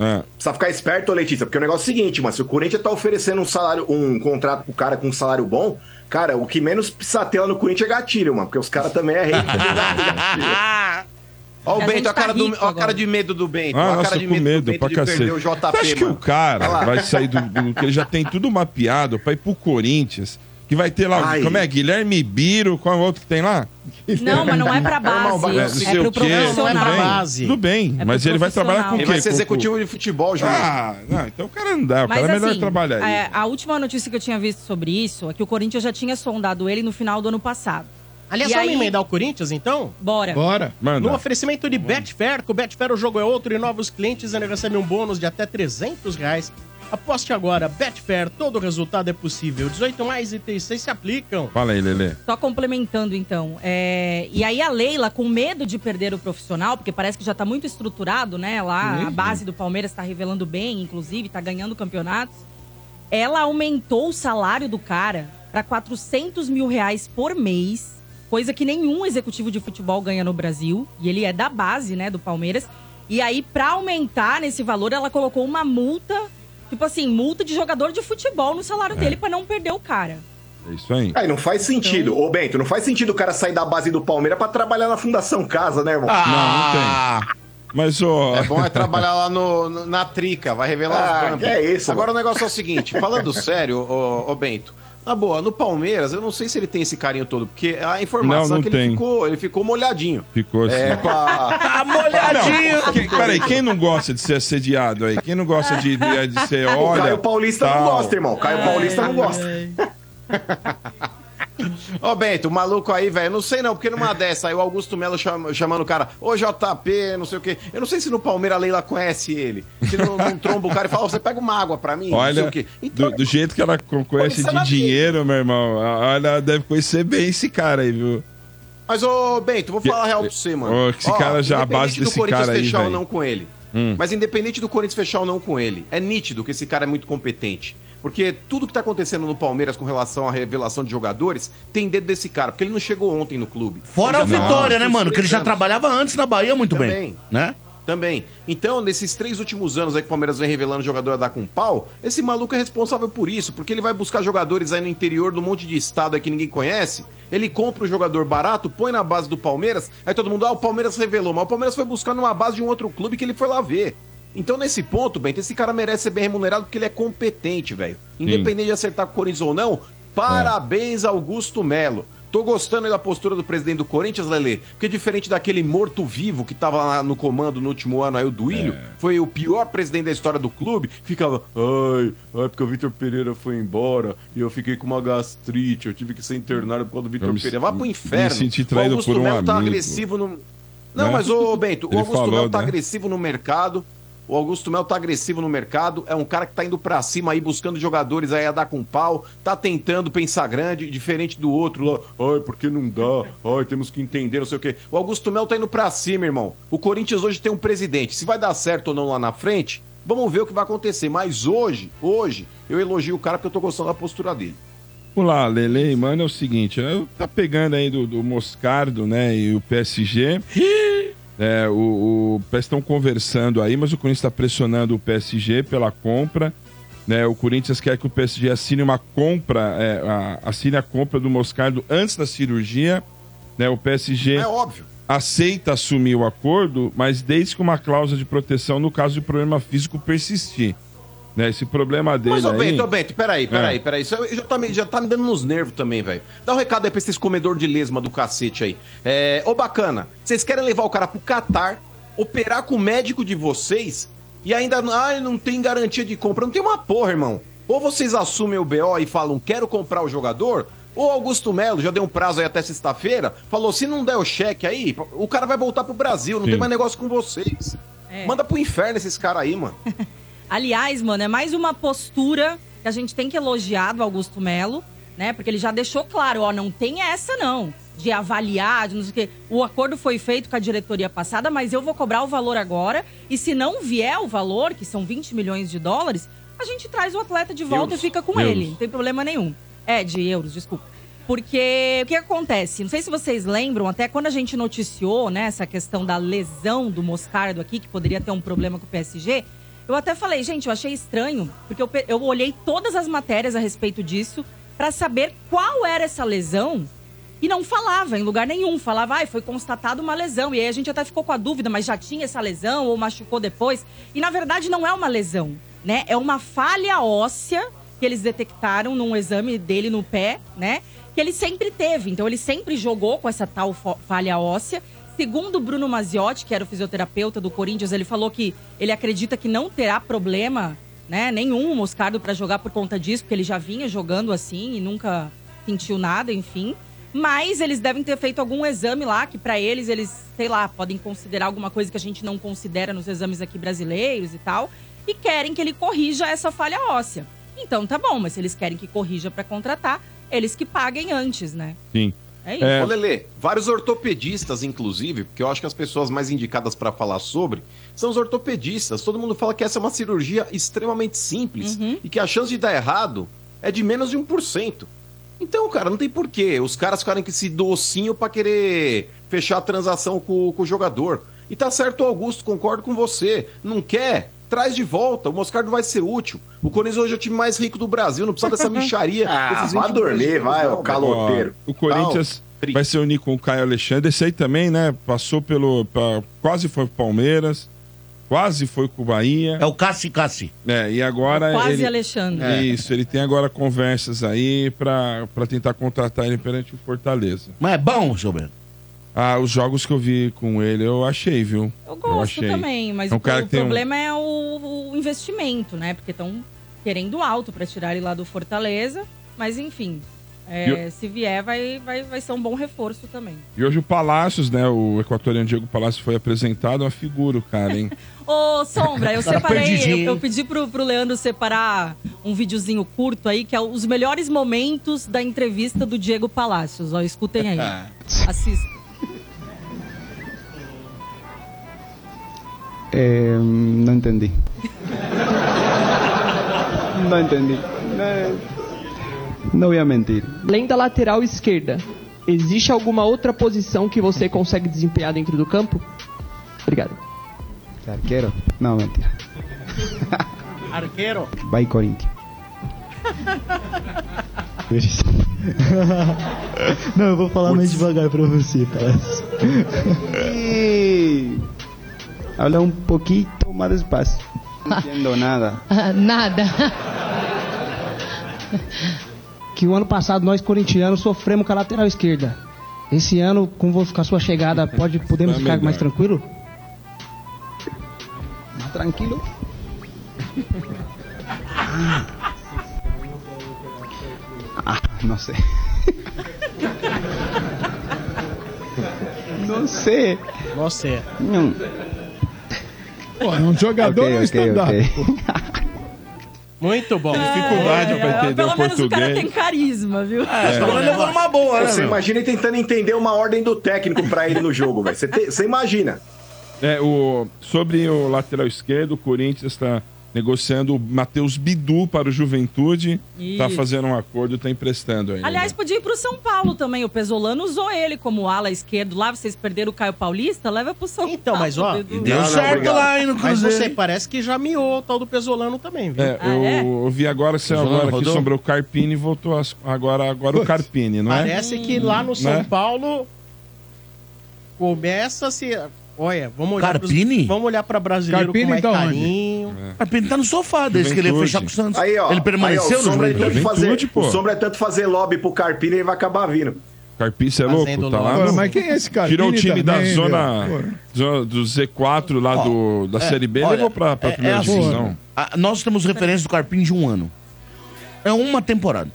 F: É.
G: Precisa ficar esperto, ô Letícia, porque o negócio é o seguinte, mano, se o Corinthians tá oferecendo um salário, um contrato pro cara com um salário bom, cara, o que menos precisa ter lá no Corinthians é gatilho, mano, porque os caras também é rei.
E: Olha
B: A
E: o
B: gente
E: Bento, a
B: tá
E: cara, do,
B: rico
E: ó a cara
B: agora.
E: de medo do Bento. ó
F: Ah,
E: a cara
F: nossa,
E: de
F: com
E: medo, do
F: medo
E: Bento
F: pra
E: de
F: cacete.
E: perder o JP,
F: Você acha que o
E: mano.
F: cara
E: Olha lá.
F: vai sair do, do- que ele já tem tudo mapeado pra ir pro Corinthians, Que vai ter lá,
E: Ai.
F: como é? Guilherme Biro, qual é o outro que tem lá?
B: Não, mas não é pra base.
F: É, não
B: É,
F: sei
B: pro
F: o quê. Tudo
B: profissional. É
F: bem,
A: base.
F: Tudo bem,
B: pro
F: mas ele vai
B: profissional.
F: trabalhar com o quê?
G: Ele vai ser
F: Com-
G: executivo de futebol, Ju.
F: Ah, não, então o cara não dá, o
B: Mas
F: cara é melhor
B: assim,
F: trabalhar aí.
B: é, a última notícia que eu tinha visto sobre isso é que o Corinthians já tinha sondado ele no final do ano passado.
A: Aliás,
B: E
A: vamos
B: aí-
A: emendar o Corinthians, então?
B: Bora.
J: Bora.
F: Manda.
A: No oferecimento de Betfair, com Betfair o jogo é outro e novos clientes ainda recebem um bônus de até 300 reais. Aposte agora, Betfair, todo resultado é possível. 18 mais e 36 se aplicam.
F: Fala aí, Lelê.
B: Só complementando, então. é, E aí a Leila, com medo de perder o profissional, porque parece que já tá muito estruturado, né? Lá a base do Palmeiras tá revelando bem, inclusive, tá ganhando campeonatos. Ela aumentou o salário do cara pra 400 mil reais por mês, coisa que nenhum executivo de futebol ganha no Brasil. E ele é da base, né, do Palmeiras. E aí, pra aumentar nesse valor, ela colocou uma multa, tipo assim, multa de jogador de futebol no salário dele pra não perder o cara.
F: É isso aí.
E: Aí não faz
G: Então, é
E: sentido. Ô, Bento, não faz sentido o cara sair da base do Palmeiras pra trabalhar na Fundação Casa, né, irmão?
F: Ah, Mas, ó.
G: É bom é trabalhar lá no, no- na trica, vai revelar
E: Ah,
G: as
E: que é isso,
G: Agora o negócio é o seguinte, falando sério, ô, ô Bento, na boa, no Palmeiras, eu não sei se ele tem esse carinho todo, porque a informação
F: Não, não
G: é que
F: tem.
G: ele ficou, ele ficou molhadinho.
F: Ficou assim.
G: É, com a-
F: Não, quem, peraí, quem não gosta de ser assediado aí? Quem não gosta de, de, de ser
E: o
F: olha.
E: Caio Paulista não
F: tal?
E: gosta, irmão.
B: É.
E: Caio Paulista não gosta.
G: Ô Bento, o maluco aí, velho, não sei não, porque numa dessa aí o Augusto Melo chama- chamando o cara, ô JP, não sei o quê. Eu não sei se no Palmeiras a Leila conhece ele. Se não, não tromba o cara e fala, ô, você pega uma água pra mim, não sei
F: Olha,
G: o quê. Então,
F: do, do jeito que ela co- conhece
G: Isso ela
F: de dinheiro, meu irmão, a- olha, ela deve conhecer bem esse cara aí, viu?
G: Mas, ô, Bento, vou falar a real pra você, mano.
F: Ô, esse cara já- a
G: independente
F: base desse
G: do Corinthians
F: cara aí,
G: fechar ou
F: velho.
G: não com ele.
F: Hum.
G: Mas independente do Corinthians fechar ou não com ele, é nítido que esse cara é muito competente. Porque tudo que tá acontecendo no Palmeiras com relação à revelação de jogadores tem dedo desse cara, porque ele não chegou ontem no clube.
C: Fora o
G: Ele já tá
C: Vitória, né,
G: há uns
C: mano? Que ele
G: três
C: já
G: anos.
C: trabalhava antes na Bahia muito bem.
G: Também.
C: Né?
G: Também. Então, nesses três últimos anos aí que o Palmeiras vem revelando jogador a dar com pau, esse maluco é responsável por isso, porque ele vai buscar jogadores aí no interior de um monte de estado aí que ninguém conhece. Ele compra o jogador barato, põe na base do Palmeiras, aí todo mundo, ah, o Palmeiras revelou, mas o Palmeiras foi buscar numa base de um outro clube que ele foi lá ver. Então, nesse ponto, Bento, esse cara merece ser bem remunerado porque ele é competente, velho. Independente de acertar com o Corinthians ou não,
F: É.
G: parabéns, Augusto Melo. Tô gostando aí da postura do presidente do Corinthians, Lele, porque diferente daquele morto-vivo que tava lá no comando no último ano, aí o Duílio,
F: É.
G: foi o pior presidente da história do clube, ficava, ai, ai, porque o Vitor Pereira foi embora e eu fiquei com uma gastrite, eu tive que ser internado por causa do
F: Eu
G: Vitor
F: me-
G: Pereira. Vá pro
F: me
G: inferno.
F: senti
G: O
F: traído
G: Augusto
F: por um
G: Melo tá
F: amigo.
G: agressivo no... Não,
F: Né?
G: mas ô, Bento, o
F: Ele
G: Augusto
F: falou,
G: Melo tá
F: né?
G: agressivo no mercado. O Augusto Melo tá agressivo no mercado, é um cara que tá indo pra cima aí, buscando jogadores aí a dar com pau, tá tentando pensar grande, diferente do outro lá. Ai, porque não dá? Ai, temos que entender, não sei o quê. O Augusto Melo tá indo pra cima, irmão. O Corinthians hoje tem um presidente. Se vai dar certo ou não lá na frente, vamos ver o que vai acontecer. Mas hoje, hoje, eu elogio o cara porque eu tô gostando da postura dele.
F: Vamos lá, Lele, mano, é o seguinte, né, tá pegando aí do, do Moscardo, né, e o PSG. É, o, o PSG estão conversando aí, mas o Corinthians está pressionando o PSG pela compra. Né, o Corinthians quer que o PSG assine uma compra, é, a- assine a compra do Moscardo antes da cirurgia. Né, o PSG
G: É óbvio.
F: aceita assumir o acordo, mas desde que uma cláusula de proteção no caso de problema físico persistir. Né, esse problema dele
G: Mas, ô
F: aí...
G: Bento, ô Bento, peraí, peraí,
F: É.
G: peraí. Isso aí já tá, me, já tá me dando nos nervos também, velho. Dá um recado aí pra esses comedor de lesma do cacete aí. É, ô, bacana, vocês querem levar o cara pro Catar, operar com o médico de vocês e ainda ah, não tem garantia de compra. Não tem uma porra, irmão. Ou vocês assumem o BO e falam, quero comprar o jogador, ou Augusto Melo, já deu um prazo aí até sexta-feira, falou, se não der o cheque aí, o cara vai voltar pro Brasil, não
F: Sim.
G: tem mais negócio com vocês.
B: É.
G: Manda pro inferno esses caras aí, mano.
B: Aliás, mano, é mais uma postura que a gente tem que elogiar do Augusto Melo, né? Porque ele já deixou claro, ó, não tem essa não, de avaliar, de não sei o quê. O acordo foi feito com a diretoria passada, mas eu vou cobrar o valor agora. E se não vier o valor, que são 20 milhões de dólares, a gente traz o atleta de volta
G: Euros.
B: e fica com
F: Euros.
B: ele. Não tem problema nenhum. É, de euros, desculpa. Porque o que acontece? Não sei se vocês lembram, até quando a gente noticiou né, essa questão da lesão do Moscardo aqui, que poderia ter um problema com o PSG, eu até falei, gente, eu achei estranho, porque eu, pe- eu olhei todas as matérias a respeito disso pra saber qual era essa lesão e não falava em lugar nenhum. Falava, ai, foi constatada uma lesão. E aí a gente até ficou com a dúvida, mas já tinha essa lesão ou machucou depois. E na verdade não é uma lesão, né? É uma falha óssea que eles detectaram num exame dele no pé, né? Que ele sempre teve. Então ele sempre jogou com essa tal fo- falha óssea. Segundo o Bruno Maziotti, que era o fisioterapeuta do Corinthians, ele falou que ele acredita que não terá problema, né, nenhum o Moscardo para jogar por conta disso, porque ele já vinha jogando assim e nunca sentiu nada, enfim. Mas eles devem ter feito algum exame lá, que pra eles, eles, sei lá, podem considerar alguma coisa que a gente não considera nos exames aqui brasileiros e tal. E querem que ele corrija essa falha óssea. Então tá bom, mas se eles querem que corrija pra contratar, eles que paguem antes, né?
F: Sim.
B: É isso.
F: É.
G: Ô, Lelê, vários ortopedistas, inclusive, porque eu acho que as pessoas mais indicadas para falar sobre são os ortopedistas. Todo mundo fala que essa é uma cirurgia extremamente simples
B: Uhum.
G: e que a chance de dar errado é de menos de 1%. Então, cara, não tem porquê. Os caras ficarem com esse docinho para querer fechar a transação com, com o jogador. E tá certo, Augusto, concordo com você. Não quer? Traz de volta. O Moscardo vai ser útil. O Corinthians hoje é o time mais rico do Brasil. Não precisa dessa micharia.
K: Ah,
G: desses
K: vai
G: 20
K: dormir, vai,
G: não,
K: ô caloteiro.
F: Ó, O Corinthians
G: Tri.
F: vai se unir com o Caio Alexandre. Esse aí também, né? Passou pelo. pa- quase foi pro Palmeiras, quase foi com o Bahia.
C: É o Cassi Cassi.
F: É, e agora.
B: Quase
F: ele, É.
B: Alexandre.
F: Isso, ele tem agora conversas aí pra, pra tentar contratar ele perante o Fortaleza.
C: Mas é bom, seu Bento.
F: Ah, os jogos que eu vi com ele, eu achei, viu?
B: Eu gosto
F: achei.
B: também, mas
F: É um
B: o,
F: cara
B: o
F: que tem um-
B: problema é o, o investimento, né? Porque estão querendo alto pra tirar ele lá do Fortaleza. Mas enfim, é,
F: E
B: se vier, vai, vai, vai ser um bom reforço também.
F: E hoje o Palácios, né? O equatoriano Diego Palácios foi apresentado, uma figura, o cara, hein?
B: Ô, Sombra,
A: tá
B: eu separei.
C: perdidinho,
B: Eu,
C: hein?
B: eu pedi pro, pro Leandro separar um videozinho curto aí, que é os melhores momentos da entrevista do Diego Palacios. Ó, escutem aí.
C: Ah.
B: Assistam.
L: Eh, no entendí. No entendí. Eh, No voy a mentir.
M: Além da lateral esquerda, existe alguma outra posição que você consegue desempenhar dentro do campo? Obrigado.
L: Arquero. No, mentira.
A: Arqueiro.
L: Vai Corinthians. Não, eu vou falar mais devagar pra você, parece. E... Habla um pouquinho mais despacio. Não entendo nada.
E: Nada. que o ano passado nós corintianos sofremos com a lateral esquerda. Esse ano, com, vo- com a sua chegada, pode, podemos
F: Tá
E: ficar
F: melhor.
E: mais tranquilo?
L: Tranquilo. Ah, no sé. No sé.
A: Você.
L: No.
D: Pô, é um jogador
L: Ok,
D: ou
L: ok,
D: um stand-up?
L: ok.
A: Muito bom.
F: Dificuldade pra
B: É,
F: entender
B: pelo
F: o
B: menos o cara tem
F: português.
B: carisma, viu?
C: Agora levou uma boa, né?
K: É. Você
C: meu?
K: imagina ele tentando entender uma ordem do técnico pra ele no jogo, velho. Você te- você imagina.
F: É, o, sobre o lateral esquerdo, o Corinthians está negociando o Matheus Bidu para o Juventude. Está
B: Isso.
F: fazendo um acordo, está emprestando ele.
B: Aliás, podia ir pro São Paulo também. O Pesolano usou ele como ala esquerdo lá. Vocês perderam o Caio Paulista? Leva pro São
A: Então,
B: Paulo.
A: mas, ó,
B: Dudu.
C: Deu
K: Não, não,
C: certo
K: obrigado.
C: lá, hein, no
A: Mas
C: Cruzeiro.
A: você parece que já miou o tal do Pesolano também, viu?
F: É,
B: Ah,
F: eu,
B: é?
F: eu vi agora, saiu
C: João
F: agora que
C: rodou?
F: sobrou o Carpini e voltou as- agora, agora o Carpini, não é?
A: Parece que lá no São
F: Né?
A: Paulo começa-se. Olha, vamos olhar. pros-
C: Carpini?
A: vamos olhar pra brasileiro
D: Carpini
A: com mais
D: da onde?
A: carinho.
C: Mas ele tá no
A: Ah,
C: sofá desde que ele ia
F: É. Juventude.
C: fechar com o Santos.
K: Aí, ó.
C: ele permaneceu
K: aí, ó, o
C: no
K: Sombra é
C: Juventude.
K: tanto
F: Juventude,
K: fazer,
F: pô.
K: O Sombra é tanto fazer lobby pro Carpini, ele vai acabar vindo.
F: Carpini, você é
A: Fazendo
F: louco? Tá
A: logo.
F: lá
D: Pô,
F: no-
D: mas quem é esse cara?
F: Tirou o
D: Ele
F: time da
D: também,
F: zona,
D: meu. Pô,
F: zona do Z4 lá do, da Série B,
C: É, olha,
F: levou pra, pra
C: é- é
F: primeira
C: assim,
F: divisão.
C: Ah, nós temos referência do Carpini de um ano. É uma temporada.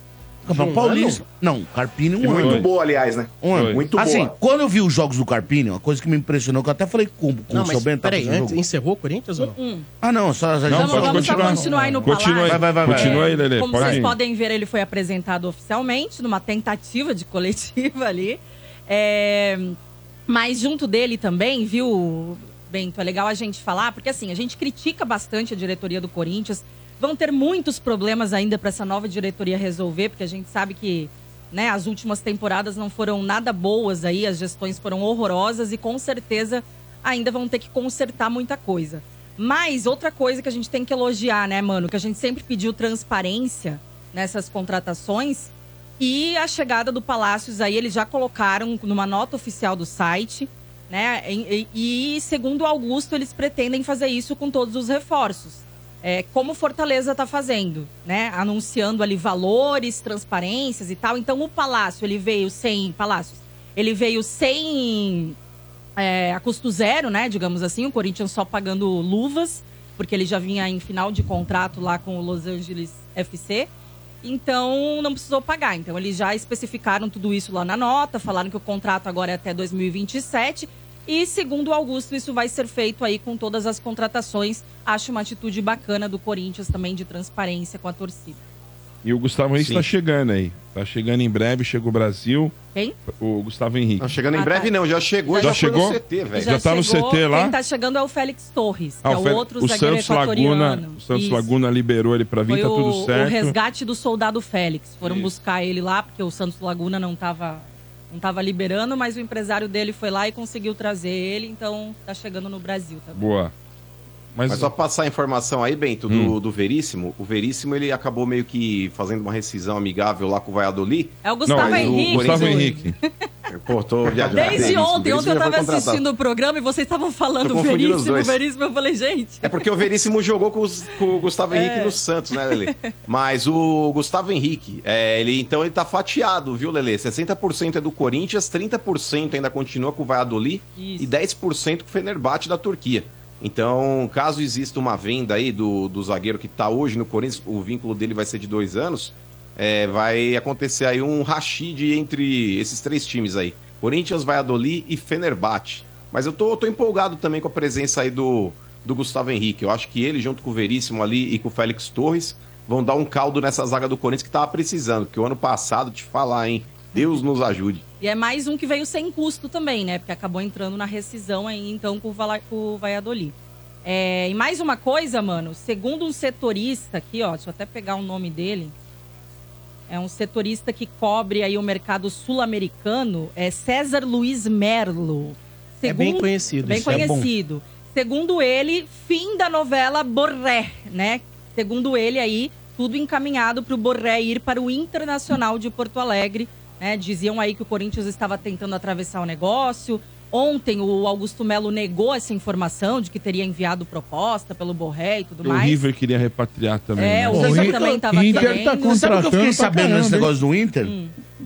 C: Campeão
A: De um
C: Paulista. Não, Carpini um
F: Foi.
C: ano.
K: Muito boa, aliás, né?
C: Um ano.
F: Foi.
K: Muito
C: assim,
K: boa.
C: quando eu vi os jogos do Carpini, uma coisa que me impressionou, que eu até falei com, com
A: Não,
C: o seu
A: mas
C: Bento.
A: peraí,
C: tá fazendo
A: antes,
C: jogo.
A: encerrou o Corinthians ou não?
C: Ah, não, só... só-
F: Não,
B: Vamos,
C: só-
F: pode
B: vamos só
F: continuar.
B: continuar aí no
F: Continua aí,
B: Palácio.
C: Vai, vai, vai.
F: continua aí, Lelê.
B: Como
F: pode
B: vocês
F: ir.
B: podem ver, ele foi apresentado oficialmente numa tentativa de coletiva ali. É, Mas junto dele também, viu, Bento, é legal a gente falar, porque assim, a gente critica bastante a diretoria do Corinthians. Vão ter muitos problemas ainda para essa nova diretoria resolver, porque a gente sabe que né, as últimas temporadas não foram nada boas aí, as gestões foram horrorosas e com certeza ainda vão ter que consertar muita coisa. Mas outra coisa que a gente tem que elogiar, né, mano, que a gente sempre pediu transparência nessas contratações e a chegada do Palácios aí, eles já colocaram numa nota oficial do site, né? E, e- e segundo o Augusto, eles pretendem fazer isso com todos os reforços. é, como Fortaleza está fazendo, né? Anunciando ali valores, transparências e tal. Então o Palácio, ele veio sem. Palácios, ele veio sem. é, a custo zero, né? Digamos assim, o Corinthians só pagando luvas, porque ele já vinha em final de contrato lá com o Los Angeles FC. Então não precisou pagar. Então eles já especificaram tudo isso lá na nota, falaram que o contrato agora é até 2027. E segundo o Augusto, isso vai ser feito aí com todas as contratações. Acho uma atitude bacana do Corinthians também de transparência com a torcida.
F: E o Gustavo Henrique está chegando aí. Tá chegando em breve, chega o Brasil.
B: Quem?
F: O Gustavo Henrique. Tá
E: chegando em Ah, breve tá. não, já chegou, já foi no
F: chegou?
E: CT, velho.
F: Já, tá
B: chegou-
F: no CT lá?
B: Quem tá chegando é o Félix Torres, que
F: Ah,
B: é
F: o,
B: o
F: Fel-
B: outro
F: o
B: zagueiro
F: Santos Laguna,
B: equatoriano.
F: o Santos
B: Isso.
F: Laguna liberou ele pra vir,
B: Foi
F: tá
B: o,
F: tudo certo.
B: o resgate do soldado Félix. Foram
F: Isso.
B: buscar ele lá, porque o Santos Laguna não tava, não tava liberando, mas o empresário dele foi lá e conseguiu trazer ele, então tá chegando no Brasil também.
F: Boa. Mas,
E: Mas... só passar a informação aí, Bento, do, do Veríssimo. O Veríssimo, ele acabou meio que fazendo uma rescisão amigável lá com o Valladolid.
B: É o Gustavo
E: Mas o
B: Henrique.
E: Corinthians-
B: Gustavo
F: Henrique.
E: Pô, tô viajando.
B: Desde
E: Veríssimo,
B: ontem, ontem eu
E: Veríssimo já foi
B: tava
E: contratado.
B: assistindo o programa e vocês estavam
E: Tô
B: falando
E: confundindo os
B: veríssimo,
E: dois.
B: veríssimo. Eu falei, gente.
E: É porque o Veríssimo jogou com, os- com o Gustavo
B: É.
E: Henrique no Santos, né, Lele? Mas o Gustavo Henrique, é, ele então ele tá fatiado, viu, Lele? 60% é do Corinthians, 30% ainda continua com o Valladolid
B: Isso.
E: e 10% com o Fenerbahçe da Turquia. Então, caso exista uma venda aí do, do zagueiro que tá hoje no Corinthians, o vínculo dele vai ser de dois anos, é, vai acontecer aí um rachid entre esses três times aí. Corinthians, Valladolid e Fenerbahçe. Mas eu tô, tô empolgado também com a presença aí do, do Gustavo Henrique. Eu acho que ele, junto com o Veríssimo ali e com o Félix Torres, vão dar um caldo nessa zaga do Corinthians que tava precisando. Porque o ano passado, te falar, hein? Deus nos ajude.
B: E é mais um que veio sem custo também, né? Porque acabou entrando na rescisão aí, então, com o, Vala, com o Valladolid. É, e mais uma coisa, mano. Segundo um setorista aqui, ó, deixa eu até pegar o nome dele. É um setorista que cobre aí o mercado sul-americano, é César Luiz Merlo.
A: É bem conhecido,
B: Bem
A: isso é bom.
B: conhecido. Segundo ele, fim da novela Borré, né? Segundo ele aí, tudo encaminhado para o Borré ir para o Internacional de Porto Alegre, né? Diziam aí que o Corinthians estava tentando atravessar o negócio. Ontem o Augusto Melo negou essa informação de que teria enviado proposta pelo Borré e tudo
F: o
B: mais.
F: River queria repatriar também.
B: É,
F: né?
B: o River
C: Inter-
B: também né? Hum. tava
C: Inter
B: querendo.
C: tá contratando Sabe o que eu fiquei sabendo
E: pra
C: nesse
E: caramba,
C: negócio do Inter?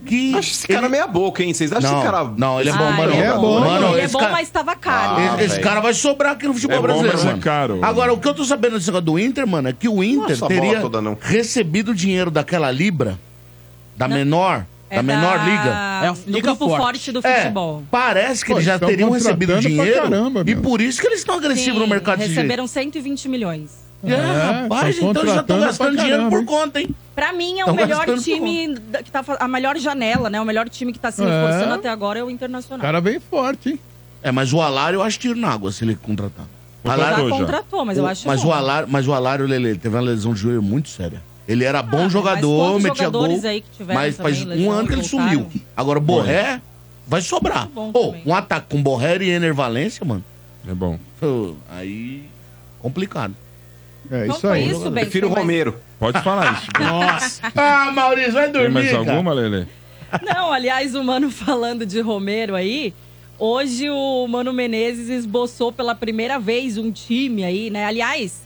C: Que
E: Acho esse cara meia boca, hein? Vocês acham
C: Não,
E: esse cara.
C: não, ele é bom, mano.
E: Ele
C: Ele é bom. Mano,
B: Ele é
C: esse
B: bom,
C: cara- Ah.
B: mas estava
E: Ah,
B: caro.
C: esse esse cara vai sobrar aqui no futebol
F: É bom,
C: brasileiro.
F: mas é
C: mano.
F: caro.
C: Agora, o que eu tô sabendo desse negócio do Inter, mano, é que o Inter
E: Nossa,
C: teria
E: bola toda não.
C: recebido o dinheiro daquela Libra, da menor,
B: É
C: da menor liga. É,
B: É a do grupo forte. do futebol.
C: Parece que
B: Pô,
C: eles já
B: estão
C: teriam recebido
D: contratando pra
C: dinheiro.
D: caramba,
C: e por isso que eles estão agressivos no mercado de
B: receberam 120 milhões.
C: É, rapaz,
D: estão
C: então eles já estão
D: contratando
C: gastando
D: pra
C: dinheiro por
D: caramba,
C: conta, hein?
B: Pra mim é
C: Tão
B: o melhor
C: gastando
B: time da- que tá fa- a melhor janela, né? O melhor time que tá se
C: É.
B: reforçando até agora é o Internacional.
C: bem forte, hein? É, mas o Alário eu acho tiro na água se ele contratar.
B: Contratou já. Contratou, mas eu
C: O-
B: acho
C: Mas
B: bom.
C: o Alário, mas o Alário, Lele, teve uma lesão de joelho muito séria. Ele era bom jogador,
B: Ah, quantos
C: metia gol.
B: jogadores aí que tiveram
C: mas
B: também
C: faz um
B: lesão
C: ano
B: e
C: que ele
B: voltaram?
C: sumiu. Agora o Borré vai sobrar.
B: Muito bom
C: Pô, um ataque com Borré e Ener Valência, mano.
F: É bom.
C: aí. complicado.
H: É
B: Então
C: isso aí.
F: isso, Bento,
E: Prefiro o
F: mas-
E: Romero.
F: Pode falar isso.
C: Nossa. Ah, Maurício, vai
F: Tem
C: dormir.
F: mais
C: cara.
F: alguma, Lele?
B: Não, aliás, o Mano falando de Romero aí, hoje o Mano Menezes esboçou pela primeira vez um time aí, né? Aliás,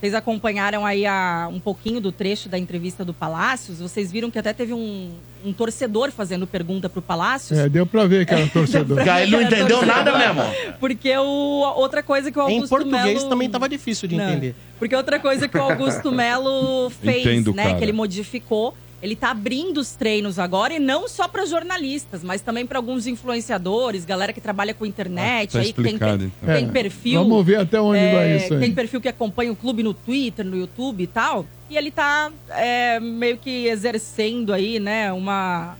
B: vocês acompanharam aí a- um pouquinho do trecho da entrevista do Palácios, vocês viram que até teve um, um torcedor fazendo pergunta pro Palácios.
D: É, deu pra ver que era um torcedor.
A: Cara, ele não entendeu nada
B: mesmo. Porque o, outra coisa que o
A: Em
B: Augusto
A: português
B: Melo-
A: também tava difícil de
B: Não.
A: entender.
B: Porque outra coisa que o Augusto Melo fez,
A: Entendo,
B: né,
A: cara.
B: que ele modificou, ele tá abrindo os treinos agora e não só para jornalistas, mas também para alguns influenciadores, galera que trabalha com internet,
D: tá
B: É aí que tem,
D: explicado,
B: tem,
D: então.
B: tem
D: É,
B: perfil. é,
D: vamos ver até onde vai isso aí.
B: Tem perfil que acompanha o clube no Twitter, no YouTube e tal. E ele tá é, meio que exercendo aí, né, uma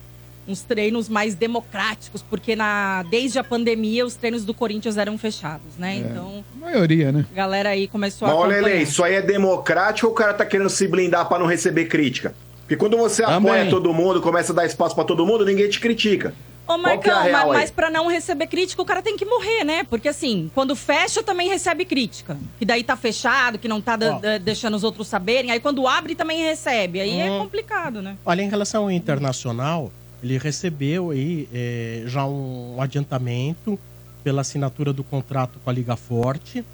B: uns treinos mais democráticos, porque na desde a pandemia os treinos do Corinthians eram fechados, né?
H: É.
B: Então,
H: A maioria, né?
B: a galera aí começou
G: Mas
B: a
G: olha,
B: acompanhar.
G: Lele, isso aí é democrático ou o cara tá querendo se blindar pra não receber crítica? Porque quando você apoia todo mundo, começa a dar espaço pra todo mundo, ninguém te critica.
B: Ô,
G: Qual que é
B: Marcão,
G: a
B: ma-
G: real
B: mas,
G: aí?
B: pra não receber crítica, o cara tem que morrer, né? Porque assim, quando fecha, também recebe crítica. Que daí tá fechado, que não tá da- da- deixando os outros saberem. Aí quando abre, também recebe. Aí é complicado, né?
A: Olha, em relação ao internacional, ele recebeu aí eh, já um adiantamento pela assinatura do contrato com a Liga Forte,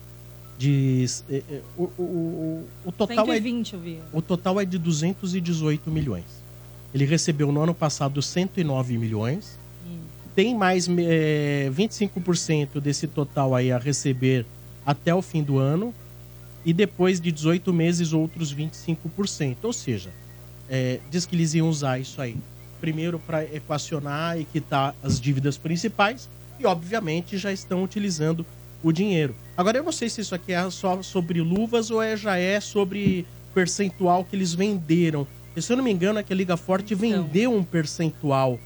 A: de s- eh, eh, o, o- o- o total é
B: 120 eu vi.
A: o total é de 218 milhões. Ele recebeu no ano passado 109 milhões. Tem mais eh, 25% desse total aí a receber até o fim do ano. E depois de 18 meses, outros 25%. Ou seja, eh, diz que eles iam usar isso aí. Primeiro para equacionar e quitar as dívidas principais. E, obviamente, já estão utilizando o dinheiro. Agora, eu não sei se isso aqui é só sobre luvas ou é, já é sobre percentual que eles venderam. E, se eu não me engano, é que a Liga Forte vendeu um percentual.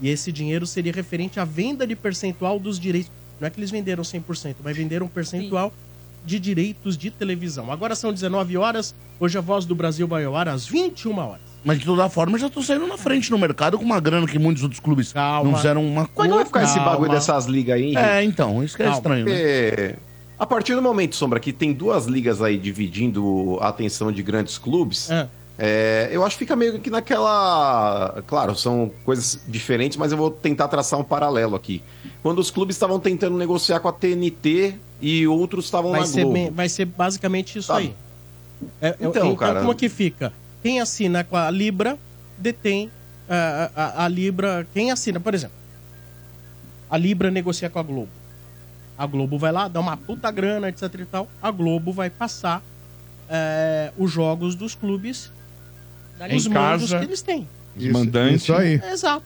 A: E esse dinheiro seria referente à venda de percentual dos direitos. Não é que eles venderam 100%, mas venderam um percentual de direitos de televisão. Agora são 19 horas. Hoje a Voz do Brasil vai ao ar às 21 horas.
C: Mas de toda forma, eu já tô saindo na frente no mercado com uma grana que muitos outros clubes não fizeram uma
G: Mas
C: coisa.
G: não vai ficar esse bagulho dessas ligas aí?
C: É, então, isso que é estranho, né?
G: Porque A partir do momento, Sombra, que tem duas ligas aí dividindo a atenção de grandes clubes, é, eu acho que fica meio que naquela. Claro, são coisas diferentes, mas eu vou tentar traçar um paralelo aqui. Quando os clubes estavam tentando negociar com a TNT e outros estavam
A: Vai
G: na
A: ser,
G: Globo. Tá
A: bem- vai ser basicamente isso aí. É, é-
G: Então,
A: então,
G: cara-
A: como que fica? Quem assina com a Libra detém ah, a, a- a Libra. Quem assina, por exemplo, a Libra negocia com a Globo. A Globo vai lá, dá uma puta grana, etc e tal. A Globo vai passar eh, os jogos dos clubes, né,
F: Em
A: os mandos
F: casa.
A: que eles têm.
F: Os mandantes.
D: isso aí.
A: Exato.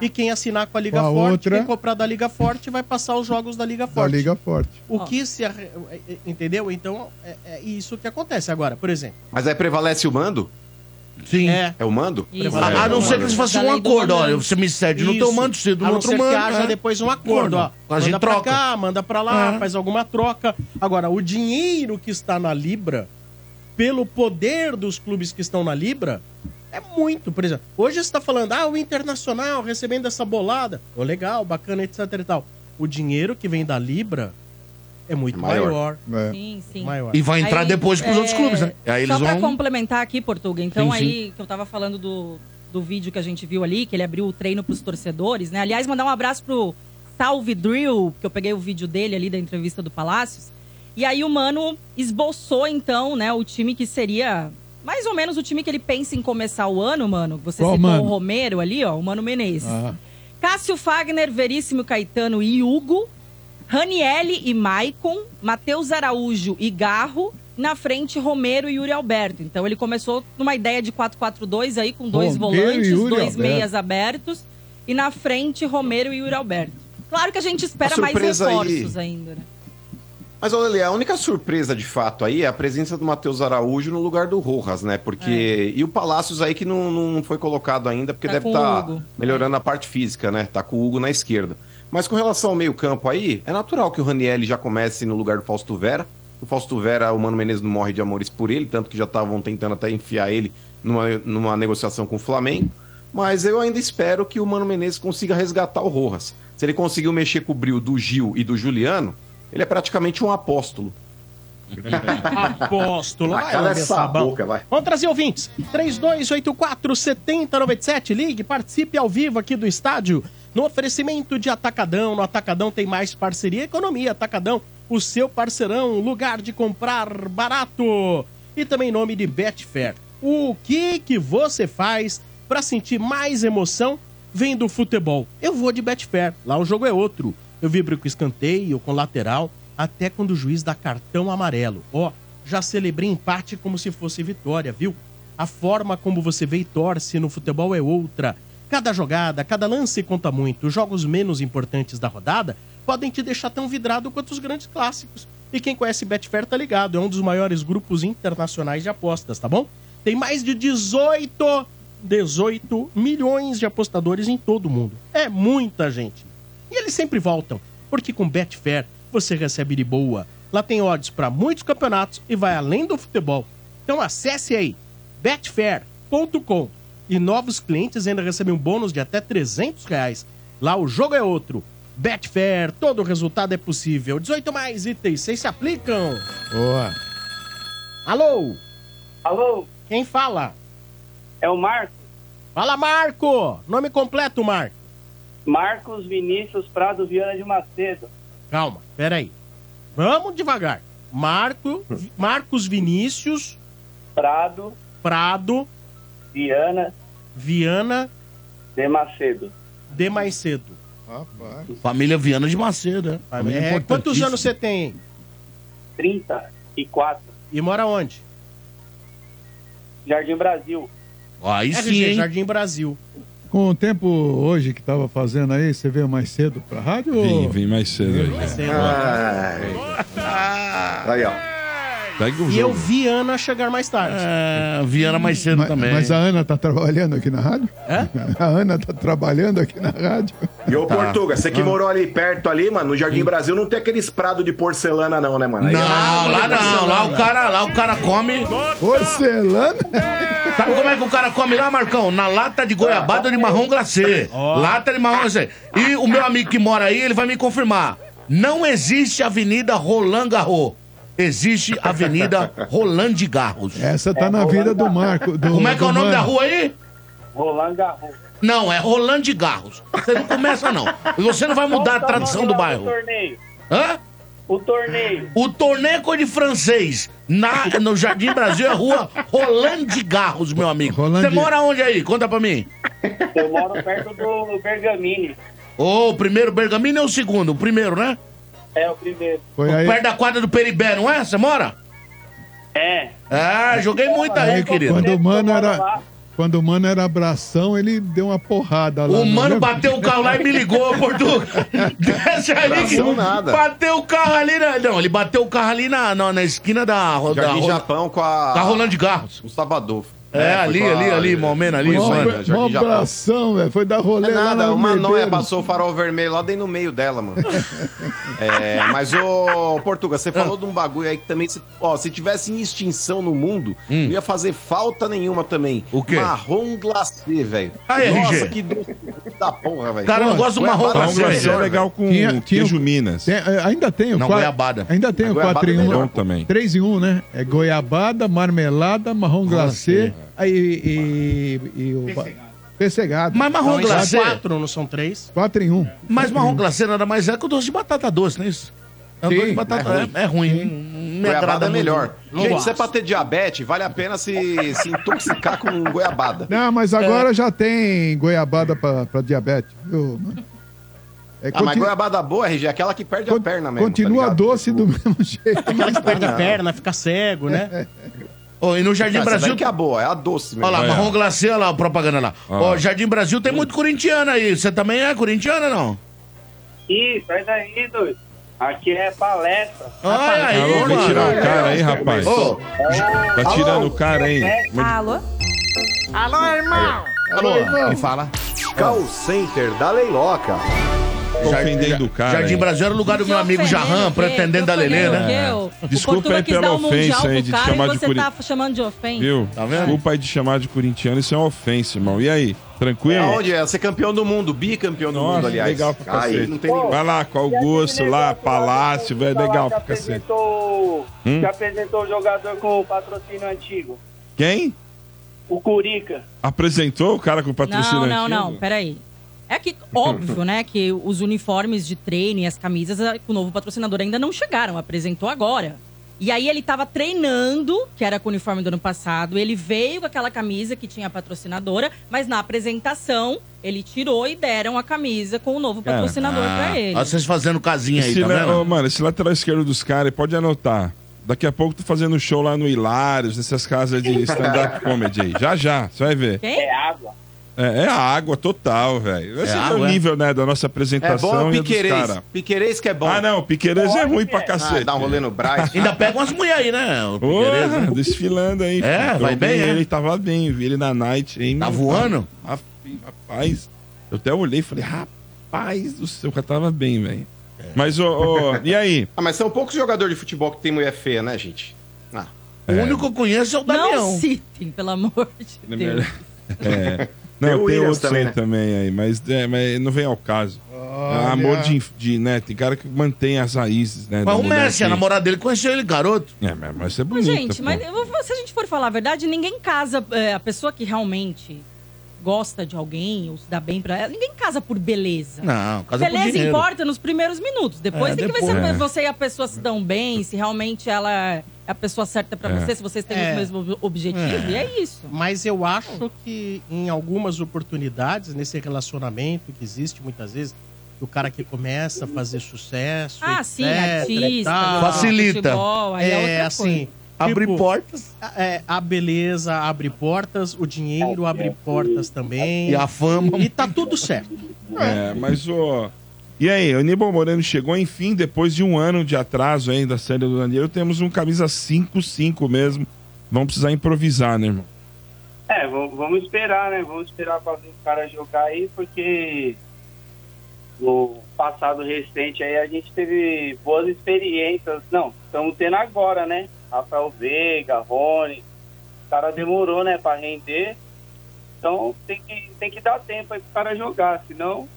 A: E quem assinar com a Liga
D: Com a
A: Forte,
D: outra-
A: quem comprar da Liga Forte, vai passar os jogos da Liga
D: Da
A: Forte.
D: Liga Forte.
A: O que se. arre- é, é, Entendeu? Então, é, é isso que acontece agora, por exemplo.
G: Mas aí prevalece o mando?
C: Sim.
A: É,
G: o mando?
A: Prevalece.
C: A, a não ser que eles façam um acordo, olha, você me cede no teu
A: Isso.
C: mando, cedo no
A: A não
C: outro
A: ser
C: mando.
A: que haja
C: é.
A: depois um acordo, ó.
C: A gente
A: Manda pra
C: troca.
A: cá, manda pra lá,
C: É.
A: faz alguma troca. Agora, o dinheiro que está na Libra, pelo poder dos clubes que estão na Libra, é muito. Por exemplo, hoje você está falando, ah, o Internacional recebendo essa bolada. Ô, legal, bacana, etc e tal. O dinheiro que vem da Libra é muito maior.
C: maior.
F: É.
B: Sim, sim.
A: Maior.
C: E vai entrar
B: Aí,
C: depois pros
B: é,
C: outros clubes, né? E aí
B: só
C: eles
B: pra
C: vão.
B: complementar aqui, Portuga, então
C: Sim,
B: aí que eu tava falando do, do vídeo que a gente viu ali, que ele abriu o treino pros torcedores, né? Aliás, mandar um abraço pro Salve Drill, porque eu peguei o vídeo dele ali da entrevista do Palácios. E aí o Mano esboçou, então, né, o time que seria mais ou menos o time que ele pensa em começar o ano, Mano. Você
E: Qual
B: citou
E: Mano?
B: o Romero ali, ó, o Mano Menezes.
E: Ah.
B: Cássio Fagner, Veríssimo Caetano e Hugo. Raniele e Maicon. Matheus Araújo e Garro. Na frente, Romero e Yuri Alberto. Então ele começou numa ideia de 4-4-2 aí, com dois
E: Romero e
B: volantes,
E: Yuri
B: dois
E: Alberto.
B: meias abertos. E na frente, Romero e Yuri Alberto. Claro que a gente espera
G: A
B: mais
G: surpresa aí-
B: reforços ainda, né?
G: Mas, olha, ali, a única surpresa de fato aí é a presença do Matheus Araújo no lugar do Rojas, né? Porque. E o Palácios aí que não, não foi colocado ainda, porque
B: É. Tá
G: deve
B: com o
G: estar
B: Hugo.
G: melhorando a parte física, né? Tá com o Hugo na esquerda. Mas com relação ao meio-campo aí, é natural que o Ranielli já comece no lugar do Fausto Vera. O Fausto Vera, o Mano Menezes não morre de amores por ele, tanto que já estavam tentando até enfiar ele numa, numa negociação com o Flamengo. Mas eu ainda espero que o Mano Menezes consiga resgatar o Rojas. Se ele conseguiu mexer com o brilho do Gil e do Juliano, ele é praticamente um apóstolo.
A: Apóstolo.
G: Ah, cala
A: Vai,
G: essa
A: Sabão.
G: boca, vai.
A: Vamos trazer ouvintes. 3284 7097. Ligue, participe ao vivo aqui do estádio. No oferecimento de Atacadão. No Atacadão tem mais parceria e economia. Atacadão, o seu parceirão. um Lugar de comprar barato. E também em nome de Betfair. O que que você faz para sentir mais emoção vendo futebol? Eu vou de Betfair. Lá o jogo é outro. Eu vibro com escanteio, com lateral, até quando o juiz dá cartão amarelo. Ó, já celebrei empate como se fosse vitória, viu? A forma como você vê e torce no futebol é outra. Cada jogada, cada lance conta muito. Os jogos menos importantes da rodada podem te deixar tão vidrado quanto os grandes clássicos. E quem conhece Betfair tá ligado, é um dos maiores grupos internacionais de apostas, tá bom? Tem mais de 18, 18 milhões de apostadores em todo o mundo. É muita gente. E eles sempre voltam, porque com Betfair você recebe de boa. Lá tem odds para muitos campeonatos e vai além do futebol. Então acesse aí betfair.com e novos clientes ainda recebem um bônus de até 300 reais. Lá o jogo é outro. Betfair, todo resultado é possível. 18 mais itens, 6 se aplicam.
E: Boa.
A: Alô,
L: Alô,
A: quem fala?
L: é o Marco?
A: Fala Marco! Nome completo, Marco.
L: Marcos Vinícius Prado Viana de Macedo.
A: Calma, peraí. Vamos devagar. Marco, Marcos Vinícius,
L: Hum. Prado,
A: Prado,
L: Viana,
A: Viana
L: De Macedo.
A: de mais cedo.
D: Rapaz.
C: Família Viana de Macedo, né? Família
A: É,
C: importantíssima.
A: quantos anos você tem?
L: 34.
A: E mora onde?
L: Jardim Brasil.
C: Aí
A: RG,
D: sim, hein?
A: É, Jardim Brasil.
D: Com o tempo hoje que tava fazendo aí, você veio mais cedo pra rádio?
F: Vim,
D: ou-
F: vim mais cedo aí. né?
N: Aí, ó.
F: Segue o
A: E eu
F: um jogo.
A: vi Ana chegar mais tarde.
C: É, Viana mais cedo
D: Ma-
C: também.
D: Mas a Ana tá trabalhando aqui na rádio? A Ana tá trabalhando aqui na rádio?
N: E ô,
D: Tá.
N: Portuga, você que
D: Ah.
N: morou ali perto ali, mano, no Jardim Brasil não tem aqueles prados de porcelana, não, né, mano? Aí é
C: Não, lá não, lá o cara, lá o cara come.
D: Porcelana?
C: Sabe como é que o cara come lá, Marcão? Na lata de goiabada de marrom glacê. Lata de marrom glacê. E o meu amigo que mora aí, ele vai me confirmar. Não existe Avenida Roland Garros. Existe Avenida Roland de Garros.
D: Essa tá na vida do Marco. do-
C: Como é que é
D: do
C: o nome da
D: Mano.
C: rua aí?
L: Roland Garros.
C: Não, é Roland de Garros. Você não começa, não. Você não vai mudar a
L: Qual que é o
C: tradição
L: nome
C: do
L: lá
C: bairro.
L: torneio.
C: Hã?
L: O torneio.
C: O torneio é coisa de francês. Na, no Jardim Brasil é rua Roland de Garros, meu amigo. Você mora onde aí? Conta pra mim.
L: Eu moro perto do Bergamini.
C: Ô, o primeiro Bergamino ou o segundo? O primeiro, né?
L: É o primeiro.
C: Perto da quadra do Peribé, não é? Você mora?
L: É.
C: Ah, joguei muito aí, querido.
D: Quando o mano era. Quando o mano era abração, ele deu uma porrada lá.
C: O
D: não
C: mano
D: lembra?
C: bateu o carro lá e me ligou, Portuga. Desce ali que...
D: Abração nada.
C: Bateu o carro ali na... Não, ele bateu o carro ali na, na, na esquina da... da
G: Jardim
C: da-
G: Japão com a.
C: Tá rolando de garros.
G: Gustavo Adolfo.
C: É, ali,
G: foi com
C: ali, ali, mais ou menos ali,
G: Foi
C: isso aí.
G: né, Jardim
D: Mó
G: Japão.
D: abração, velho. Foi dar rolê
G: É
D: lá
G: nada,
D: na
G: uma
D: Medeiros.
G: noia passou o farol vermelho lá dentro no meio dela, mano. É, mas, ô, Portuga, você falou de um bagulho aí que também, se, ó, se tivesse em extinção no mundo, não ia fazer falta nenhuma também. O
C: Hum. quê? Ah,
G: Marrom glacê, velho.
C: Aí,
G: Nossa,
C: RG.
G: que doce da porra, velho.
C: Cara, eu gosto do marrom
G: Goiabada
C: glacê,
G: sempre,
C: é
G: velho.
F: assim, legal com queijo Minas.
D: Tem- é, ainda tem o
F: Não,
D: qua-
F: goiabada.
D: Ainda tem
F: A
D: o
F: goiabada
D: 4 em
F: é
D: 1.
F: melhor também.
D: 3 em 1, né? É goiabada, marmelada, marrom glacê
F: é.
D: aí, e, e, e o. ba- Pessegado.
C: Mas marrom
D: Então,
C: glacê-
D: ainda-
A: Quatro, não são três?
D: Quatro em um.
C: Mas marrom glacê nada mais é que o doce de batata doce, não é isso? É o doce de batata é ruim. É, ruim. Não me
G: Goiabada
C: agrada
G: é
C: muito.
G: melhor.
C: Não
G: Gente,
C: gosto.
G: se é pra ter diabetes, vale a pena se, se intoxicar com goiabada. É.
D: Não,
F: É.
D: mas agora já tem goiabada pra, pra diabetes. viu, mano? É,
G: Ah, mas
D: continu-
G: goiabada boa, RG, é aquela que perde a perna mesmo. tá
D: continua doce do mesmo jeito.
A: Aquela é que perde a
G: Não.
A: perna, fica cego, né?
C: Ô, e no Jardim
G: Essa
C: Brasil.
G: daí que é a boa, é a doce mesmo.
C: Olha lá,
G: Olha.
C: marrom glacê, olha lá, a propaganda lá. Ó, Jardim Brasil tem muito corintiano aí. Você também é corintiano não?
L: Ih, sai daí, doido. Aqui é palestra. tá
C: Olha aí,
F: Alô, vem
C: mano.
F: tirar o cara aí, rapaz.
C: Ô,
F: Tá tirando o cara aí.
B: Alô? Alô, irmão?
C: Alô, quem fala?
N: Call Center da Leiloca.
F: Tô ofendendo o cara.
C: Jardim
F: hein?
G: é
C: Brasil era o lugar do meu amigo Jahan, pretendente da Lelê, né?
F: É. Desculpa aí pela
B: um
F: ofensa aí de te chamar de
B: você
F: curi-
B: tá chamando de ofensa.
F: Viu?
C: Tá vendo?
F: Desculpa aí de chamar de corintiano, isso é uma ofensa, irmão. E aí? Tranquilo?
G: Aonde é? Ser campeão do mundo, bicampeão do
F: Nossa,
G: mundo, aliás.
F: legal pra
G: Aí,
F: cacete.
G: não tem É ninguém.
F: Vai lá com Augusto, lá, Palácio, velho, legal pra
L: que
F: cacete.
L: apresentou,
F: Hum?
L: que apresentou o jogador com o patrocínio antigo.
F: Quem?
L: O Curica.
F: Apresentou o cara com patrocínio
B: Não, não,
F: antigo?
B: não, peraí. É que, óbvio, né, que os uniformes de treino e as camisas eh, com o novo patrocinador ainda não chegaram, apresentou agora. E aí ele tava treinando, que era com o uniforme do ano passado, ele veio com aquela camisa que tinha a patrocinadora, mas na apresentação ele tirou e deram a camisa com o novo
F: Cara,
B: patrocinador pra ele.
C: Ó, vocês fazendo casinha aí,
F: Esse
C: tá
F: la-
C: vendo?
F: ô, mano, esse lateral esquerdo dos caras, pode anotar. Daqui a pouco tô fazendo show lá no Hilários, nessas casas de stand-up comedy aí. Já, já, você vai ver.
B: Quem? É
L: água.
F: É, é a água total, velho. Esse é, o
G: água, é?
F: nível, né, da nossa
G: É
F: apresentação
G: bom
F: e a dos
G: Piquerez.
F: caras.
G: Piquerez que é bom.
F: Ah, não, Piqueires é ruim pra cacete.
G: Ah, dá um rolê no Braz.
C: Ainda pega umas mulheres aí, né? o Piqueires,
F: Porra,
C: né?
F: desfilando aí.
C: É,
F: filho.
C: vai
F: Eu
C: bem,
F: vi
C: é?
F: Ele tava bem, eu vi ele na night. Hein,
C: Tá
F: meu,
C: voando?
F: Tá, rapaz, eu até olhei e falei, rapaz do céu, o cara tava bem, velho.
C: É.
F: Mas, ô, ô, e aí?
G: Ah, mas são poucos jogadores de futebol que tem mulher feia, né, gente? Ah.
C: O único que eu conheço é o
B: Não
C: Damião.
B: citem, pelo amor de Deus.
F: É. Não,
G: Tem o
F: tem,
G: Williams
F: outros
G: também,
F: aí
G: né?
F: também aí, mas, é, mas não vem ao caso. É
D: Olha.
F: Amor de, inf- de, né, tem cara que mantém as raízes, né?
C: Mas
F: da
C: o
F: mulher,
C: Messi, a
F: assim.
C: namorada dele, conheceu ele, garoto.
F: É, mas, mas é
B: Mas,
F: bonito.
B: gente, mas eu vou- se a gente for falar a verdade, ninguém casa. é, a pessoa que realmente gosta de alguém ou se dá bem pra ela. Ninguém casa por beleza.
C: Não, casa por
B: beleza
C: dinheiro.
B: importa nos primeiros minutos. Depois
C: É,
B: tem que ver
C: depois.
B: se
C: É.
B: você e a pessoa se dão bem, se realmente ela é a pessoa certa pra
A: É.
B: você, se vocês têm
A: É.
B: os mesmos ob- objetivos. E é isso.
A: Mas eu acho que em algumas oportunidades, nesse relacionamento que existe muitas vezes, o cara que começa a fazer sucesso.
B: Ah,
A: etc,
B: sim, artista,
A: e tal.
C: Facilita. futebol, aí é outra coisa. Abre portas.
A: É, a beleza abre portas, o dinheiro abre portas também.
F: E a fama.
A: E tá tudo certo.
F: É, mas o. E aí, o Aníbal Moreno chegou, enfim, depois de um ano de atraso aí da série do Danilo, temos um camisa 5-5 mesmo. Vamos precisar improvisar, né, irmão?
L: É, v- vamos esperar, né? Vamos esperar pra ver o cara jogar aí, porque no passado recente aí a gente teve boas experiências. Não, estamos tendo agora, né? Rafael Veiga, Rony. O cara demorou, né, pra render. Então tem que, tem que dar tempo aí pro cara jogar, senão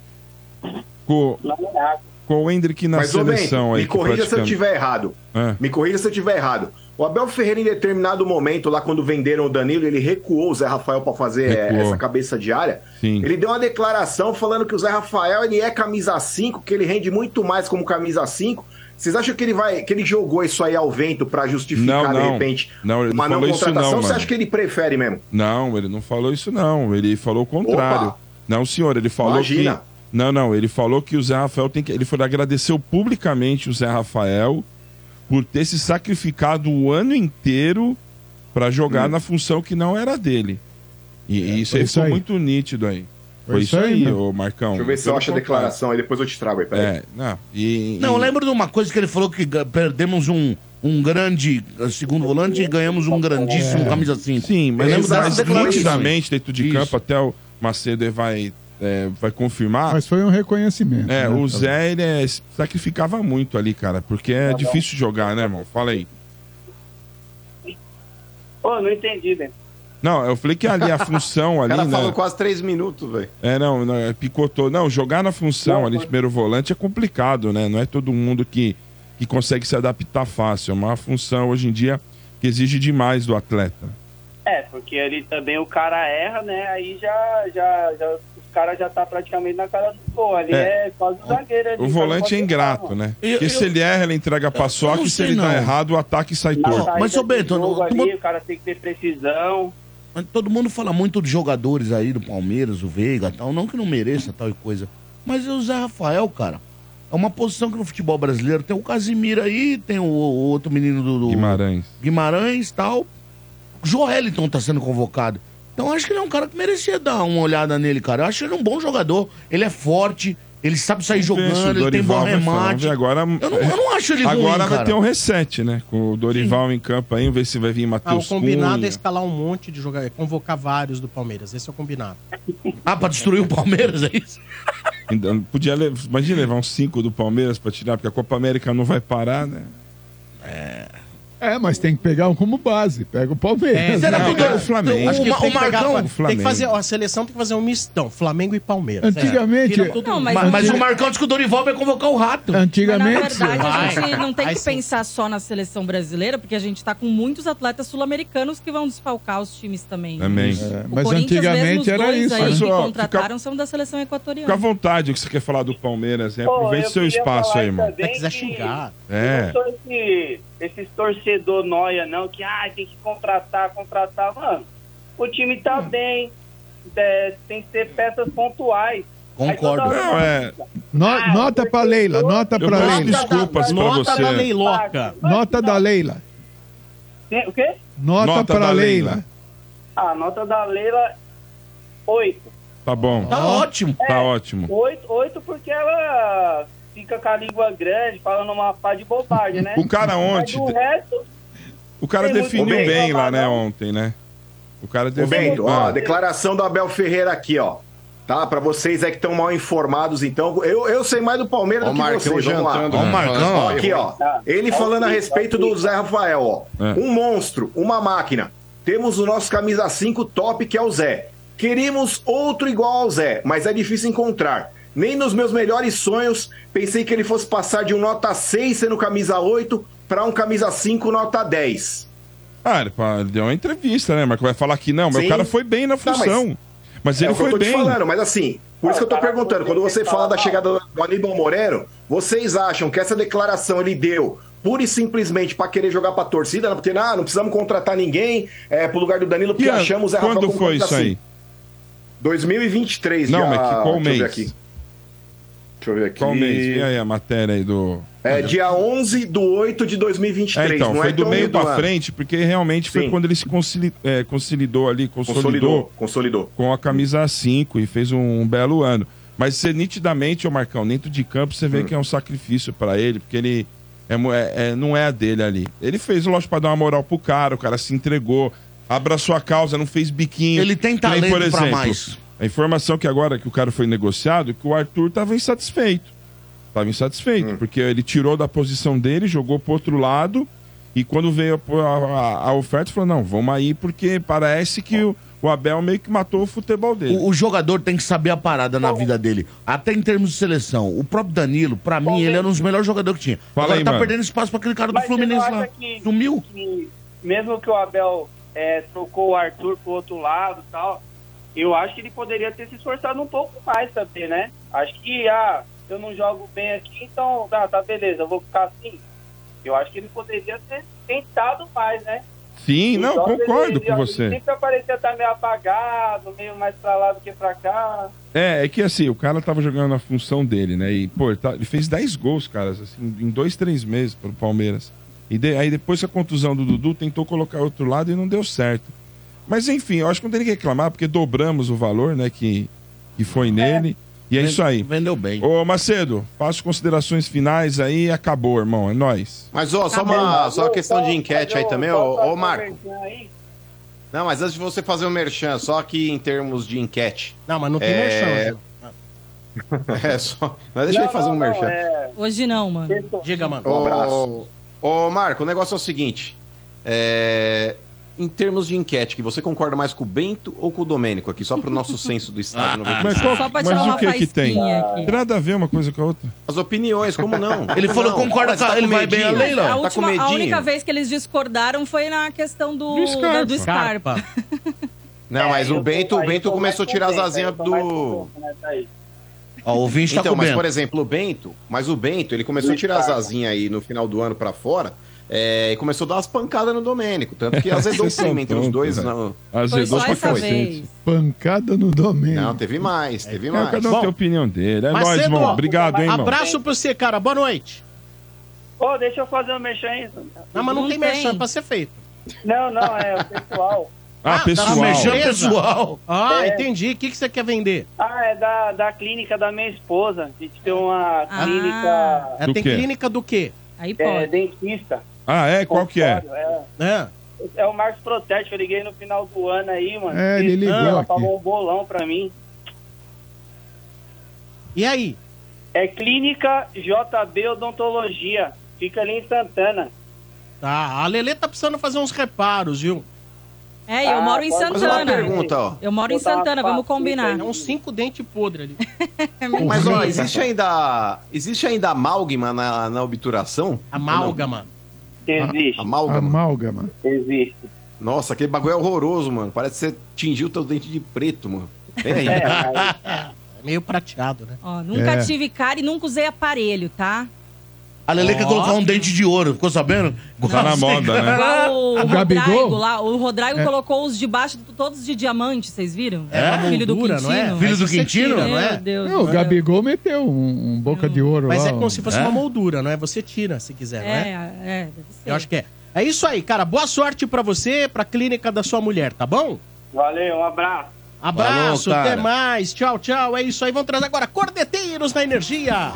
F: Com,
L: não é nada.
F: com o Hendrick na
G: Mas, ô, Ben,
F: seleção aí.
G: me
F: que
G: corrija se eu
F: praticamente-
G: estiver errado.
F: É.
G: Me corrija se eu estiver errado. O Abel Ferreira, em determinado momento, lá quando venderam o Danilo, ele recuou o Zé Rafael pra fazer eh,
F: Recuou.
G: essa cabeça de área.
F: Sim.
G: Ele deu uma declaração falando que o Zé Rafael ele é camisa 5, que ele rende muito mais como camisa 5. Vocês acham que ele vai, que ele jogou isso aí ao vento pra justificar
F: Não,
G: de
F: não.
G: repente
F: Não, ele não
G: uma não
F: falou isso
G: contratação?
F: não,
G: Você
F: mano.
G: acha que ele prefere mesmo?
F: Não, ele não falou isso não. Ele falou o contrário.
G: Opa!
F: Não, senhor, ele falou
G: Imagina.
F: que Não, não, ele falou que o Zé Rafael tem que ele foi agradeceu publicamente o Zé Rafael por ter se sacrificado o ano inteiro pra jogar na função que não era dele. E, e isso
G: foi
F: aí
G: Hum. É, isso
F: ficou
G: aí.
F: muito nítido aí. Foi,
G: Foi
F: isso
G: isso aí,
F: aí,
G: meu.
F: ô Marcão.
G: Deixa eu ver se eu
F: Pelo
G: acho a
F: contrário.
G: declaração aí, depois eu te trago aí, peraí.
F: É, não, e,
C: Não, eu
F: e-
C: lembro de uma coisa que ele falou que ga- perdemos um, um grande eh, segundo volante e ganhamos um grandíssimo camisa 5.
F: Sim, mas,
C: lembro dessa
F: mas
C: declaração.
F: nitidamente dentro de
C: Isso.
F: campo, até o Macedo vai, é, vai confirmar.
H: Mas foi um reconhecimento.
F: É,
H: né?
D: Uhum.
F: o
D: Tá
F: Zé, ele é- sacrificava muito ali, cara, porque é difícil jogar, né, irmão? Fala aí.
L: Pô, não entendi, né?
F: Não, eu falei que ali a função
E: O
F: ali,
E: cara falou
F: né?
E: quase três minutos, velho.
F: É, não, não, é, picotou. Não, jogar na função ali de primeiro volante é complicado, né? Não é todo mundo que, que consegue se adaptar fácil. É uma função hoje em dia que exige demais do atleta.
L: É, porque ali também o cara erra, né? Aí já, já, já os caras já tá praticamente na cara do gol. Ali
F: É.
L: é, quase um zagueiro. ali,
F: O
L: cara
F: volante é
L: pode
F: ingrato, né? Porque se ele erra, ele entrega paçoca,
L: eu
F: e
L: não
F: se
L: sei
F: ele
L: não.
F: dá errado, o ataque sai
L: Na
F: torto.
L: saída do jogo
C: tu
L: tá ali, O cara tem que ter precisão.
C: Mas Todo mundo fala muito de jogadores aí do Palmeiras, o Veiga tal. Não que não mereça tal e coisa. Mas o Zé Rafael, cara, é uma posição que no futebol brasileiro tem o Casimiro aí, tem o, o outro menino do, do-
F: Guimarães.
C: Guimarães tal. Joeliton tá sendo convocado. Então acho que ele é um cara que merecia dar uma olhada nele, cara. Eu acho ele um bom jogador. Ele é forte, ele sabe sair
F: Pensa, o
C: jogando, ele tem bom
F: Dorival vai falar,
C: remate.
F: vê Agora,
C: Eu não- eu não acho ele ruim,
F: Agora vai
C: cara.
F: ter um reset, né? Com o Dorival em campo aí, vamos ver se vai vir
A: Ah, o
F: Matheus
A: combinado é
F: Cunha.
A: escalar um monte de jogadores, convocar vários do Palmeiras. Esse é o combinado.
C: Ah, pra destruir o Palmeiras, é isso?
F: Ainda- Então, Podia le... Imagina levar uns cinco do Palmeiras pra tirar, porque a Copa América não vai parar, né?
H: É, mas tem que pegar um como base. Pega o
A: É,
H: Palmeiras.
A: será
H: né?
A: que o- Acho que
H: Ma-
A: tem que pegar-
H: Marcão-
A: Tem que fazer, ó, a seleção tem que fazer um mistão, Flamengo e Palmeiras. é.
H: Antigamente-
A: Tira todo
B: Não,
A: mundo.
B: mas-
C: Mas, mas o Marcão disse que o Dorival vai convocar o Rato.
B: Mas, na verdade, a gente não tem
C: Vai
B: que
C: sim.
B: pensar só na seleção brasileira, porque a gente tá com muitos atletas sul-americanos que vão desfalcar os times também.
F: Também.
H: É,
B: O
H: mas
B: Corinthians
H: antigamente
B: mesmo, os
H: era
B: dois
H: isso.
B: Aí
F: Mas,
B: que
F: ó,
B: contrataram são da seleção equatoriana.
F: Fica à vontade o que você quer falar do Palmeiras, né?
L: Pô,
F: Aproveite
L: eu
F: seu
L: queria
F: espaço
L: falar
F: aí, mano.
L: também Se quiser que- xingar.
F: É.
L: Não sou esse, esses torcedor noia, não, que ah, tem que contratar, contratar. Mano, o time tá bem, é, tem que ser peças pontuais. Aí tá
H: Concordo.
L: toda hora-
H: Não,
F: é-
H: No- nota pra Leila, nota
L: Eu
H: pra
L: peço
H: Leila.
L: desculpas pra Nota você. da Leiloca.
H: Nota da Leila.
L: Tem- O quê?
H: Nota,
F: Nota
H: pra
F: da
H: Leila.
L: A nota da Leila, 8.
F: Tá bom.
L: Tá ótimo.
F: Tá ótimo.
L: 8, porque ela fica com a língua grande, falando uma pá de bobagem, né?
F: O cara
L: Mas
F: ontem-
L: O resto,
F: O cara
L: Tem muito
F: definiu
L: bem.
F: bem lá, né, ontem, né? O cara
G: Ô, Bento,
F: definiu.
G: ó,
F: Ah,
G: declaração do Abel Ferreira aqui, ó. Tá? Pra vocês aí que estão mal informados, então. Eu, eu sei mais do
E: Ó
G: Palmeiras do
E: o
G: que
E: Marcão
G: vocês. Vamos lá.
E: jantando, Ó o né? Marcão,
G: Ó,
E: ó.
G: aqui, ó. Ele falando a respeito do Zé Rafael, ó.
E: É.
G: Um monstro, uma máquina. Temos o nosso camisa 5 top, que é o Zé. Queríamos outro igual ao Zé, mas é difícil encontrar. Nem nos meus melhores sonhos pensei que ele fosse passar de um nota 6 sendo camisa 8 pra um camisa 5 nota 10.
F: Ah, ele fa- deu uma entrevista, né, Marco? Vai falar que não, mas
G: Sim.
F: o cara foi bem na
G: Tá, mas-
F: função. mas... Mas ele
G: é o que
F: foi
G: eu tô
F: bem.
G: te falando, mas assim, por isso que eu tô perguntando, quando você fala da chegada do- do Aníbal Moreno, vocês acham que essa declaração ele deu pura e simplesmente pra querer jogar pra torcida, porque ah, não precisamos contratar ninguém é, pro lugar do Danilo, porque
F: E a-
G: achamos o Zé Rafael
F: quando
G: como tá
F: foi isso
G: contrassim.
F: aí?
G: 2023,
F: Não,
G: já-
F: mas que, qual
G: Ah, deixa eu ver
F: mês?
G: aqui. Deixa eu ver aqui.
F: Qual mês? E aí a matéria aí do...
G: É dia 11 do 8 de 2023,
F: É, então,
G: não
F: foi
G: é
F: do
G: tão
F: meio
G: indo lá.
F: pra frente, porque realmente foi
G: Sim.
F: quando ele se concili- é, consolidou ali, consolidou,
G: Consolidou, consolidou.
F: com a camisa 5 e fez um, belo ano. Mas você nitidamente, ô Marcão, dentro de campo você
C: Hum.
F: vê que é um sacrifício pra ele, porque ele é mo- é- é- não é a dele ali. Ele fez, lógico, pra dar uma moral pro cara, o cara se entregou, abraçou a causa, não fez biquinho.
C: Ele tem
F: Que nem,
C: talento pra mais.
F: A informação que agora que o cara foi negociado, que o Arthur tava insatisfeito estava insatisfeito, porque ele tirou da posição dele, jogou pro outro lado, e quando veio a, a- a oferta, falou, não, vamos aí, porque parece que o, o Abel meio que matou o futebol dele.
C: O, o jogador tem que saber a parada na vida dele. Até em termos de seleção. O próprio Danilo, pra mim, ele era um dos melhores jogadores que tinha.
F: Fala
C: Agora
F: aí,
C: tá
F: mano.
C: perdendo espaço pra aquele cara do
L: Mas você não
C: Fluminense
L: acha
C: lá.
L: que-
C: Sumiu.
L: que mesmo que o Abel eh, trocou o Arthur pro outro lado e tal, eu acho que ele poderia ter se esforçado um pouco mais também, né? Acho que, ah, eu não jogo bem aqui, então, tá, tá beleza, eu vou ficar assim. Eu acho que ele poderia ter tentado mais, né?
F: Sim, não,
L: Então, ele-
F: concordo
L: ele-
F: com
L: Ele
F: você.
L: sempre aparecia estar meio apagado, meio mais pra lá do que pra cá.
F: É, é que assim, o cara tava jogando na função dele, né? E, pô, ele, tá- ele fez 10 gols, cara, assim, em dois, três meses pro Palmeiras. E de- aí depois a contusão do Dudu tentou colocar outro lado e não deu certo. Mas enfim, eu acho que não tem que reclamar, porque dobramos o valor, né, que, que foi nele. E é isso aí.
C: Vendeu bem.
F: Ô, Macedo, faço considerações finais aí e acabou, irmão. É nóis.
E: Mas, ó, só uma, só uma questão de enquete aí também, ô, ô Marco. Não, mas antes de você fazer o merchan, só aqui em termos de enquete.
A: Não, mas não tem merchan, né?
E: É só. Mas deixa ele fazer um merchan.
L: é-
B: Hoje não, mano.
A: Diga, mano.
L: Um
E: Ô, Ô, Marco, o negócio é o seguinte. é, Em termos de enquete, que você concorda mais com o Bento ou com o Domênico aqui? Só pro nosso censo do estádio.
F: Ah, Mas, qual-
E: Ah, Só pra
F: mas
E: tirar
F: o
E: uma
F: que que tem?
E: faísquinha aqui.
F: Tem Nada a ver uma coisa com a outra.
E: As opiniões, como não?
F: Ele falou, concorda
E: Mas tá
F: com- ele vai bem
E: medinho?
F: além, Leila?
B: A,
E: Tá com
B: última, a
E: medinho?
B: única vez que eles discordaram foi na questão do,
E: Do
B: do
E: Scarpa.
B: Scarpa. Do Scarpa.
E: Não, mas o Bento, o
L: aí É, eu
E: Bento
L: tô
E: começou a
L: mais
E: tirar as
L: contente,
E: asinhas
L: aí eu tô mais
E: do.
L: contente nessa aí.
C: Ó, o ouvinte tá
E: então, mas
C: comendo.
E: por exemplo, o Bento, mas o Bento, ele começou a tirar as asinhas aí no final do ano pra fora é, e começou a dar umas pancadas no Domênico. Tanto que azedou o
F: Vocês são
E: clima entre os
F: tontos,
E: dois.
F: velho.
E: Não,
F: Azedou pra cacete.
H: Pancada no domínio.
E: não, teve mais, teve
F: Não,
E: mais.
F: cada um tem a opinião dele. É
E: Mas
F: nóis,
E: cedo,
F: irmão.
E: ó,
F: Obrigado, hein, irmão.
A: Abraço pra você, cara. Boa noite.
L: Ô, deixa eu fazer um merchan aí.
A: Não, mas não, tem merchan pra ser feito.
L: Não, não, é o pessoal.
F: Ah, pessoal.
A: Beleza.
L: pessoal.
A: tá Ah,
L: É.
A: entendi. O que, que você quer vender?
L: Ah, é da, da clínica da minha esposa. A gente tem uma clínica.
A: É,
F: Do
A: tem
F: quê?
A: clínica do quê?
B: Ah. Aí
L: É, dentista.
F: Ah, é? Qual que é?
L: É,
A: É.
L: é o Marcos Protético. Eu liguei no final do ano aí, mano.
F: É, ele ligou
L: Ela
F: aqui.
L: pagou um bolão pra mim.
A: E aí?
L: É Clínica JB Odontologia. Fica ali em Santana.
A: Tá, a Lelê tá precisando fazer uns reparos, viu?
B: É, eu
A: Ah,
B: moro em
A: pode fazer uma
B: Santana.
A: pergunta, ó.
B: Eu moro em
A: Vou dar uma
B: Santana, vamos
A: fatura
B: combinar.
A: aí. É uns cinco dentes podres ali.
E: Mas ó, existe ainda. Existe ainda amálgama na, na obturação?
A: Amálgama.
L: Existe.
E: Amálgama.
H: Amálgama.
L: Existe.
E: Nossa, aquele bagulho é horroroso, mano. Parece que você tingiu teu dente de preto, mano. Tem aí.
A: É, Meio prateado, né?
B: Ó, nunca
C: É.
B: tive cara e nunca usei aparelho, tá?
C: A Lele quer
B: Ó.
C: colocar um dente de ouro, ficou sabendo?
F: Tá na moda, né?
B: Igual O,
C: O Gabigol?
B: Rodrigo lá, o Rodrigo
C: É.
B: colocou os de baixo, todos de diamante, vocês viram?
H: É uma
B: Filho do
H: moldura,
B: Quintino.
H: não é? Filho do
B: Aí você
H: Quintino,
B: tira,
H: não é?
B: Meu Deus.
H: Não, o
B: do céu.
H: Gabigol meteu um, um boca de ouro
A: Mas
H: lá.
A: é como se fosse
H: um-
A: uma moldura, não é? Você tira se quiser, não
L: assim.
A: é?
B: É, é, deve ser.
A: Eu acho que é. É isso aí, cara. Boa sorte pra você, pra clínica da sua mulher, tá bom?
L: Valeu, um abraço.
A: Abraço,
L: Falou, cara.
A: até mais. Tchau, tchau. É isso aí. Vamos trazer agora Cordeteiros na Energia.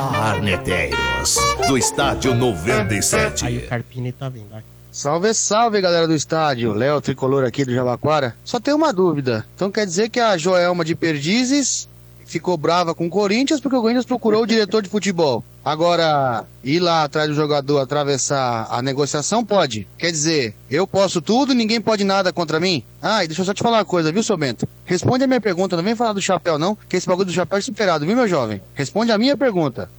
O: Arneteiros, do estádio 97.
A: Aí o Carpini tá vindo. aqui.
P: Salve, salve galera do estádio, Léo Tricolor aqui do Jabaquara. Só tenho uma dúvida, então quer dizer que a Joelma de Perdizes ficou brava com o Corinthians porque o Corinthians procurou o diretor de futebol. Agora, ir lá atrás do jogador atravessar a negociação pode. Quer dizer, eu posso tudo, ninguém pode nada contra mim? Ah, e deixa eu só te falar uma coisa, viu, seu Bento? Responde a minha pergunta, não vem falar do chapéu não, que esse bagulho do chapéu é superado, viu, meu jovem? Responde a minha pergunta.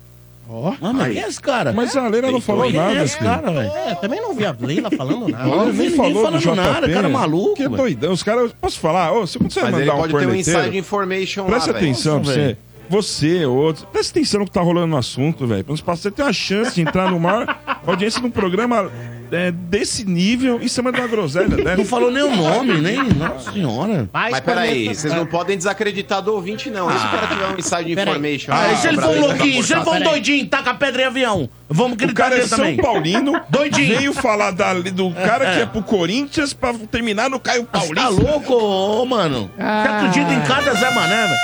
D: Ó,
C: Ah, mas
D: Aí.
C: quem é esse cara?
F: Mas a Leila não
C: Quem
F: falou
C: é
F: nada,
C: esse
F: filho.
C: cara, velho?
A: É, também não vi a Leila falando nada.
F: Olha,
A: Não vi
F: nem
A: ninguém
F: falou do
A: falando
F: JP.
A: nada, cara maluco,
F: Que
A: velho.
F: doidão. Os caras... Posso falar? Ô, se você
E: Mas
F: mandar
E: ele
F: um
E: pode ter um
F: corneteiro-
E: inside information
F: Presta
E: lá, velho.
F: atenção pra
E: Nossa,
F: você.
E: velho.
F: Você, outros. Presta atenção no que tá rolando no assunto, velho. Pra você ter uma chance de entrar no maior audiência de um programa é, desse nível em cima de uma groselha né? dessa.
C: Não falou nem o nome, nem. Nossa senhora.
E: Mas, peraí, vocês
C: Ah.
E: não podem desacreditar do ouvinte, não. E se o cara tiver um inside information? tá
C: Ah, e se ele for um
G: tá
C: louquinho, se ele for um
E: doidinho.
C: doidinho, taca pedra em avião. Vamos
F: O
C: gritar
F: cara é
C: dele
F: São
C: também.
F: Paulino,
C: Doidinho.
F: veio falar da- do cara
C: É.
F: que é pro Corinthians pra terminar no Caio Paulista.
C: Tá louco, ô, mano? Você acredita em cada Zé Mané, velho?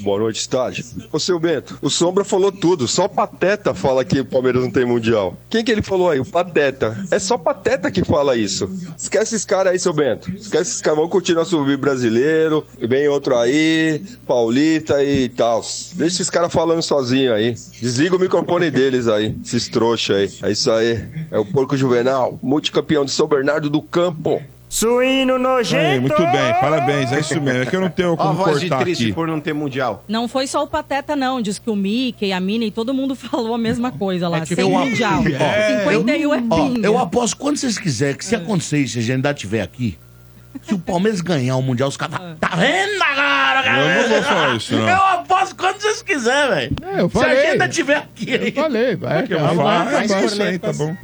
Q: Boa noite, estádio. Ô, seu Bento, o Sombra falou tudo. Só o Pateta fala que o Palmeiras não tem Mundial. Quem que ele falou aí? O Pateta. É só Pateta que fala isso. Esquece esses caras aí, seu Bento. Esquece esses caras. Vamos continuar subir brasileiro. Vem outro aí, Paulita e tal. Deixa esses caras falando sozinho aí. Desliga o microfone deles aí, esses trouxas aí. É isso aí. É o Porco Juvenal, multicampeão de São Bernardo do Campo.
F: Suíno nojento! muito bem, parabéns, é isso mesmo. É que eu não tenho
E: Ó, a
F: como
E: voz de
F: cortar
E: triste
F: aqui.
E: por não ter mundial.
B: Não foi só o Pateta, não. Diz que o Mickey, a Minnie, todo mundo falou a mesma coisa lá. Sem
C: É tipo, eu,
B: é mundial.
C: É,
B: 51 é
C: eu, ó,
B: pinga. É.
C: eu aposto quando vocês quiserem que se acontecer isso, se a gente ainda estiver aqui, se o Palmeiras ganhar o Mundial, os
B: É.
C: caras falam, tá vendo agora, galera?
F: Eu não vou falar isso, não.
C: Eu aposto quando vocês quiserem,
D: É, eu
C: velho. se a
D: falei.
C: gente ainda estiver aqui. Eu
D: falei, vai.
C: é eu
D: cara,
C: vou
D: vai,
C: falar,
D: vai,
C: mas
D: vai.
C: isso aí, tá bom.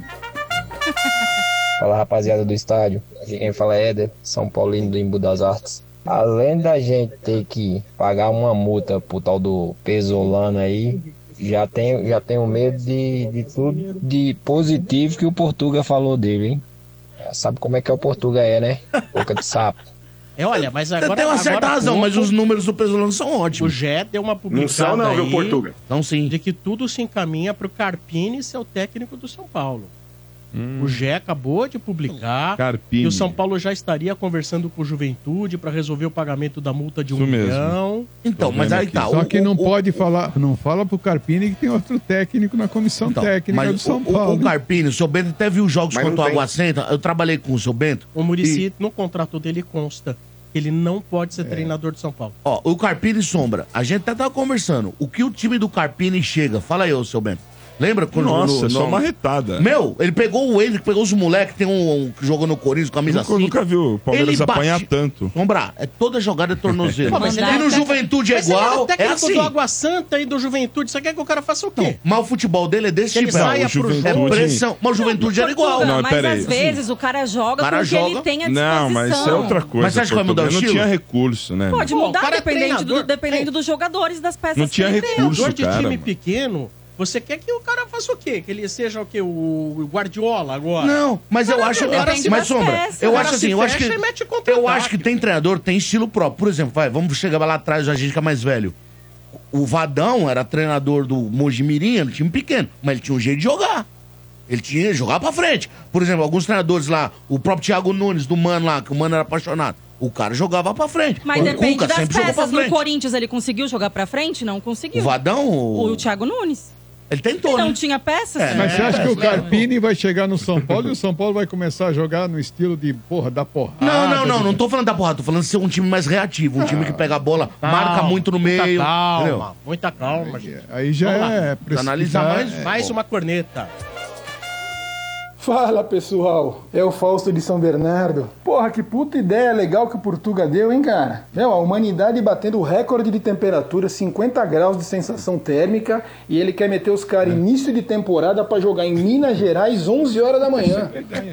R: Fala rapaziada do estádio, aqui quem fala é Éder, São Paulino do Embu das Artes. Além da gente ter que pagar uma multa pro tal do Pesolano aí, já tenho, já tenho medo de, de tudo de positivo que o Portuga falou dele, hein? Já sabe como é que é o Portuga é, né? Boca de sapo.
A: É, olha, mas agora...
C: tem uma certa
A: agora há
C: razão,
A: pouco,
C: mas os números do Pesolano são ótimos.
A: O Gé deu uma publicada aí
C: Não sim.
A: De que tudo se encaminha pro Carpini ser o técnico do São Paulo.
D: Hum.
A: O Gé acabou de publicar
F: Carpini.
A: que o São Paulo já estaria conversando com o Juventude para resolver o pagamento da multa de um
F: Isso mesmo.
A: milhão.
C: Então,
A: tá,
D: Só que não pode falar, não fala pro Carpini que tem outro técnico na comissão
C: Então,
D: técnica
C: mas
D: do São
C: o, o-
D: Paulo.
C: O, Carpini, o seu Bento até viu os jogos
D: Mas
C: contra
D: não
C: o
D: tem.
C: Aguacenta. Eu trabalhei com o seu Bento.
A: O Murici, no contrato dele, consta que ele não pode
C: É.
A: ser treinador de São Paulo.
C: Ó, o Carpini Sombra, a gente até tava conversando. O que o time do Carpini chega? Fala aí, ô seu Bento. Lembra quando
F: Nossa, só uma retada.
C: Meu, ele pegou o ele pegou os moleques, tem um, um que jogou no Corinthians, camisa
F: Nunca- nunca vi o Palmeiras
C: Ele
F: apanhar
C: bate-
F: tanto.
C: Sombra, é toda jogada é tornozelo.
A: Pô, mas ele era
C: e no
A: técnico-
C: Juventude é
A: mas ele era
C: igual.
A: o técnico
C: é assim.
A: do Água Santa e do Juventude. Você quer que o cara faça o quê?
C: Mas o futebol dele é desse
A: Que ele
C: tipo.
A: saia
C: é,
A: pro jogo.
C: é pressão. Mas o Juventude era igual.
B: Não, mas às vezes o cara joga
F: O cara
B: com o que ele
F: joga-
B: tem à disposição.
F: Não, mas isso é outra coisa.
C: Mas você acha que vai mudar o
F: Portugal.
C: estilo?
F: Não tinha recurso, né?
B: Pode
A: Pô, o
B: mudar
A: cara é
B: dependendo,
A: treinador.
B: do- dependendo dos jogadores né? das peças
F: Não tinha
B: que ele tem.
F: recurso,
A: Treinador de
F: cara,
A: time
F: mano.
A: pequeno, você quer que o cara faça o quê? Que ele seja o quê? O Guardiola agora?
C: Não, mas eu
A: Cara,
C: acho.
A: depende
C: Mas,
A: das
C: sombra,
A: peças. O
C: eu
A: cara
C: acho
A: se
C: assim, eu acho que.
A: fecha e mete contra-ataque.
C: Eu acho que tem treinador, tem estilo próprio. Por exemplo, vai, vamos chegar lá atrás da gente que é mais velho. O Vadão era treinador do Mojimirim, era um time pequeno, mas ele tinha um jeito de jogar. Ele tinha jogar pra frente. Por exemplo, alguns treinadores lá, o próprio Thiago Nunes, do Mano lá, que o Mano era apaixonado. O cara jogava pra frente.
B: Mas
C: o
B: depende
C: Cuca
B: das
C: sempre jogou pra
B: peças. No
C: frente.
B: Corinthians ele conseguiu jogar pra frente? Não conseguiu.
C: O Vadão,
B: O,
C: o-
B: Thiago Nunes.
C: Ele tentou,
B: Não
C: né?
B: tinha peças?
D: É, Mas você acha que o
B: Lembra?
D: Carpini vai chegar no São Paulo e o São Paulo vai começar a jogar no estilo de porra da porrada?
C: Não,
A: Ah,
C: não, não, não tô falando da porrada, tô falando de ser um time mais reativo, um time que pega a bola, marca
A: Calma,
C: tá muito no
A: muita
C: meio.
A: Calma,
C: entendeu?
A: muita calma, gente.
D: Aí já
A: Vamos lá.
D: é
A: Precisa analisar mais,
F: é
A: mais uma corneta.
I: Fala pessoal, é o Fausto de São Bernardo. Porra, que puta ideia legal que o Portuga deu, hein, cara? Meu, a humanidade batendo o recorde de temperatura, 50 graus de sensação térmica, e ele quer meter os caras início de temporada pra jogar em Minas Gerais 11 horas da manhã.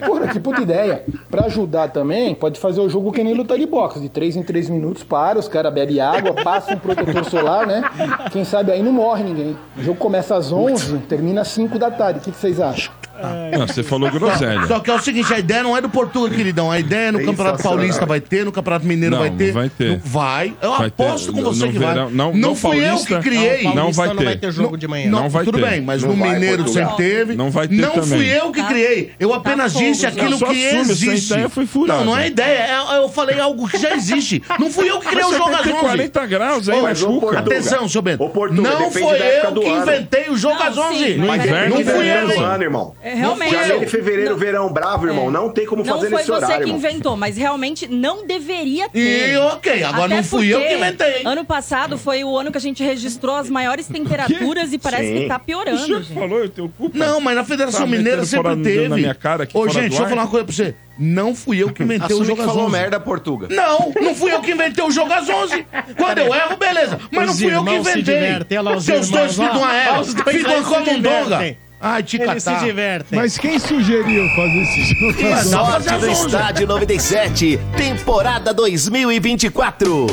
I: Porra, que puta ideia. Pra ajudar também, pode fazer o jogo que nem luta de boxe, de 3 em 3 minutos, para, os caras bebem água, passam um protetor solar, né? Quem sabe aí não morre ninguém. O jogo começa às 11, termina às 5 da tarde. O que que vocês acham?
C: Ah.
A: É.
F: Não, você falou groselha.
C: Só que é o seguinte, a ideia não é do Portugal, queridão. A ideia é no Campeonato
F: Sensacional.
C: Paulista vai ter, no Campeonato Mineiro
F: Não,
C: vai ter.
F: não vai ter.
C: Não vai. Eu
F: Vai ter.
C: aposto com
F: No-
C: você
F: no
C: que
F: verão-
C: vai.
F: não- no
C: fui eu
F: Paulista,
C: que criei.
F: não, Paulista vai não vai ter. ter jogo
C: No-
F: de manhã.
C: Não,
F: Não vai
C: tudo
F: ter.
C: bem, mas
F: Não
C: no
F: vai,
C: Mineiro
F: Portugal.
C: sempre teve.
F: Não vai ter
C: Não fui
F: também.
C: eu que criei.
F: Tá
C: Eu apenas
F: fogo,
C: disse
F: já.
C: aquilo
F: Só
C: que
F: assume, essa
C: existe.
F: ideia foi furada.
C: Não, não é ideia. é- Eu falei algo que já existe. Não fui eu que criei o
F: Mas você
C: jogo
F: tem
C: às 11.
F: 40 graus, aí,
C: Ô,
F: Ah, machuca.
B: Tá
C: Portugal. Atenção, seu Bento.
F: Ô, Portugal,
C: Não
F: depende
C: foi
F: da época
C: eu
F: do
C: que
F: ano.
C: inventei o jogo
F: Não,
C: às
F: sim,
C: 11.
F: mas é No inverno
C: Não
F: depende
C: fui
F: do
C: eu,
F: ano,
C: hein?
F: irmão.
B: É, realmente.
G: Janeiro e fevereiro,
B: Não-
G: verão bravo, irmão.
B: É.
G: Não tem como
B: não
G: fazer
B: foi
G: nesse
B: você
G: horário.
B: que
G: irmão.
B: inventou, mas realmente não deveria ter.
G: E, ok, agora não fui eu que inventei.
B: Ano passado foi o ano que a gente registrou as maiores temperaturas e parece
C: Sim.
B: que tá piorando.
C: O senhor
B: gente.
F: falou, eu tenho culpa.
C: Não, mas na Federação
F: Tá
C: Mineira
F: metendo
C: sempre
F: fora no-
C: teve.
F: na minha cara aqui,
C: Ô,
F: fora do
C: gente, deixa eu
F: ar.
C: falar uma coisa pra você. Não fui eu que inventei o
E: Assume
C: jogo
E: que
C: às
E: falou
C: 11.
E: merda, Portuga.
C: Não, não fui eu que inventei o jogo às 11. Quando eu erro, beleza. Mas
A: Os
C: não fui eu que
A: irmãos se
C: inventei.
A: divertem, olha lá os
C: Seus
A: irmãos,
C: dois filhos
A: ó.
C: de uma
A: Ó,
C: era.
A: os dois
C: Filho de uma
A: eles se
C: camundonga.
A: divertem.
D: Ah,
C: Ai, te
A: Eles se
C: catar.
A: divertem.
H: Mas quem sugeriu fazer esse jogo?
O: A
H: às
O: sorte do
H: 11?
O: Estádio 97, temporada 2024.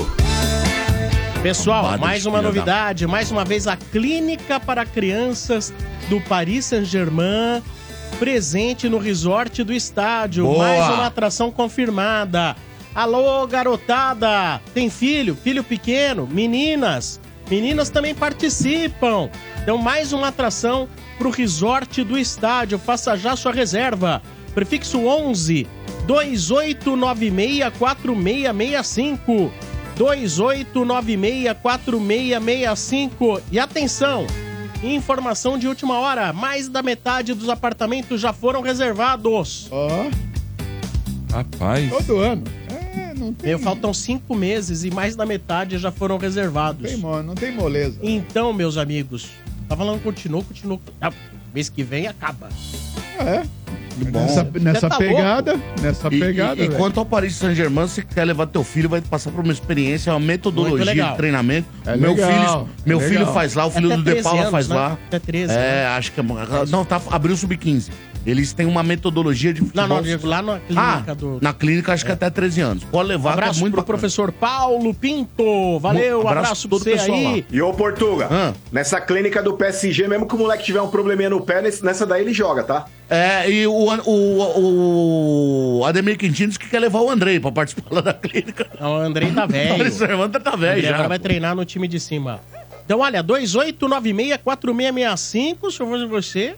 A: Pessoal,
O: Roubado,
A: mais uma
O: filho da-
A: novidade, mais uma vez a clínica para crianças do Paris Saint-Germain presente no resort do estádio.
C: Boa.
A: Mais uma atração confirmada. Alô, garotada! Tem filho, filho pequeno, meninas. Meninas também participam. Então, mais uma atração para o resort do estádio. Faça já sua reserva. Prefixo 11 2896 4665. 28964665. E atenção! Informação de última hora: mais da metade dos apartamentos já foram reservados.
F: Rapaz.
A: Todo ano.
D: É,
A: Meu, faltam cinco meses e mais da metade já foram reservados. Não tem,
H: não tem moleza.
A: Então, meus amigos, tá falando continua, continua. Ah, mês que vem acaba.
H: É.
A: Nessa- nessa pegada,
H: nessa
A: pegada,
C: E,
A: velho.
C: quanto ao Paris Saint-Germain, se quiser levar teu filho, vai passar por uma experiência, uma
A: Muito
C: metodologia
A: legal.
C: de treinamento.
A: É
C: meu
A: legal,
C: filho, meu
A: é legal.
C: filho faz lá, o filho
A: Até
C: do De
A: 13
C: Paula
A: anos,
C: faz
A: né?
C: lá.
A: Até 13,
C: É,
A: né?
C: acho que é. Não, tá, abriu o sub-15. Eles têm uma metodologia de futebol.
A: não, digo lá na clínica
C: ah,
A: do-
C: Na clínica, acho que até 13 anos. Pode levar, que
A: Abraço
C: é muito
A: pro
C: bacana.
A: professor Paulo Pinto. Valeu,
G: Bom,
A: abraço, pra
G: todo
A: você
G: o pessoal
A: aí.
G: lá. E ô Portuga, nessa clínica do PSG, mesmo que o moleque tiver um probleminha no pé, nesse- nessa daí ele joga, tá?
C: É, e o, o, o Ademir Quintino disse que quer levar o Andrei pra participar lá da clínica.
A: Não, o Andrei tá velho.
C: Paris Saint-Germain tá
A: Ele
C: velho já.
A: agora vai treinar no time de cima. Então, olha, 2896-4665, se eu fosse você,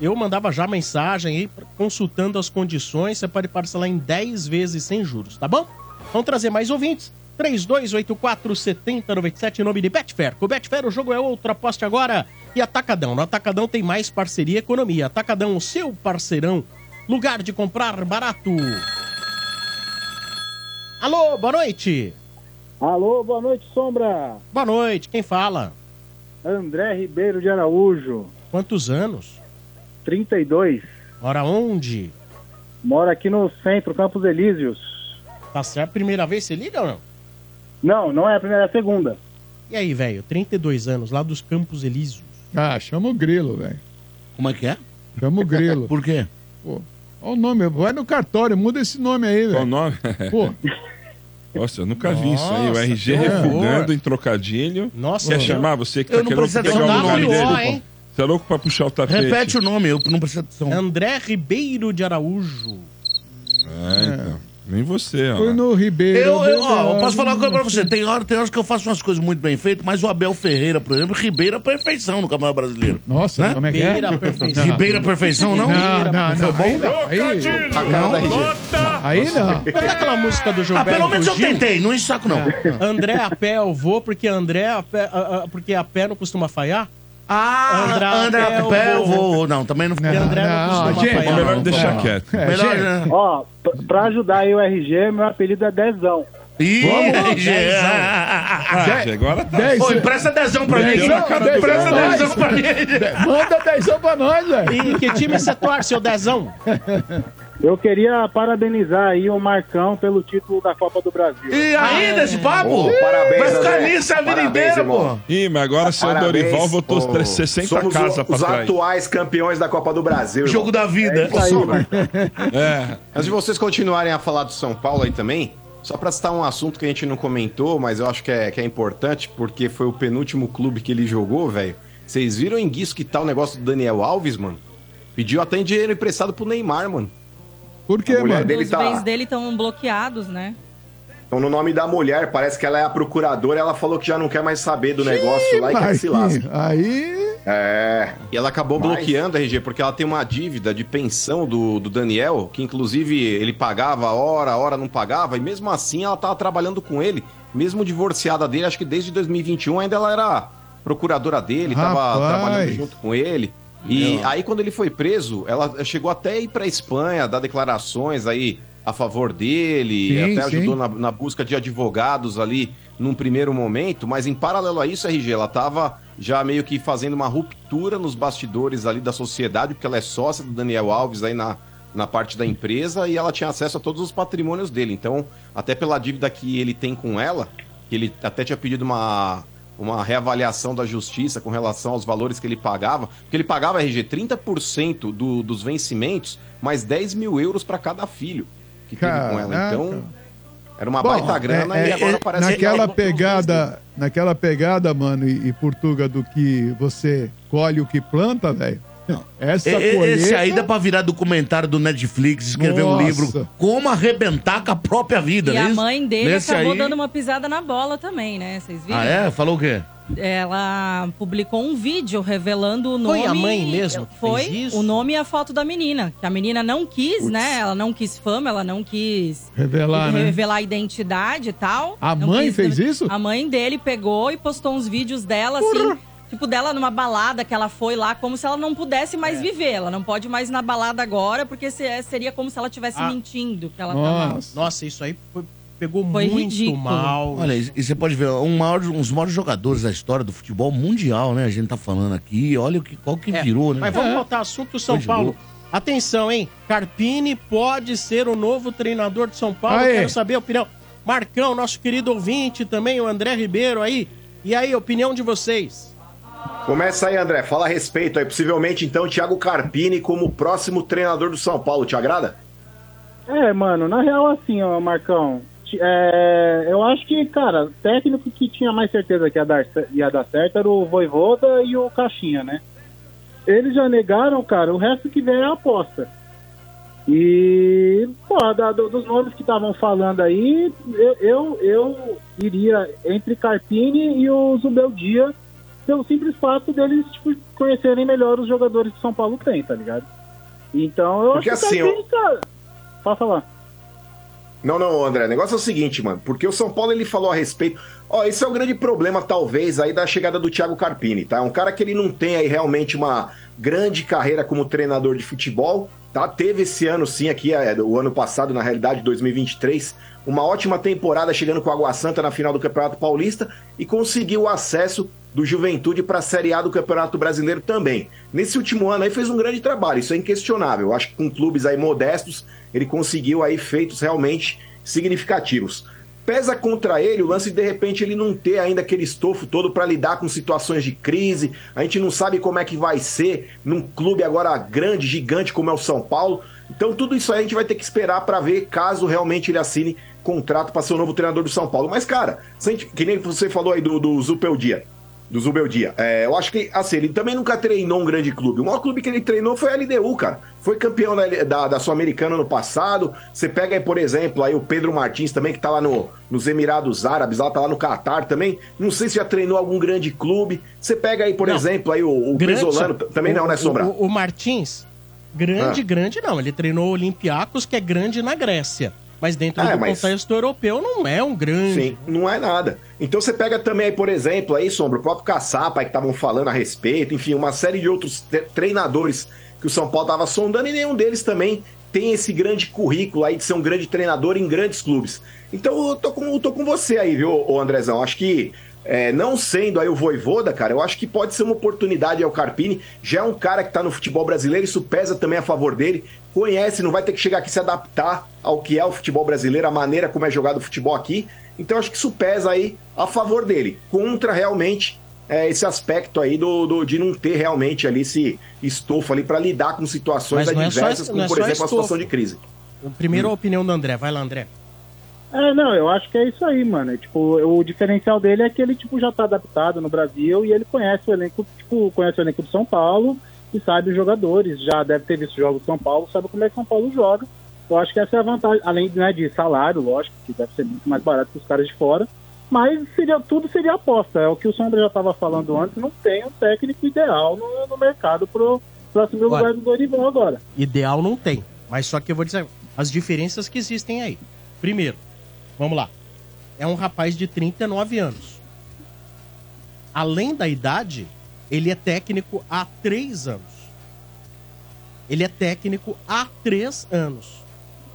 A: eu mandava já mensagem aí, consultando as condições, você pode parcelar em 10 vezes sem juros, tá bom? Vamos trazer mais ouvintes. 3284-7097, em nome de Betfair. Com Betfair o jogo é outro, aposte agora. E Atacadão, no Atacadão tem mais parceria e economia. Atacadão, o seu parceirão, lugar de comprar barato. Alô, boa noite.
S: Alô, boa noite, Sombra.
A: Boa noite, quem fala?
S: André Ribeiro de Araújo,
A: Quantos anos?
S: 32.
A: Ora, onde?
S: Mora aqui no centro, Campos Elíseos.
A: Tá certo? Primeira vez você liga ou não?
S: Não, não é a primeira, é a segunda.
A: E aí, velho? 32 anos, lá dos Campos Elíseos.
H: Ah, chama o Grilo, velho.
C: Como é que é?
H: Chama o Grilo.
C: Por quê?
H: Pô, olha o nome, vai no cartório, muda esse nome aí, velho. Qual
F: o nome?
H: Pô,
F: Nossa, eu nunca vi isso aí. O
H: Nossa,
F: RG
H: que
F: refugando
H: horror.
F: em trocadilho.
A: Nossa,
F: Quer
A: eu-
F: chamar você que tá
A: eu não
F: querendo
A: preciso
F: pegar
A: de
F: o
A: um
F: nome
A: W.O.,
F: dele?
A: hein?
F: Você é louco pra puxar o tapete?
C: Repete o nome, eu não preciso.
A: André Ribeiro de Araújo.
F: É, então. Nem você, ó.
H: foi no Ribeiro.
C: Eu, eu, ó, eu
H: Ribeiro.
C: posso falar uma coisa pra você. Tem hora, tem horas que eu faço umas coisas muito bem feitas, mas o Abel Ferreira, por exemplo, Ribeira é perfeição no Campeonato Brasileiro.
H: Nossa, como é que é? Ribeira Perfeição.
C: Né? Ribeira perfeição, não?
H: Não, Ah, não, não.
C: Foi
H: Aí
C: bom?
H: não, aí- Trocadilho! Aí não.
A: Mas é aquela música do
C: Ah,
A: Gilberto
C: pelo menos eu
A: Gil? É.
C: tentei, não enche o saco não.
A: André a pé eu vou, porque André a pé, a- a- porque a pé não costuma falhar?
C: Ah, André a pé eu vou. Não, também não.
A: André não,
C: não,
A: costuma
C: gente,
A: falhar.
C: melhor deixar quieto. Melhor, né?
S: Ó, p- pra ajudar aí o RG, meu apelido é Dezão.
C: Ih, RG.
F: Ah, RG, agora tá.
H: Dez-
C: Ô, empresta dezão pra mim.
H: Dezão,
C: aqui.
H: dez-
C: Empresta
H: dez-
C: dezão pra mim.
H: Manda dezão pra nós, velho.
A: E que time você torce, seu Dezão?
S: Eu queria parabenizar aí o Marcão pelo título da Copa do Brasil.
C: E ainda esse
S: Ô,
C: papo?
S: parabéns,
C: Vai ficar
S: André.
C: nisso é a vida
S: Parabéns,
C: inteira, pô.
S: irmão.
F: Ih, mas agora seu
G: Parabéns,
F: Dorival votou
G: ô.
F: 60
G: Somos
F: casas
G: o-
F: pra
G: Os
F: trás.
G: atuais campeões da Copa do Brasil.
C: Jogo da vida.
G: É isso aí,
C: Sombra.
G: mano.
F: É.
E: Antes de vocês continuarem a falar do São Paulo aí também, só pra citar um assunto que a gente não comentou, mas eu acho que é, que é importante, porque foi o penúltimo clube que ele jogou, velho. Vocês viram em Guisco que tá o negócio do Daniel Alves, mano? Pediu até dinheiro emprestado pro Neymar, mano.
H: Por
G: quê, mulher
B: Os
G: dele
B: bens
G: tá
B: dele estão bloqueados, né?
G: então, no nome da mulher, parece que ela é a procuradora, ela falou que já não quer mais saber do negócio lá e quer que se lasque.
H: Aí.
G: É. E ela acabou
H: Mas-
G: bloqueando a RG, porque ela tem uma dívida de pensão do, do Daniel, que inclusive ele pagava a hora, a hora não pagava, e mesmo assim ela tava trabalhando com ele. Mesmo divorciada dele, um acho que desde 2021 ainda ela era procuradora dele, tava
H: Rapaz.
G: trabalhando junto com ele.
E: E aí, quando ele foi preso, ela chegou até a ir pra Espanha, dar declarações aí a favor dele,
T: Sim,
E: até
T: sim.
E: ajudou na, na busca de advogados ali num primeiro momento, mas em paralelo a isso, RG, ela tava já meio que fazendo uma ruptura nos bastidores ali da sociedade, porque ela é sócia do Daniel Alves aí na, na parte da empresa e ela tinha acesso a todos os patrimônios dele. Então, até pela dívida que ele tem com ela, que ele até tinha pedido uma, uma reavaliação da justiça com relação aos valores que ele pagava, porque ele pagava, RG, 30% do, dos vencimentos, mais 10 mil euros para cada filho que teve com ela.
H: Caraca.
E: Então, era uma
H: Bom,
E: baita grana
H: é-
E: e
H: é-
E: agora parece que
H: naquela
E: ela-
H: pegada, naquela pegada, mano, e, e Portuga do que você colhe o que planta, velho. Essa
C: E- e-
H: colheita...
C: Esse aí dá pra virar documentário do Netflix, escrever
H: Nossa.
C: um livro Como Arrebentar com a Própria Vida,
B: E
C: né?
B: a
C: Isso?
B: mãe dele
C: Nesse
B: acabou
C: aí-
B: dando uma pisada na bola também, né? Vocês viram?
C: Ah, é? Falou o quê?
B: Ela publicou um vídeo revelando o nome.
A: Foi a mãe mesmo que
B: Foi
A: fez
B: o nome e a foto da menina. Que a menina não quis, né? Ela não quis fama, ela não quis
H: Revelar, né?
B: revelar a identidade e tal.
H: A
B: Não
H: mãe
B: quis-
H: fez isso?
B: A mãe dele pegou e postou uns vídeos dela, assim. Tipo, dela numa balada que ela foi lá, como se ela não pudesse
A: É.
B: mais viver. Ela não pode mais ir na balada agora, porque se- é, seria como se ela estivesse
A: Ah.
B: mentindo que ela tá mal.
A: Nossa. Nossa, isso aí foi- pegou
B: Foi
A: muito
B: ridículo.
A: mal.
C: Olha, e e você pode ver, um maior, uns maiores jogadores da história do futebol mundial, né? A gente tá falando aqui, olha o que, qual que
A: É,
C: virou, né?
A: Mas vamos voltar ao assunto do São
C: Hoje
A: Paulo.
C: virou.
A: Atenção, hein? Carpini pode ser o novo treinador de São Paulo.
D: Aê.
A: Quero saber a opinião. Marcão, nosso querido ouvinte também, o André Ribeiro aí. E aí, opinião de vocês?
G: Começa aí, André. Fala a respeito aí. Possivelmente, então, Thiago Carpini como próximo treinador do São Paulo. Te agrada?
S: É, mano, na real, assim, ó, Marcão. ti- é, eu acho que, cara, técnico que tinha mais certeza que ia dar, ce- ia dar certo era o Voivoda e o Caixinha, né? Eles já negaram, cara, o resto que vem é aposta. E, pô, da- do- dos nomes que estavam falando aí, eu, eu, eu iria entre Carpini e o Zubeldia, pelo simples fato deles tipo, conhecerem melhor os jogadores que São Paulo tem, tá ligado? Então, eu
G: Porque
S: acho que
G: assim,
S: Carpini, cara, Pode falar.
G: Não, não, André. O negócio é o seguinte, mano. Porque o São Paulo ele falou a respeito. Ó, esse é o grande problema, talvez, aí da chegada do Thiago Carpini, tá? É um cara que ele não tem aí realmente uma grande carreira como treinador de futebol, tá? Teve esse ano, sim, aqui, é, o ano passado, na realidade, 2023, uma ótima temporada chegando com o Água Santa na final do Campeonato Paulista e conseguiu o acesso do Juventude para a Série A do Campeonato Brasileiro também. Nesse último ano aí fez um grande trabalho, isso é inquestionável. Eu acho que com clubes aí modestos, ele conseguiu aí feitos realmente significativos. Pesa contra ele o lance de de repente ele não ter ainda aquele estofo todo para lidar com situações de crise. A gente não sabe como é que vai ser num clube agora grande, gigante como é o São Paulo. Então tudo isso aí a gente vai ter que esperar para ver caso realmente ele assine contrato para ser o novo treinador do São Paulo. Mas cara, se a gente- que nem você falou aí do, do Zupeldia do Zubeldia. É, eu acho que, assim, ele também nunca treinou um grande clube. O maior clube que ele treinou foi a LDU, cara. Foi campeão da, da- da Sul-Americana no passado. Você pega aí, por exemplo, aí o Pedro Martins também, que tá lá no, nos Emirados Árabes, lá tá lá no Catar também. Não sei se já treinou algum grande clube. Você pega aí, por
A: Não.
G: exemplo, aí o, o
A: Grande-
G: Pesolano, t- também não,
A: o-
G: né, Sombra?
A: O, o Martins, grande,
G: Ah.
A: grande não. Ele treinou o Olympiacos, que é grande na Grécia. Mas dentro
G: É,
A: do
G: mas-
A: contexto europeu, não é um grande.
G: Sim, não é nada. Então você pega também aí, por exemplo, aí, Sombra, o próprio Caçapa aí que estavam falando a respeito, enfim, uma série de outros tre- treinadores que o São Paulo estava sondando e nenhum deles também tem esse grande currículo aí de ser um grande treinador em grandes clubes. Então eu tô com, eu tô com você aí, viu, ô Andrezão? Acho que é, não sendo aí o Voivoda, cara, eu acho que pode ser uma oportunidade ao Carpini. Já é um cara que tá no futebol brasileiro, isso pesa também a favor dele. Conhece, não vai ter que chegar aqui se adaptar ao que é o futebol brasileiro, a maneira como é jogado o futebol aqui. Então acho que isso pesa aí a favor dele, contra realmente é, esse aspecto aí do, do- de não ter realmente ali esse estofo ali para lidar com situações
A: Mas não é só-
G: adversas,
A: não
G: como
A: é
G: por
A: só
G: exemplo a situação
A: estofo.
G: de crise. hum.
A: Primeiro a opinião do André. Vai lá, André.
S: É, não, eu acho que é isso aí, mano. É, tipo, o diferencial dele é que ele tipo, já tá adaptado no Brasil e ele conhece o elenco, tipo, conhece o elenco do São Paulo e sabe os jogadores, já deve ter visto jogos do São Paulo, sabe como é que São Paulo joga. Eu acho que essa é a vantagem, além né, de salário, lógico, que deve ser muito mais barato que os caras de fora, mas seria, tudo seria aposta. É o que o Sombra já estava falando antes, não tem um técnico ideal no, no mercado pro, pro assumir o
A: Olha.
S: lugar do Dorival agora.
A: Ideal não tem. Mas só que eu vou dizer as diferenças que existem aí. Primeiro, vamos lá. É um rapaz de 39 anos. Além da idade, ele é técnico há três anos. Ele é técnico há três anos.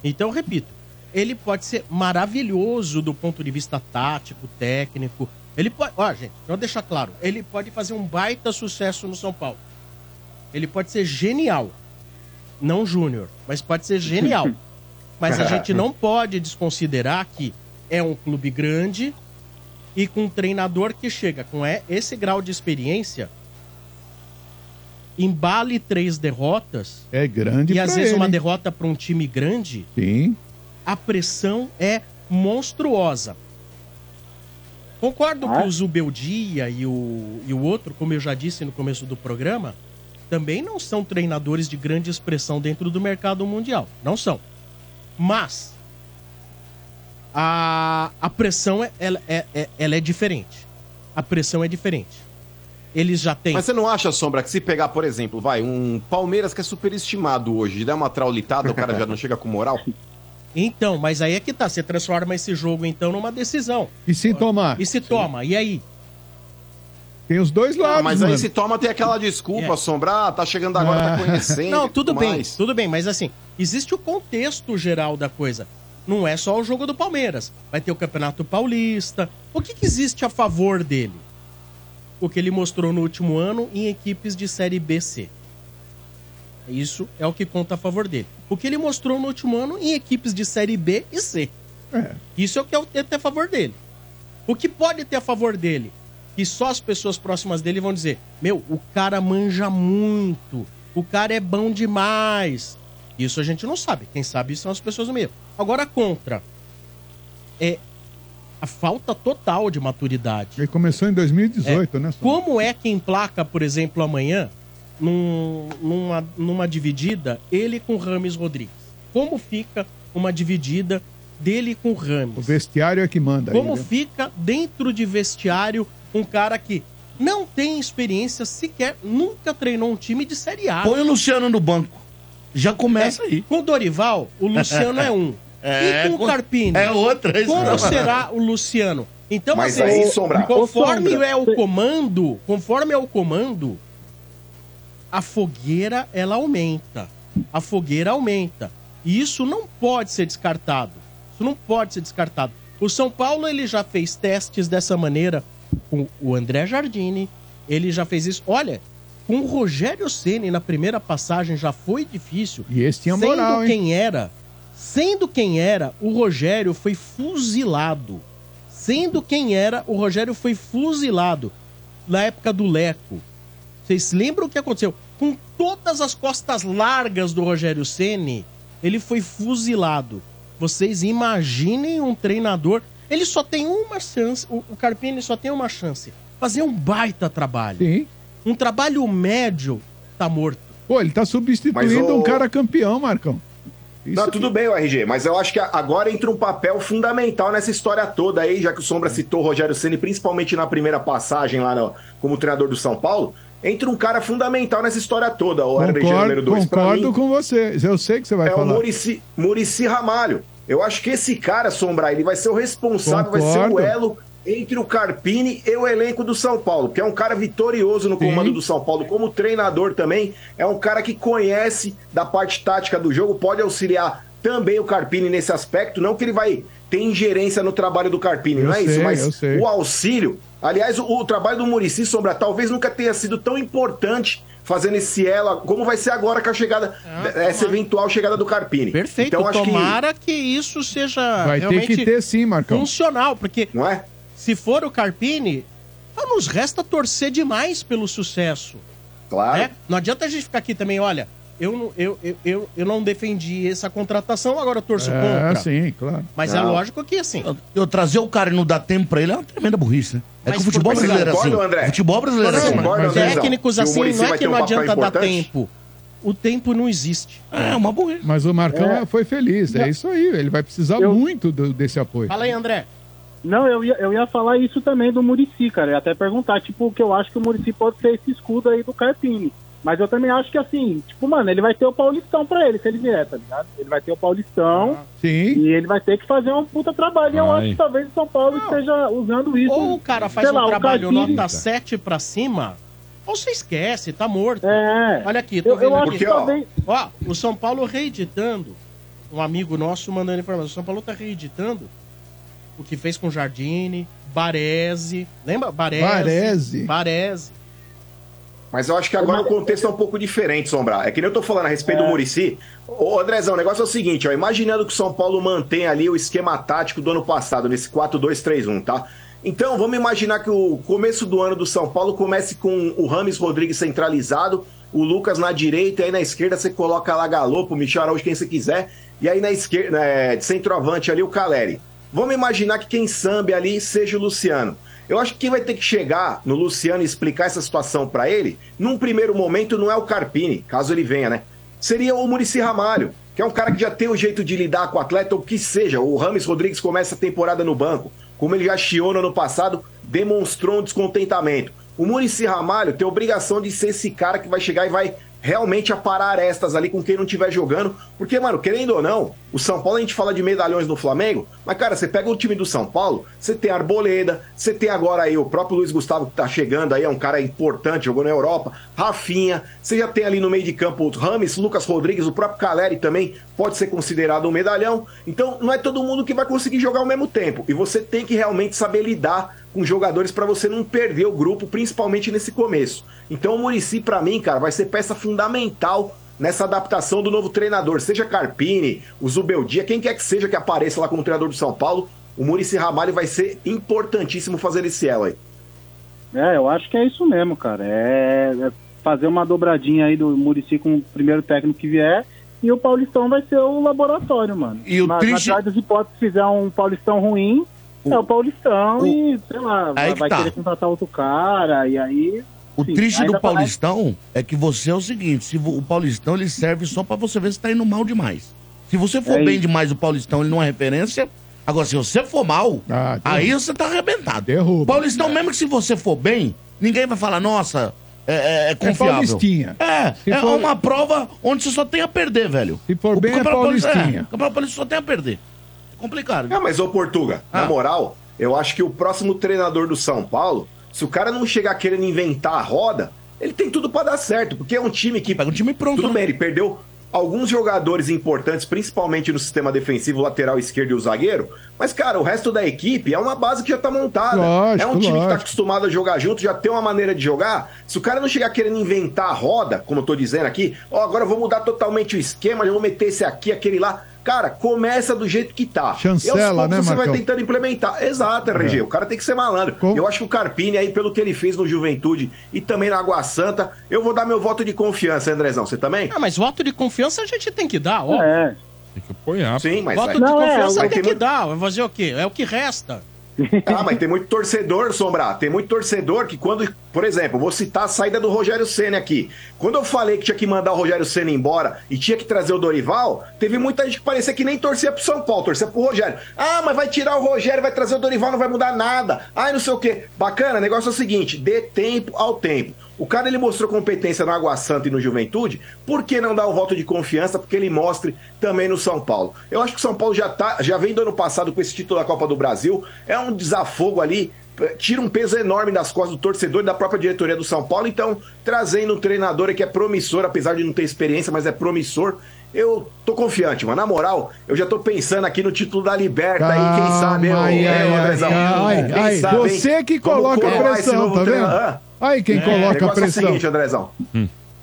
A: Então, eu repito, ele pode ser maravilhoso do ponto de vista tático, técnico. Ele pode. Ó, gente, eu vou deixar claro. Ele pode fazer um baita sucesso no São Paulo. Ele pode ser genial. Não júnior, mas pode ser genial. Mas a gente não pode desconsiderar que é um clube grande e com um treinador que chega com é- esse grau de experiência, embale três derrotas.
H: É grande
A: E às
H: pra
A: vezes
H: ele,
A: uma
H: hein?
A: derrota para um time grande,
H: Sim.
A: a pressão é monstruosa. Concordo que o Zubeldia e o, e o outro, como eu já disse no começo do programa, também não são treinadores de grande expressão dentro do mercado mundial. Não são. Mas a, a pressão é, ela, é, é- ela é diferente. A pressão é diferente. Eles já têm.
E: Mas você não acha, Sombra, que se pegar, por exemplo, vai, um Palmeiras que é superestimado hoje, e der uma traulitada, o cara já não chega com moral?
A: Então, mas aí é que tá. Você transforma esse jogo, então, numa decisão.
H: E se tomar?
A: E se toma, e aí?
H: Tem os dois lados,
E: Ah, mas aí
H: mano.
E: se toma tem aquela desculpa,
A: É.
E: Sombra, ah, tá chegando agora, tá conhecendo.
A: Não,
E: e
A: tudo bem,
E: mais.
A: tudo bem, mas assim, existe o contexto geral da coisa. Não é só o jogo do Palmeiras. Vai ter o Campeonato Paulista. O que, que existe a favor dele? O que ele mostrou no último ano em equipes de Série B, C. Isso é o que conta a favor dele. O que ele mostrou no último ano em equipes de Série B e C. Isso é o que eu tenho a favor dele. O que pode ter a favor dele? Que só as pessoas próximas dele vão dizer: Meu, o cara manja muito. O cara é bom demais. Isso a gente não sabe. Quem sabe são as pessoas do meio. Agora, contra. É a falta total de maturidade.
H: Ele começou em 2018, né? só?
A: Como é que emplaca, por exemplo, amanhã, num- numa, numa dividida, ele com Rames Rodrigues? Como fica uma dividida dele com Rames?
H: O vestiário é que manda. aí,
A: Como
H: né?
A: fica dentro de vestiário um cara que não tem experiência sequer, nunca treinou um time de Série A.
C: É. Põe o Luciano no banco. Já começa aí.
A: É, Com o Dorival, o Luciano é um.
C: É,
A: e com
C: com-
A: o Carpini?
C: é outra, é isso
A: Como
C: mesmo.
A: será o Luciano? Então,
C: Mas
A: assim,
C: aí, Sombra- Ô,
A: conforme
C: Sombra,
A: é o comando, conforme é o comando, a fogueira, ela aumenta. A fogueira aumenta. E isso não pode ser descartado. Isso não pode ser descartado. O São Paulo, ele já fez testes dessa maneira com o André Jardine. Ele já fez isso. Olha, com o Rogério Ceni na primeira passagem já foi difícil.
H: E esse tinha
A: Sendo
H: moral, hein?
A: quem era, sendo quem era, o Rogério foi fuzilado. Sendo quem era, o Rogério foi fuzilado na época do Leco. Vocês se lembram o que aconteceu? Com todas as costas largas do Rogério Ceni, ele foi fuzilado. Vocês imaginem um treinador, ele só tem uma chance, o o Carpini só tem uma chance, fazer um baita trabalho. Um trabalho médio tá morto.
H: Pô, ele tá substituindo
G: Mas, ô-
H: um cara campeão, Marcão.
G: Não, tudo bem, o RG, mas eu acho que a- agora entra um papel fundamental nessa história toda aí, já que o Sombra citou o Rogério Ceni, principalmente na primeira passagem lá no- como treinador do São Paulo, entra um cara fundamental nessa história toda, o RG número
H: Concordo,
G: 2 pra
H: concordo
G: mim.
H: com você. Eu sei que você vai
G: É o
H: falar.
G: Murici, Murici Ramalho. Eu acho que esse cara, Sombra, ele vai ser o responsável, vai ser o
H: Concordo.
G: elo entre o Carpini e o elenco do São Paulo, que é um cara vitorioso no comando do São Paulo, como treinador também, é um cara que conhece da parte tática do jogo, pode auxiliar também o Carpini nesse aspecto, não que ele vai ter ingerência no trabalho do Carpini,
H: Eu
G: não é isso,
H: sei, eu
G: mas
H: sei.
G: o auxílio. Aliás, o, o trabalho do Murici Sombra talvez nunca tenha sido tão importante fazendo esse ela, como vai ser agora com a chegada, essa eventual chegada do Carpini.
A: Ah,
G: Então,
A: Perfeito, tomara que... isso seja
H: Vai ter
A: realmente
H: que ter sim, Marcão.
A: funcional, porque
G: não é?
A: se for o Carpini, só nos resta torcer demais pelo sucesso. Né?
G: Claro.
A: Não adianta a gente ficar aqui também, olha, eu não, eu, eu, eu, eu não defendi essa contratação, agora eu torço
C: É,
A: contra.
H: sim, claro.
A: Mas
C: Ah.
A: é lógico que assim.
C: Eu trazer o cara e não dar tempo pra ele é uma tremenda burrice, né? É
A: Mas
C: que o futebol
A: por-
C: brasileiro é
A: Você
C: assim.
A: concorda, André?
C: Futebol brasileiro é
A: Você
C: assim.
A: concorda,
C: Mas
A: André? Técnicos assim, não é que
C: um
A: não adianta dar
H: tempo.
A: O tempo não existe.
C: É uma burrice.
H: Mas o Marcão
A: É.
H: foi feliz, é isso aí. Ele vai precisar muito do- desse apoio.
A: Fala aí, André.
S: Não, eu ia, eu ia falar isso também do Murici, cara. Eu ia até perguntar, tipo, o que eu acho que o Murici pode ser esse escudo aí do Carpini. Mas eu também acho que, assim, tipo, mano, ele vai ter o Paulistão pra ele, se ele vier, tá ligado? Ele vai ter o Paulistão.
A: Ah.
H: Sim.
S: E ele vai ter que fazer um puta trabalho. E eu
A: Vai.
S: acho que talvez o São Paulo esteja usando isso.
A: Ou o cara faz
S: Sei
A: um
S: lá, o
A: trabalho
S: Carpini-
A: nota 7 pra cima, Você esquece, tá morto.
S: É.
A: Olha aqui, tô vendo aqui.
E: Porque, ó,
A: Ó, o São Paulo reeditando. Um amigo nosso mandando informação. O São Paulo tá reeditando o que fez com Jardine, Baresi. Lembra? Baresi.
E: Baresi.
A: Baresi.
G: Mas eu acho que agora o contexto é um pouco diferente, Sombra. É que nem eu tô falando a respeito do Murici. Ô, Andrezão, o negócio é o seguinte, ó. Imaginando que o São Paulo mantém ali o esquema tático do ano passado, nesse 4-2-3-1, tá? Então, vamos imaginar que o começo do ano do São Paulo comece com o Rames Rodrigues centralizado, o Lucas na direita, e aí na esquerda você coloca lá Galopo, Michel Araújo, quem você quiser, e aí na esquerda, é, de centroavante ali, o Caleri. Vamos imaginar que quem sambe ali seja o Luciano. Eu acho que quem vai ter que chegar no Luciano e explicar essa situação pra ele, num primeiro momento, não é o Carpini, caso ele venha, né? Seria o Murici Ramalho, que é um cara que já tem o jeito de lidar com o atleta, ou que seja. O Rames Rodrigues começa a temporada no banco. Como ele já chiou no ano passado, demonstrou um descontentamento. O Murici Ramalho tem a obrigação de ser esse cara que vai chegar e vai realmente aparar arestas ali com quem não estiver jogando. Porque, mano, querendo ou não, o São Paulo a gente fala de medalhões no Flamengo, mas, cara, você pega o time do São Paulo, você tem Arboleda, você tem agora aí o próprio Luiz Gustavo que tá chegando aí, é um cara importante, jogou na Europa, Rafinha, você já tem ali no meio de campo o Rames, Lucas Rodrigues, o próprio Caleri também pode ser considerado um medalhão. Então, não é todo mundo que vai conseguir jogar ao mesmo tempo. E você tem que realmente saber lidar com jogadores para você não perder o grupo, principalmente nesse começo. Então o Murici, para mim, cara, vai ser peça fundamental nessa adaptação do novo treinador, seja Carpini, o Zubeldia, quem quer que seja que apareça lá como treinador do São Paulo, o Murici Ramalho vai ser importantíssimo fazer esse elo aí.
S: É, eu acho que é isso mesmo, cara. É, é fazer uma dobradinha aí do Murici com o primeiro técnico que vier. E o Paulistão vai ser o laboratório, mano.
C: E o
S: na,
C: triste-
S: na pior das hipóteses, se fizer um Paulistão ruim, é o Paulistão e, sei lá,
C: Aí
S: vai,
C: que
S: vai
C: tá.
S: querer contratar outro cara. E aí.
C: O
S: enfim,
C: triste
S: ainda tá
C: do
S: vai-
C: Paulistão é que você é o seguinte, se vo- o Paulistão ele serve só pra você ver se tá indo mal demais. Se você for
S: É
C: bem
S: isso.
C: demais o Paulistão, ele não é referência. Agora, se você for mal,
D: Ah,
C: aí você tá arrebentado. Derruba. Paulistão,
D: É.
C: mesmo que se você for bem, ninguém vai falar, nossa, é, é- é confiável.
D: paulistinha.
C: É,
D: Se
C: é
D: for-
C: uma prova onde você só tem a perder, velho.
D: Se for
C: bem,
D: é paulistinha.
C: O Campeonato Paulista só tem a perder. É complicado.
G: Ah, mas ô Portuga,
C: Ah.
G: na moral, eu acho que o próximo treinador do São Paulo, se o cara não chegar querendo inventar a roda, ele tem tudo pra dar certo, porque é um time que.
C: Pega um time pronto.
G: Tudo bem, ele perdeu alguns jogadores importantes, principalmente no sistema defensivo, lateral esquerdo e o zagueiro, mas, cara, o resto da equipe é uma base que já tá montada.
H: Lógico,
G: é um time que tá
H: lógico.
G: acostumado a jogar junto, já tem uma maneira de jogar. Se o cara não chegar querendo inventar a roda, como eu tô dizendo aqui, ó, agora eu vou mudar totalmente o esquema, já vou meter esse aqui, aquele lá. Cara, começa do jeito que tá.
H: Chancela,
G: E aos poucos
H: né,
G: Você vai
H: Marcão? É.
G: tentando implementar. Exato, RG. O cara tem que ser malandro. Eu acho que o Carpini, aí, pelo que ele fez no Juventude e também na Água Santa, eu vou dar meu voto de confiança, Andrezão. Você também?
A: Ah, mas voto de confiança a gente tem que dar, ó.
S: É.
G: Tem
F: que apoiar.
G: Sim, mas.
A: voto
G: aí-
A: de confiança
G: aí
A: tem que
G: muito-
A: dar. Vai fazer o quê? É o que resta.
G: Ah, mas tem muito torcedor, Sombra. Tem muito torcedor que quando, por exemplo, vou citar a saída do Rogério Senna aqui. Quando eu falei que tinha que mandar o Rogério Senna embora e tinha que trazer o Dorival, teve muita gente que parecia que nem torcia pro São Paulo, torcia pro Rogério. Ah, mas vai tirar o Rogério, vai trazer o Dorival, não vai mudar nada. Ai, não sei o quê. Bacana, o negócio é o seguinte, dê tempo ao tempo. O cara ele mostrou competência no Água Santa e no Juventude, por que não dar o voto de confiança? Porque ele mostre também no São Paulo. Eu acho que o São Paulo já, tá, já vem do ano passado com esse título da Copa do Brasil, é um desafogo ali, eh, tira um peso enorme das costas do torcedor e da própria diretoria do São Paulo. Então, trazendo um treinador aí que é promissor, apesar de não ter experiência, mas é promissor. Eu tô confiante, mano. Na moral, eu já tô pensando aqui no título da Liberta aí, quem sabe eu,
H: Ai,
G: eu,
H: ai, ai,
G: Andrezão.
H: ai,
G: Quem
H: ai,
G: sabe, hein?
H: você que
G: Vamos
H: coloca a
G: coroar esse
H: pressão,
G: novo
H: tá vendo?
G: treinador.
H: Aí quem
G: É,
H: coloca a
G: o negócio
H: pressão.
G: É o seguinte, Andrezão.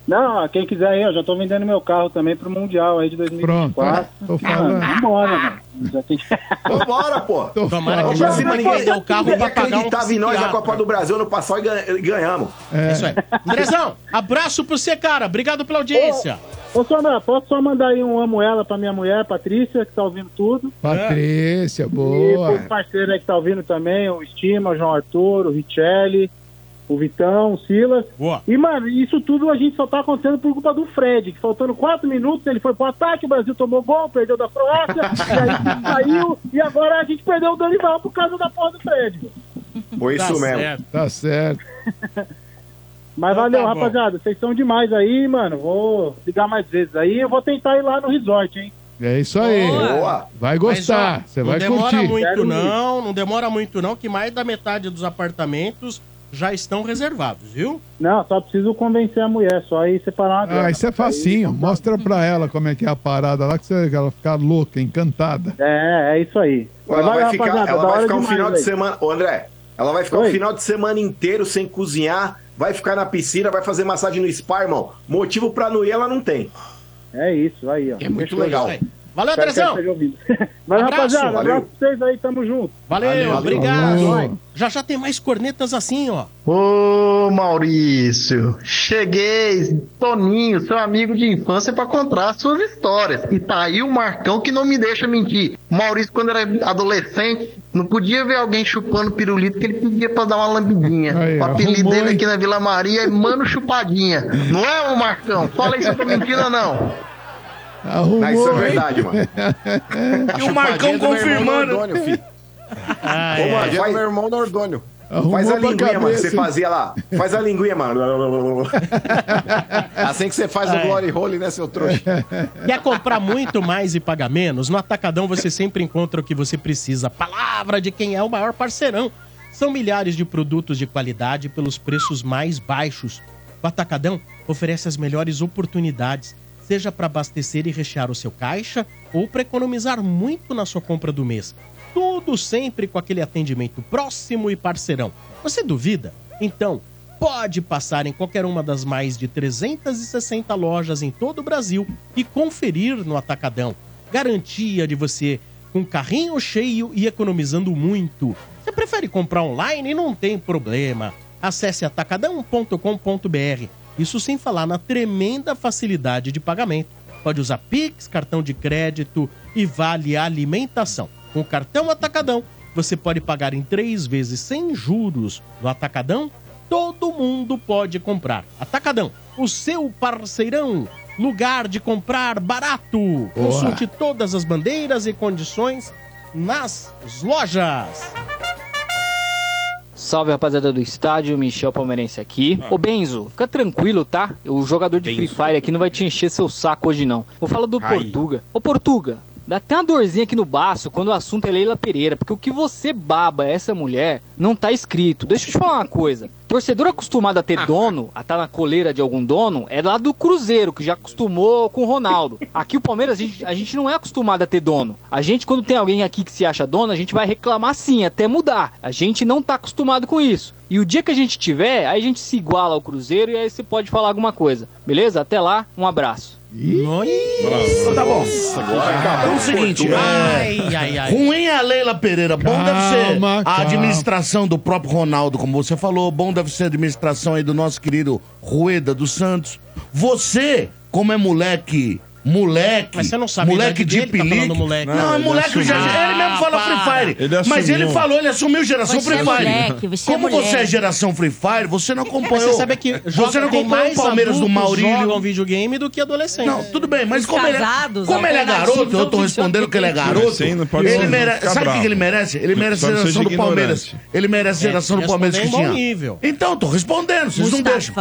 S: Não, ah, quem quiser aí, eu já tô vendendo meu carro também pro Mundial aí de 2024.
H: Pronto, tô falando.
S: Ah, vambora, mano. Já tem que...
G: Vambora, pô.
A: Tomara que
G: Vamos pra
A: não
G: cima,
A: vai
G: ninguém
A: perder o carro
G: ninguém
A: pra pagar um
G: acreditava em nós na
A: psiquiatra.
G: Copa do Brasil no passado e ganha- e ganhamos.
A: É. Isso aí. Andrezão, abraço pra você, cara. Obrigado pela audiência.
S: Ô, Sombra, posso só mandar aí um amo ela pra minha mulher, Patrícia, que tá ouvindo tudo.
H: Patrícia,
S: E pros
H: boa.
S: parceiros aí que tá ouvindo também, o Estima, o João Arthur, o Richelli, o Vitão, o Silas.
A: Boa.
S: E, mano, isso tudo a gente só tá acontecendo por culpa do Fred, que faltando quatro minutos ele foi pro ataque, o Brasil tomou gol, perdeu da Croácia, e aí saiu, e agora a gente perdeu o Dorival por causa da porra do Fred.
G: Foi isso
H: Tá
G: mesmo.
H: certo. Tá certo.
S: Mas
H: Então tá
S: valeu, rapaziada, vocês são demais aí, mano, vou ligar mais vezes aí, eu vou tentar ir lá no resort, hein.
H: É isso aí.
S: Boa.
H: Vai gostar.
A: Mas, ó,
H: Você vai
A: Não demora
H: curtir.
A: muito, não. Não demora muito, não, que mais da metade dos apartamentos já estão reservados, viu?
S: Não, só preciso convencer a mulher, só aí separar uma
H: Ah,
S: grana.
H: isso é facinho. Mostra pra ela como é que é a parada lá, que você- que ela ficar louca, encantada.
S: É, é isso aí.
G: Ela
S: Mas
G: vai ficar,
S: rapaziada,
G: ela
S: da
G: vai
S: hora
G: ficar um
S: demais,
G: final de
S: velho.
G: semana. Ô, André, ela vai ficar um
S: Oi.
G: final de semana inteiro sem cozinhar, vai ficar na piscina, vai fazer massagem no spa, irmão. Motivo pra não ir, ela não tem.
S: É isso, aí, ó.
G: É muito
S: Fechou,
G: legal.
S: isso aí.
A: Valeu,
S: Espero que
A: Andrezão.
S: esteja ouvindo. Mas,
A: Abraço.
S: rapaziada,
A: Valeu.
S: abraço pra vocês aí, tamo junto.
A: Valeu, obrigado.
S: Vai.
A: Já já tem mais cornetas assim, ó.
T: Ô Maurício, cheguei, Toninho, seu amigo de infância, pra contar suas histórias. E tá aí o Marcão que não me deixa mentir. Maurício, quando era adolescente, não podia ver alguém chupando pirulito que ele pedia pra dar uma lambidinha. o apelido
H: arrumou,
T: dele
H: hein?
T: aqui na Vila Maria é Mano Chupadinha. Não é, ô Marcão? Fala isso pra mentira, não.
H: Arrumou,
G: Ah,
T: Não, isso é
H: hein?
T: verdade, mano.
G: A chupadinha do meu irmão Nordônio, filho. Ô,
E: é.
G: mano, faz... meu irmão Nordônio.
E: Arrumou
G: faz a
E: pra
G: linguinha, mano, que
E: cabeça,
G: você
E: hein?
G: fazia lá. Faz a linguinha, mano.
A: Assim que você
G: faz o glory
A: hole, né, seu trouxa? Quer comprar muito mais e pagar menos? No Atacadão você sempre encontra o que você precisa. Palavra de quem é o maior parceirão. São milhares de produtos de qualidade pelos preços mais baixos. O Atacadão oferece as melhores oportunidades, seja para abastecer e rechear o seu caixa ou para economizar muito na sua compra do mês. Tudo sempre com aquele atendimento próximo e parceirão. Você duvida? Então, pode passar em qualquer uma das mais de 360 lojas em todo o Brasil e conferir no Atacadão. Garantia de você com carrinho cheio e economizando muito. Você prefere comprar online? Não tem problema. Acesse atacadão.com.br. Isso sem falar na tremenda facilidade de pagamento. Pode usar Pix, cartão de crédito e vale alimentação. Com o cartão Atacadão, você pode pagar em três vezes sem juros. No Atacadão, todo mundo pode comprar. Atacadão, o seu parceirão. Lugar de comprar barato. Consulte todas as bandeiras e condições nas lojas.
M: Salve rapaziada do estádio, Michel Palmeirense aqui. Ô Benzo, fica tranquilo, tá? O jogador de Free Fire aqui não vai te encher seu saco hoje não. Vou falar do
U: Ai.
M: Portuga. Ô Portuga, dá até uma dorzinha aqui no baço quando o assunto é Leila Pereira, porque o que você baba essa mulher não tá escrito. Deixa eu te falar uma coisa. Torcedor acostumado a ter dono, a estar na coleira de algum dono, é lá do Cruzeiro, que já acostumou com o Ronaldo. Aqui o Palmeiras, a gente, a gente não é acostumado a ter dono. A gente, quando tem alguém aqui que se acha dono, a gente vai reclamar sim, até mudar. A gente não tá acostumado com isso. E o dia que a gente tiver, aí a gente se iguala ao Cruzeiro e aí você pode falar alguma coisa. Beleza? Até lá, um abraço.
C: Nossa, tá bom. Então é o seguinte,
A: Ai,
C: é,
A: ai, ai.
C: ruim é a Leila Pereira, bom deve ser
A: Calma,
C: a
A: calma.
C: administração do próprio Ronaldo, como você falou, bom deve ser a administração aí do nosso querido Rueda dos Santos. Você, como é moleque, moleque,
A: Mas você não sabe a
C: moleque
A: idade
C: de
A: dele, tá
C: pelique.
A: falando moleque.
C: Não,
A: Não,
C: é
A: ele
C: moleque,
A: assumiu.
C: já, ele mesmo
A: Ah,
C: fala
A: para.
C: Free Fire.
A: Ele
C: Mas ele
A: assumiu.
C: falou, ele assumiu geração
A: Você
C: Free
A: é
C: Fire.
A: moleque, você é
C: como você é
A: moleque.
C: geração Free Fire, você não acompanhou.
A: É, você sabe que
C: você não
A: tem
C: acompanhou o
A: mais
C: Palmeiras do
A: adultos
C: Maurílio.
A: jogam videogame do que
F: assim.
A: adolescentes.
C: Não, tudo bem, mas como ele, é,
A: Casados,
C: como ele é
A: alternativos,
C: garoto, eu tô
A: não
C: respondendo que ele é
A: são
C: garoto.
F: Sim, não pode
C: Ele
F: ser-
C: merece,
F: ficar
C: sabe o que
F: bravo.
C: que ele merece? Ele merece
F: Só
C: a
F: não
C: geração do
F: seja
C: Palmeiras.
F: ignorante.
C: Ele merece a
F: É,
C: geração do
F: respondeu
C: Palmeiras que
F: em bom
C: tinha.
F: nível.
C: Então, eu tô respondendo, vocês não deixam.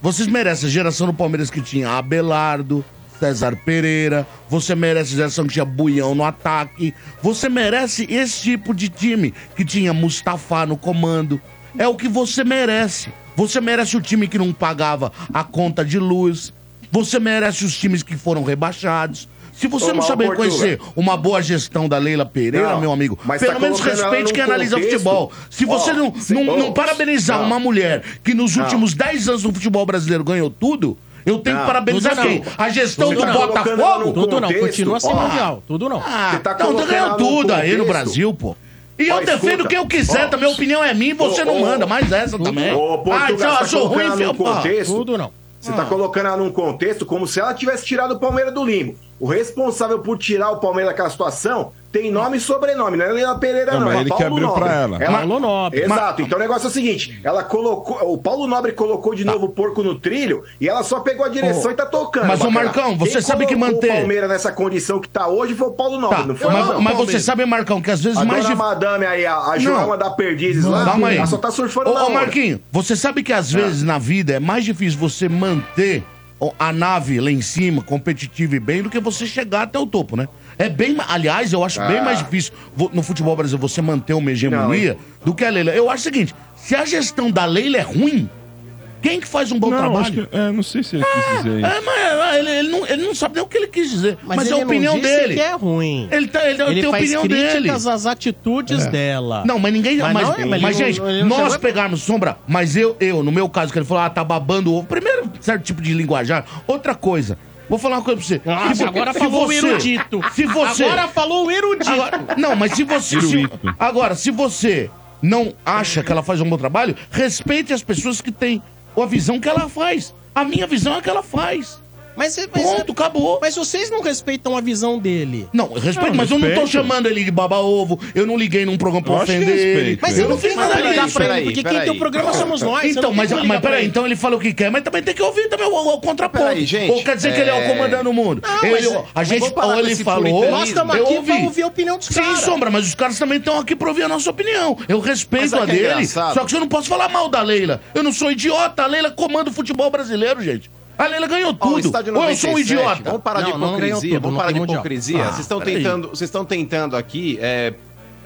C: Vocês merecem a geração do Palmeiras que tinha Abelardo, César Pereira, você merece a geração que tinha Buião no ataque, você merece esse tipo de time que tinha Mustafa no comando. É o que você merece. Você merece o time que não pagava a conta de luz. Você merece os times que foram rebaixados. Se você
G: Ô,
C: não
G: Mauro
C: saber
G: Portuga.
C: conhecer uma boa gestão da Leila Pereira,
G: Não,
C: meu amigo,
G: mas
C: pelo
G: tá
C: menos
G: colocando ela
C: respeite
G: num
C: quem analisa
G: contexto.
C: futebol. Se
G: Ó,
C: você não,
G: sim.
C: não, não
G: Ô,
C: parabenizar
G: não.
C: uma mulher que nos
G: Não.
C: últimos 10 anos do futebol brasileiro ganhou tudo, eu tenho que
G: Não,
C: parabenizar
G: tudo
C: quem?
G: não.
C: A gestão
G: Tudo
C: do
G: não. Colocando ela
C: Botafogo?
G: num Tudo não, contexto, continua sem ó. Mundial,
A: tudo não.
C: Ah,
G: Você tá
C: não, tu
G: colocando
C: ganhou
G: ela num
C: tudo aí no
G: contexto.
C: Brasil, pô. E eu
G: Ó,
C: defendo
G: escuta.
C: quem eu quiser,
G: Ó.
C: também. A opinião é minha e você
G: Ô,
C: não
G: ô,
C: manda. Mais essa também.
G: Ô,
C: ah,
G: Portugal,
C: então eu
G: você tá
C: achou ruim,
G: colocando ela
C: filho.
G: num contexto?
A: Tudo não.
G: Você
C: Ah.
G: tá colocando ela num contexto como se ela tivesse tirado o Palmeiras do limbo. O responsável por tirar o Palmeiras daquela situação tem nome e sobrenome, não é Leila Pereira,
F: Não,
G: não.
F: mas
G: é
F: ele que
G: Paulo
F: abriu
G: Nobre.
F: pra ela. Paulo Nobre.
G: Exato. Então o negócio é o seguinte: ela colocou. O Paulo Nobre colocou de novo o porco no trilho e ela só pegou a direção
C: Tá. Ô,
G: e tá tocando.
C: mas, ô,
G: bacana.
C: Marcão, você
G: Quem
C: sabe que
G: colocou
C: manter-
G: O Palmeiras nessa condição que tá hoje foi o Paulo Nobre,
C: Tá,
G: não foi
C: mas,
G: não,
C: mas você
G: Palmeiras.
C: sabe, Marcão, que às vezes
G: A
C: mais
G: dona
C: dif-
G: madame aí, a, a
C: Não.
G: Joelma da Perdizes lá,
C: Calma aí.
G: ela só tá surfando Ah.
C: ô,
G: na
C: ô,
G: onda.
C: Marquinho, você sabe que às vezes na vida é mais difícil você manter o- a nave lá em cima, competitiva e bem, do que você chegar até o topo, né? É bem, ma- aliás, eu acho
G: Ah.
C: bem mais difícil vo- no futebol brasileiro você manter uma hegemonia do que a Leila. Eu acho o seguinte, Se a gestão da Leila é ruim, quem que faz um bom
F: não, acho
C: trabalho?
F: que- é, não sei se ele quis dizer isso.
C: É, mas é, ele, ele não, ele não sabe nem o que ele quis dizer. Mas, é a
A: ele não
C: opinião
A: disse
C: dele.
A: que é ruim.
C: Ele, tá, ele, tem a
A: faz
C: opinião dele.
A: críticas às atitudes
C: É.
A: dela.
C: Não, mas ninguém. Mas,
A: não é,
C: mas,
A: ele não-
C: gente,
A: ele não
C: nós
A: chegou-
C: pegarmos sombra, mas eu, eu, no meu caso, que ele falou, ah, tá babando o ovo. Primeiro, certo tipo de linguajar. Outra coisa. Vou falar uma coisa pra você.
A: Nossa,
C: Se vo-
A: Ah, agora
C: se
A: falou o
C: você-
A: erudito.
C: Se você.
A: Agora falou o erudito.
C: Agora- não, mas se você. se-
A: Erudito.
C: agora, se você não acha que ela faz um bom trabalho, respeite as pessoas que têm a visão que ela faz. A minha visão é que ela faz.
A: Mas,
C: Ponto, acabou.
A: Mas vocês não respeitam a visão dele.
C: Não, eu respeito, mas eu não tô chamando ele de baba-ovo, eu não liguei num programa pra
A: Eu acho que
C: ofender ele.
A: respeito. Mas eu não fiz nada
C: disso.
A: ligar pra ele, porque quem tem o programa somos nós, eu
C: Então,
A: não
C: mas,
A: tenho que
C: mas
A: ligar pra
C: peraí,
A: ele.
C: então ele fala o que quer, mas também tem que ouvir também o, o, o contraponto.
A: Peraí, gente,
C: Ou quer dizer que ele é o
A: é-
C: comandando o mundo.
A: Não,
C: ele,
A: mas-
C: a
A: mas
C: gente,
A: vamos parar
C: ou
A: com
C: ele
A: esse
C: falou,
A: puritanismo. Nós estamos
C: eu
A: aqui pra
C: ouvi.
A: ouvir a opinião dos
C: Sem
A: caras.
C: sombra, mas os caras também estão aqui pra ouvir a nossa opinião. Eu
E: Mas
C: respeito
E: sabe
C: a
E: o que é
C: dele,
E: engraçado?
C: só que eu não posso falar mal da Leila. Eu não sou idiota, a Leila comanda o futebol brasileiro, gente. A Leila ganhou
E: Ó, o
C: tudo.
E: estádio
C: ou eu sou um
E: 97,
C: idiota.
E: Vamos parar de
C: Não, não ganhou
E: hipocrisia.
C: tudo,
E: vamos
C: não
E: parar de
C: tem mundial.
E: hipocrisia.
C: Ah,
E: Vocês estão
C: peraí.
E: tentando, vocês estão tentando aqui. é,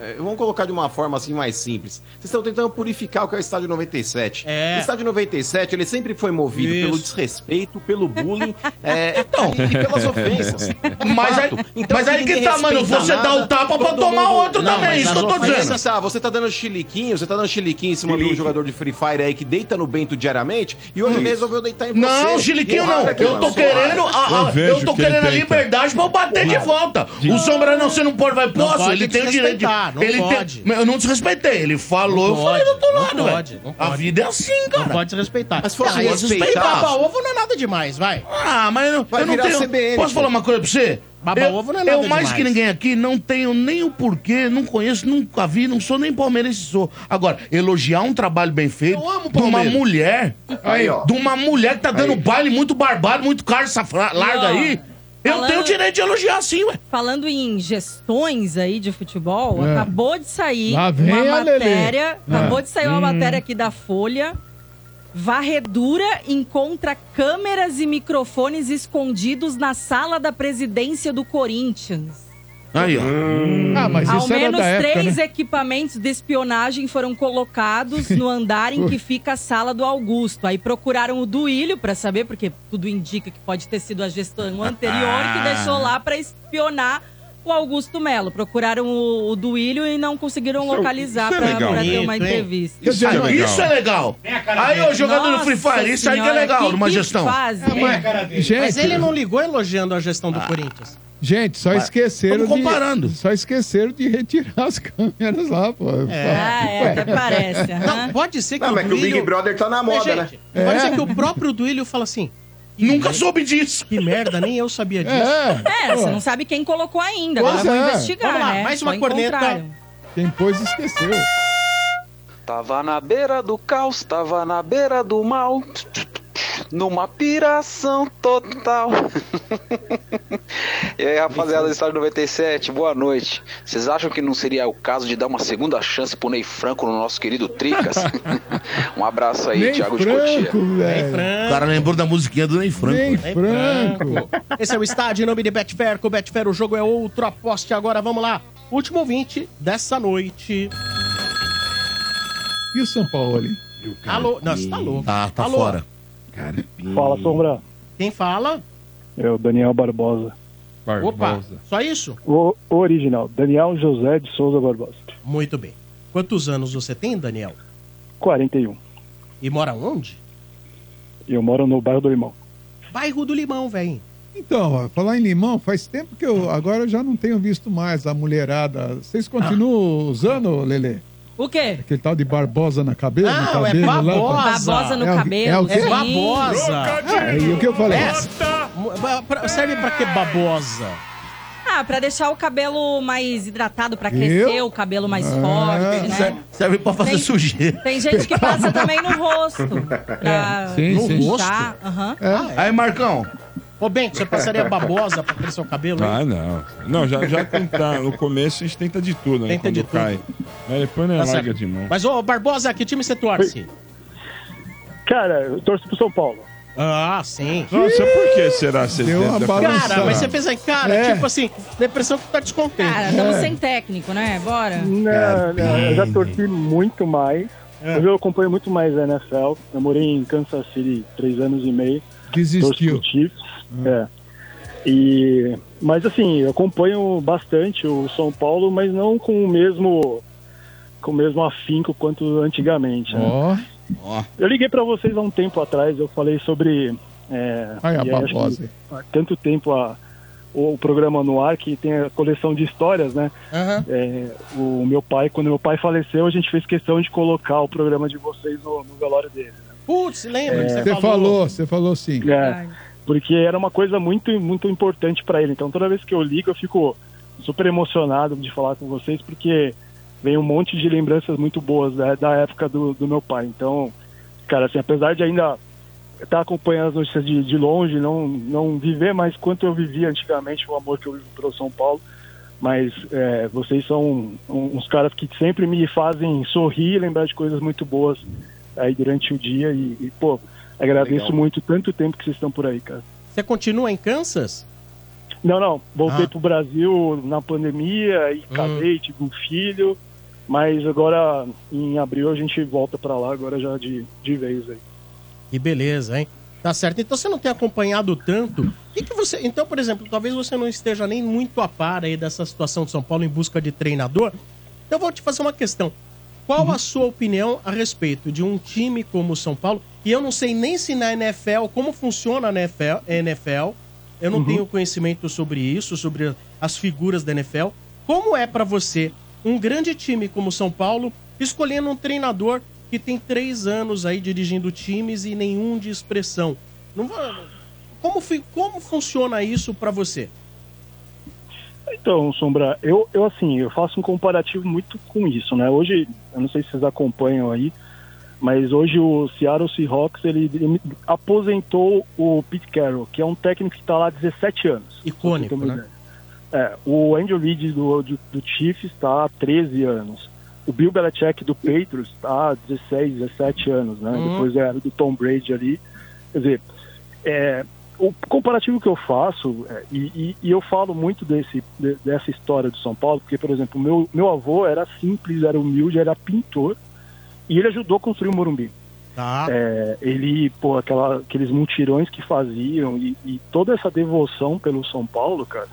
E: é, vamos colocar de uma forma assim mais simples. Vocês estão tentando purificar o que é o estádio 97.
A: É.
E: O estádio 97 ele sempre foi movido
A: Isso.
E: pelo desrespeito, pelo bullying, é, e, e pelas ofensas.
C: Então.
E: Então,
C: Mas aí- mas aí que tá, mano, você dá o tapa pra tomar outro também, isso que eu tô dizendo.
E: Tá, você tá dando chiliquinho, você tá dando chiliquinho em cima de um jogador de Free Fire aí que deita no Bento diariamente e hoje
C: Hum.
E: ele resolveu deitar em você.
C: Não, Chiliquinho não.
E: Porrada,
C: Eu tô
E: mano.
C: querendo a, a- eu tô querendo a liberdade pra eu bater de
E: Claro.
C: volta.
E: De-
C: O Sombra não, você não pode, vai,
A: Não
C: posso,
A: pode
C: ele tem o direito. de-
A: desrespeitar, não
C: ele tem-
A: pode.
C: Mas eu não desrespeitei, ele falou, eu falei do outro
A: não
C: lado,
A: pode,
C: velho.
A: não
C: A
A: pode.
C: vida é assim, cara.
A: Não pode respeitar.
C: Mas fosse
A: Ah, esse
C: respeitar-
A: Baba-ovo não é nada demais, vai.
C: Ah, mas eu,
A: Vai
C: eu não
A: virar
C: tenho.
A: CBN,
C: posso
A: pô.
C: falar uma coisa pra você?
A: Baba
C: eu,
A: ovo não é nada
C: Eu, mais
A: demais.
C: que ninguém aqui, não tenho nem o porquê, não conheço, nunca vi, não sou nem palmeirense, sou. Agora, elogiar um trabalho bem feito de uma
E: Palmeiras.
C: mulher.
E: Aí, ó.
C: De uma mulher que tá dando baile muito barbado, muito caro, safra, larga
B: Não.
C: aí. Eu
B: Falando-
C: tenho o direito de elogiar sim, ué.
B: Falando em gestões aí de futebol,
C: É.
B: acabou de sair
C: Lá vem
B: uma
C: a Lelê.
B: matéria. Acabou
C: É.
B: de sair uma
C: Hum.
B: matéria aqui da Folha. Varredura encontra câmeras e microfones escondidos na sala da presidência do Corinthians.
C: Aí, ó.
D: Ah, mas
B: Hum. Ao
D: isso era
B: menos
D: da época,
B: três
D: né?
B: equipamentos de espionagem foram colocados no andar em que fica a sala do Augusto. Aí procuraram o Duílio para saber, porque tudo indica que pode ter sido a gestão anterior que deixou lá para espionar o Augusto Melo. Procuraram o, o Duílio e não conseguiram localizar
C: isso é
B: para
C: legal.
B: ter uma
C: Bonito, hein?
B: entrevista.
C: Quer dizer, Isso é legal. isso é legal. Aí, ô, jogador do
B: Nossa
C: Free Fire, isso aí que é
B: senhora,
C: legal
B: que-
C: numa
B: que
C: gestão.
B: fase, hein?
A: Mas
D: Gente-
A: ele não ligou elogiando a gestão do
C: Ah.
A: Corinthians.
D: Gente, só
A: Mas
D: esqueceram
A: tamo comparando. É,
D: de... Só esqueceram de retirar as câmeras lá, pô. Ué.
B: É,
A: Não, pode ser que
D: Não,
A: o
D: mas que o Big
A: Brother tá na
D: moda, né?
A: Pode
D: É.
A: ser que o próprio Duílio fala assim...
C: Nunca soube disso.
A: Que merda, nem eu sabia disso.
B: É, você não sabe quem colocou ainda. Agora
A: Pois
B: vão
A: é.
B: investigar,
A: Vamos lá,
B: né?
A: mais uma
B: Só
A: corneta.
B: encontraram.
D: Quem pôs esqueceu.
U: Tava na beira do caos, tava na beira do mal, numa piração total. e aí, rapaziada do Estádio 97, boa noite. Vocês acham que não seria o caso de dar uma segunda chance pro Ney Franco no nosso querido Tricas? um abraço aí,
C: Ney
U: Thiago de
C: Franco,
U: Cotia.
C: velho. O cara lembrou da musiquinha do Ney Franco. né?
A: Ney
C: velho.
A: Esse é o estádio em nome de Betfair. Com Betfair o jogo é outro. Aposte agora, vamos lá. Último ouvinte dessa noite.
D: E o São Paulo, hein?
A: Alô? Não, você tá louco.
D: Ah, tá
A: Alô?
D: fora.
V: Fala, Sombra.
A: Quem fala?
V: É o Daniel Barbosa.
A: Opa, só isso?
V: O, o original, Daniel José de Souza Barbosa.
A: Muito bem. Quantos anos você tem, Daniel?
V: 41.
A: E mora onde?
V: Eu moro no bairro do Limão.
A: Bairro do Limão, velho.
D: Então, ó, falar em limão, faz tempo que eu agora eu já não tenho visto mais a mulherada. Vocês continuam usando, Lelê?
B: O quê?
D: Aquele tal de Barbosa na cabeça?
B: Não,
D: no
B: é
D: cabelo, lá?
B: Barbosa. Barbosa no
D: o-
B: cabelo,
D: É o
B: sim.
D: quê?
B: É Barbosa.
D: É, e o que eu falei?
A: É, pra- serve pra que babosa?
B: Ah, pra deixar o cabelo mais hidratado, pra crescer
A: Eu?
B: o cabelo mais
C: Ah,
D: Ah.
B: forte, né?
C: Serve- Serve pra fazer sujeira.
B: Tem gente que passa também no rosto. Pra
C: Sim,
B: no
C: sim.
B: rosto? Aham.
C: Aí, Marcão.
A: Ah, é. Ô, Bento, você passaria babosa pra crescer o cabelo? hein?
F: Ah, não. Não, já, já tentar. No começo a gente tenta de tudo, né?
A: Tenta
F: quando
A: de tudo.
F: cai. Aí depois não é
A: Tá certo.
F: larga de mão.
A: Mas, ô, Barbosa, que time você torce?
V: Cara, eu torço pro São Paulo.
A: Ah, sim.
F: Nossa, por que será que você
A: Deu uma
F: tenta-
A: Cara, mas você fez aí, cara,
V: É.
A: tipo assim, depressão que tá descontente.
B: Cara, estamos sem técnico, né? Bora.
V: Não, não, eu já torci muito mais.
D: É.
V: Mas eu acompanho muito mais a NFL. Eu morei em Kansas City três anos e meio.
D: Desistiu. Ah.
V: Torço pro Chiefs, é. E, mas assim, eu acompanho bastante o São Paulo, mas não com o mesmo com o mesmo afinco quanto antigamente. né?
D: Ó.
V: Eu liguei para vocês há um tempo atrás, eu falei sobre. É,
D: Ai, a
V: e aí acho que
D: babosa.
V: Há tanto tempo a, o, o programa no ar que tem a coleção de histórias, né? É, o meu pai, quando meu pai faleceu, a gente fez questão de colocar o programa de vocês no, no velório dele. né?
A: Putz, lembra que
V: É.
A: você
V: Você
A: falou?
V: falou,
H: você falou sim.
V: É, porque era uma coisa muito, muito importante para ele. Então toda vez que eu ligo, eu fico super emocionado de falar com vocês, porque vem um monte de lembranças muito boas da, da época do, do meu pai. Então, cara, assim, apesar de ainda estar acompanhando as notícias de, de longe, não, não viver mais quanto eu vivia antigamente, o amor que eu vivo pelo São Paulo, mas é, vocês são um- uns caras que sempre me fazem sorrir e lembrar de coisas muito boas aí durante o dia e, e, pô, agradeço
A: Legal.
V: muito tanto tempo que vocês estão por aí, cara.
A: Você continua em Kansas?
V: Não, não, voltei
A: Ah.
V: pro Brasil na pandemia e casei, tive um filho, mas agora em abril a gente volta pra lá agora já de, de vez aí.
A: Que beleza, hein? Tá certo. Então você não tem acompanhado tanto. O que, que você. Então, por exemplo, talvez você não esteja nem muito a par aí dessa situação de São Paulo em busca de treinador. Então eu vou te fazer uma questão. Qual a sua opinião a respeito de um time como o São Paulo? E eu não sei nem se na NFL, como funciona a NFL, NFL eu não tenho conhecimento sobre isso, sobre as figuras da NFL. Como é pra você um grande time como o São Paulo escolhendo um treinador que tem três anos aí dirigindo times e nenhum de expressão? Não vou- como, fi- como funciona isso pra você?
V: Então, Sombra, eu, eu assim, eu faço um comparativo muito com isso, né? Hoje, eu não sei se vocês acompanham aí, mas hoje o Seattle Seahawks, ele, ele aposentou o Pete Carroll, que é um técnico que está lá há 17 anos.
A: Icônico,
V: Pra você ter uma
A: né?
V: ideia. É, o Andrew Reid do, do, do Chiefs está há 13 anos. O Bill Belichick do Patriots está há 16, 17 anos, né?
W: Uhum.
V: Depois era do Tom Brady ali. Quer dizer, é, o comparativo que eu faço, é, e, e- e eu falo muito desse, de- dessa história do São Paulo, porque, por exemplo, meu, meu avô era simples, era humilde, era pintor, e ele ajudou a construir o Morumbi.
A: Tá.
V: É, ele, pô, aquela, aqueles mutirões que faziam e, e toda essa devoção pelo São Paulo, cara,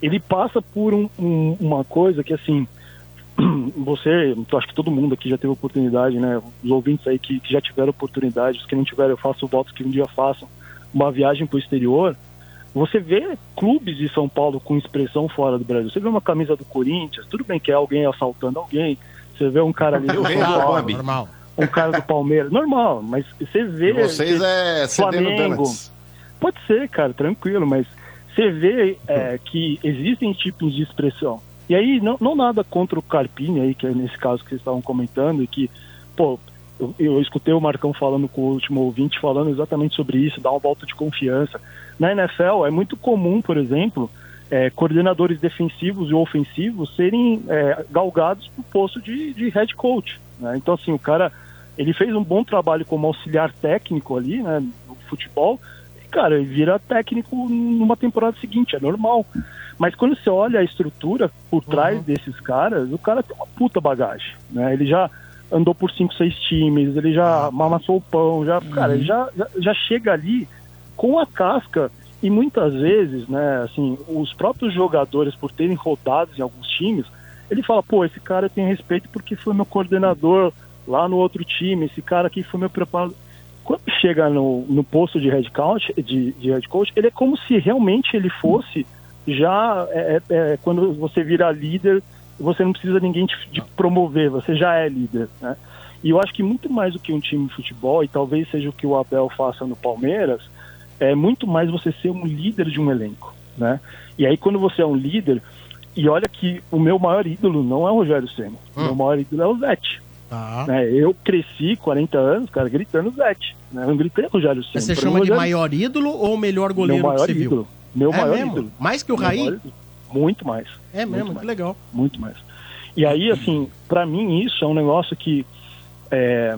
V: ele passa por um- um- uma coisa que, assim, você, eu acho que todo mundo aqui já teve oportunidade, né? Os ouvintes aí que, que já tiveram oportunidade, os que não tiveram, eu faço votos que um dia façam uma viagem para o exterior. Você vê clubes de São Paulo com expressão fora do Brasil. Você vê uma camisa do Corinthians, tudo bem que é alguém assaltando alguém. Você vê um cara ali do São
B: Tá.
E: Normal,
V: Paulo,
A: normal.
V: um cara do Palmeiras, normal, mas você vê.
E: E vocês é cedendo
V: Flamengo.
E: donuts.
V: Pode ser, cara, tranquilo, mas você vê é, que existem tipos de expressão. E aí, não, não nada contra o Carpini aí, que é nesse caso que vocês estavam comentando, e que, pô, eu, eu escutei o Marcão falando com o último ouvinte, falando exatamente sobre isso, dar um voto de confiança. Na NFL, é muito comum, por exemplo, é, coordenadores defensivos e ofensivos serem é, galgados para o posto de, de head coach. né? Então, assim, o cara, ele fez um bom trabalho como auxiliar técnico ali, né, no futebol, cara, ele vira técnico numa temporada seguinte, é normal. Mas quando você olha a estrutura por trás desses caras, o cara tem uma puta bagagem, né? Ele já andou por cinco, seis times, ele já mamassou o pão, já, cara, ele já, já, já chega ali com a casca e muitas vezes, né, assim, os próprios jogadores por terem rodado em alguns times, ele fala, pô, esse cara tem respeito porque foi meu coordenador lá no outro time, esse cara aqui foi meu preparador quando chega no, no posto de head, coach, de, de head coach, ele é como se realmente ele fosse já é, é, é, quando você vira líder, você não precisa ninguém te, te promover, você já é líder, né? E eu acho que muito mais do que um time de futebol, e talvez seja o que o Abel faça no Palmeiras, é muito mais você ser um líder de um elenco, né? E aí quando você é um líder, e olha que o meu maior ídolo não é o Rogério Senna, o meu maior ídolo é o Zete,
A: Tá.
V: né? Eu cresci 40 anos, cara, gritando Zete. Né? Eu não gritei Rogério Ceni.
A: Mas você
V: Pra
A: chama
V: mim,
A: de
V: Rogério-
A: maior ídolo ou melhor goleiro
V: Meu maior
A: que você
V: ídolo.
A: viu?
V: Meu
A: É
V: maior
A: mesmo?
V: ídolo.
A: Mais que o
V: Meu maior
A: Raí?
V: ídolo. Muito mais.
A: É mesmo,
V: Muito
A: que
V: mais.
A: legal. Uhum.
V: Muito mais. E aí, assim, pra mim isso é um negócio que é,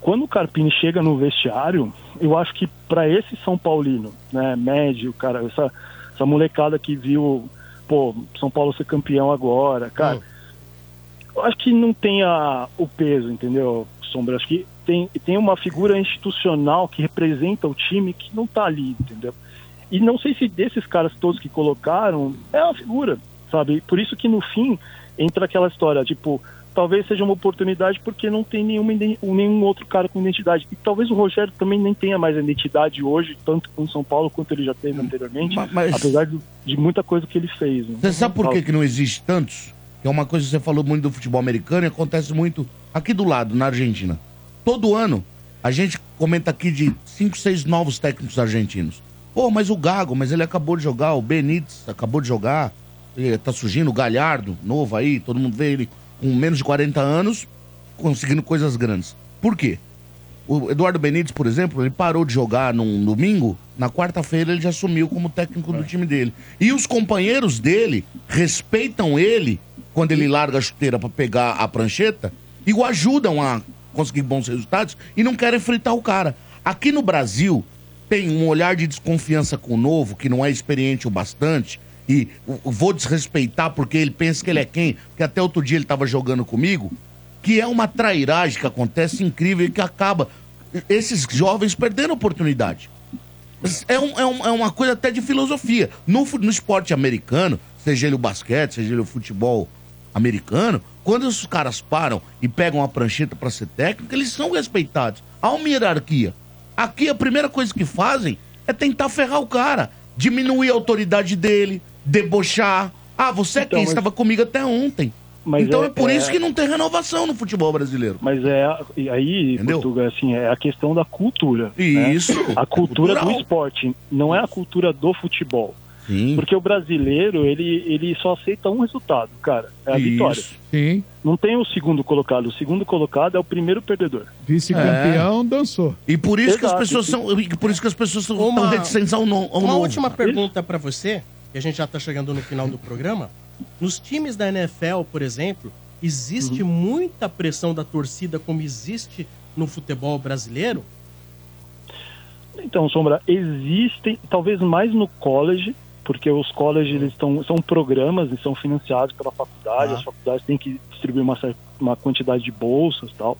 V: quando o Carpini chega no vestiário, eu acho que pra esse São Paulino, né, médio, cara, essa, essa molecada que viu, pô, São Paulo ser campeão agora, cara, eu acho que não tem a, o peso, entendeu? Sombra. Acho que tem, tem uma figura institucional que representa o time que não tá ali, entendeu? E não sei se desses caras todos que colocaram, é uma figura, sabe? Por isso que no fim entra aquela história, tipo, talvez seja uma oportunidade porque não tem nenhuma, iden- nenhum outro cara com identidade. E talvez o Rogério também nem tenha mais identidade hoje, tanto com o São Paulo quanto ele já teve anteriormente,
C: mas-
V: apesar do- de muita coisa que ele fez. né?
C: Você sabe por que,
V: Fala.
C: que não existe tantos? Que é uma coisa que você falou muito do futebol americano e acontece muito aqui do lado, na Argentina. Todo ano, a gente comenta aqui de cinco, seis novos técnicos argentinos. Pô, mas o Gago, mas ele acabou de jogar, o Benítez acabou de jogar, eh, tá surgindo o Galhardo, novo aí, todo mundo vê ele com menos de 40 anos, conseguindo coisas grandes. Por quê? O Eduardo Benítez, por exemplo, ele parou de jogar num domingo, na quarta-feira ele já assumiu como técnico do time dele. E os companheiros dele respeitam ele quando ele larga a chuteira pra pegar a prancheta e o ajudam a conseguir bons resultados e não querem fritar o cara. Aqui no Brasil tem um olhar de desconfiança com o novo que não é experiente o bastante e o- o vou desrespeitar porque ele pensa que ele é quem, porque até outro dia ele tava jogando comigo que é uma trairagem que acontece incrível e que acaba esses jovens perdendo a oportunidade. É, um- é um- é uma coisa até de filosofia. No, fu- no esporte americano, seja ele o basquete, seja ele o futebol americano, quando os caras param e pegam a prancheta para ser técnico, eles são respeitados. Há uma hierarquia. Aqui a primeira coisa que fazem é tentar ferrar o cara, diminuir a autoridade dele, debochar. Ah, você é quem
V: mas-
C: estava comigo até ontem.
V: Mas
C: então é,
V: é-
C: por
V: é-
C: isso que não tem renovação no futebol brasileiro.
V: Mas é a- e aí, Portugal, assim, é a questão da cultura. né?
C: Isso.
V: A cultura do
C: Cultural.
V: esporte, não é a cultura do futebol. Porque o brasileiro, ele, ele só aceita um resultado, cara. É a vitória.
D: Sim.
V: Não tem o segundo colocado. O segundo colocado é o primeiro perdedor.
B: É.
D: Vice-campeão dançou.
C: E por
A: isso que as
V: pessoas
C: são. Por isso que as pessoas
V: Então,
C: são
A: Uma-
C: ao, no, ao
A: Uma
C: novo.
A: última pergunta pra você, que a gente já tá chegando no final do programa. Nos times da NFL, por exemplo,
V: Uhum.
A: existe muita pressão da torcida como existe no futebol brasileiro?
V: Então, Sombra, existem, talvez mais no college, porque os college eles estão, são programas e são financiados pela faculdade,
W: Ah.
V: as faculdades têm que distribuir uma, cer- uma quantidade de bolsas e tal.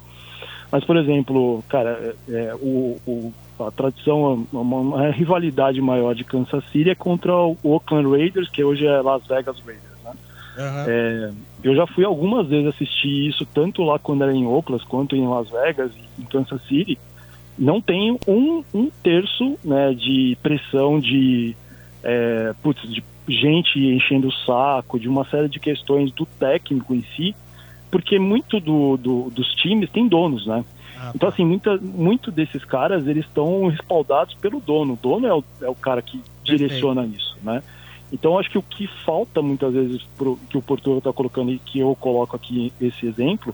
V: Mas, por exemplo, cara, é, é, o, o- a tradição, uma, uma rivalidade maior de Kansas City é contra o Oakland Raiders, que hoje é Las Vegas Raiders. né? É, eu já fui algumas vezes assistir isso, tanto lá quando era em Oakland, quanto em Las Vegas, em Kansas City. Não tem um, um terço né, de pressão de, é, putz, de gente enchendo o saco, de uma série de questões do técnico em si, porque muito do, do- dos times tem donos, né? Então, assim, muita, muito desses caras, eles estão respaldados pelo dono. O dono é o, é o cara que
W: Perfeito.
V: direciona isso, né? Então, acho que o que falta muitas vezes, pro, que o Portugal está colocando e que eu coloco aqui esse exemplo,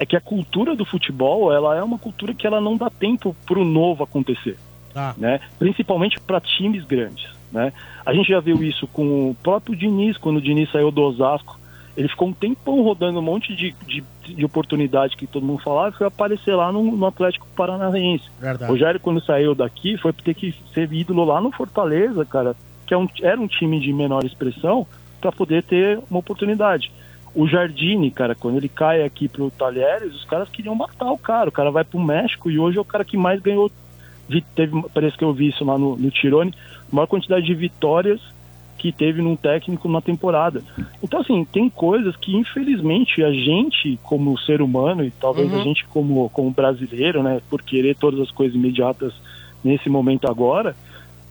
V: é que a cultura do futebol, ela é uma cultura que ela não dá tempo para o novo acontecer,
A: Tá.
V: né? Principalmente para times grandes, né? A gente já viu isso com o próprio Diniz, quando o Diniz saiu do Osasco, ele ficou um tempão rodando um monte de, de, de oportunidade que todo mundo falava e foi aparecer lá no, no Atlético Paranaense.
A: Verdade.
V: Rogério, quando saiu daqui, foi ter que ser ídolo lá no Fortaleza, cara, que é um- era um time de menor expressão, para poder ter uma oportunidade. O Jardine, cara, quando ele cai aqui pro Talheres, os caras queriam matar o cara. O cara vai pro México e hoje é o cara que mais ganhou. vi- Teve, parece que eu vi isso lá no, no Tirone, maior quantidade de vitórias que teve num técnico na temporada. Então, assim, tem coisas que, infelizmente, a gente, como ser humano, e talvez
W: Uhum.
V: a gente como, como brasileiro, né, por querer todas as coisas imediatas nesse momento agora,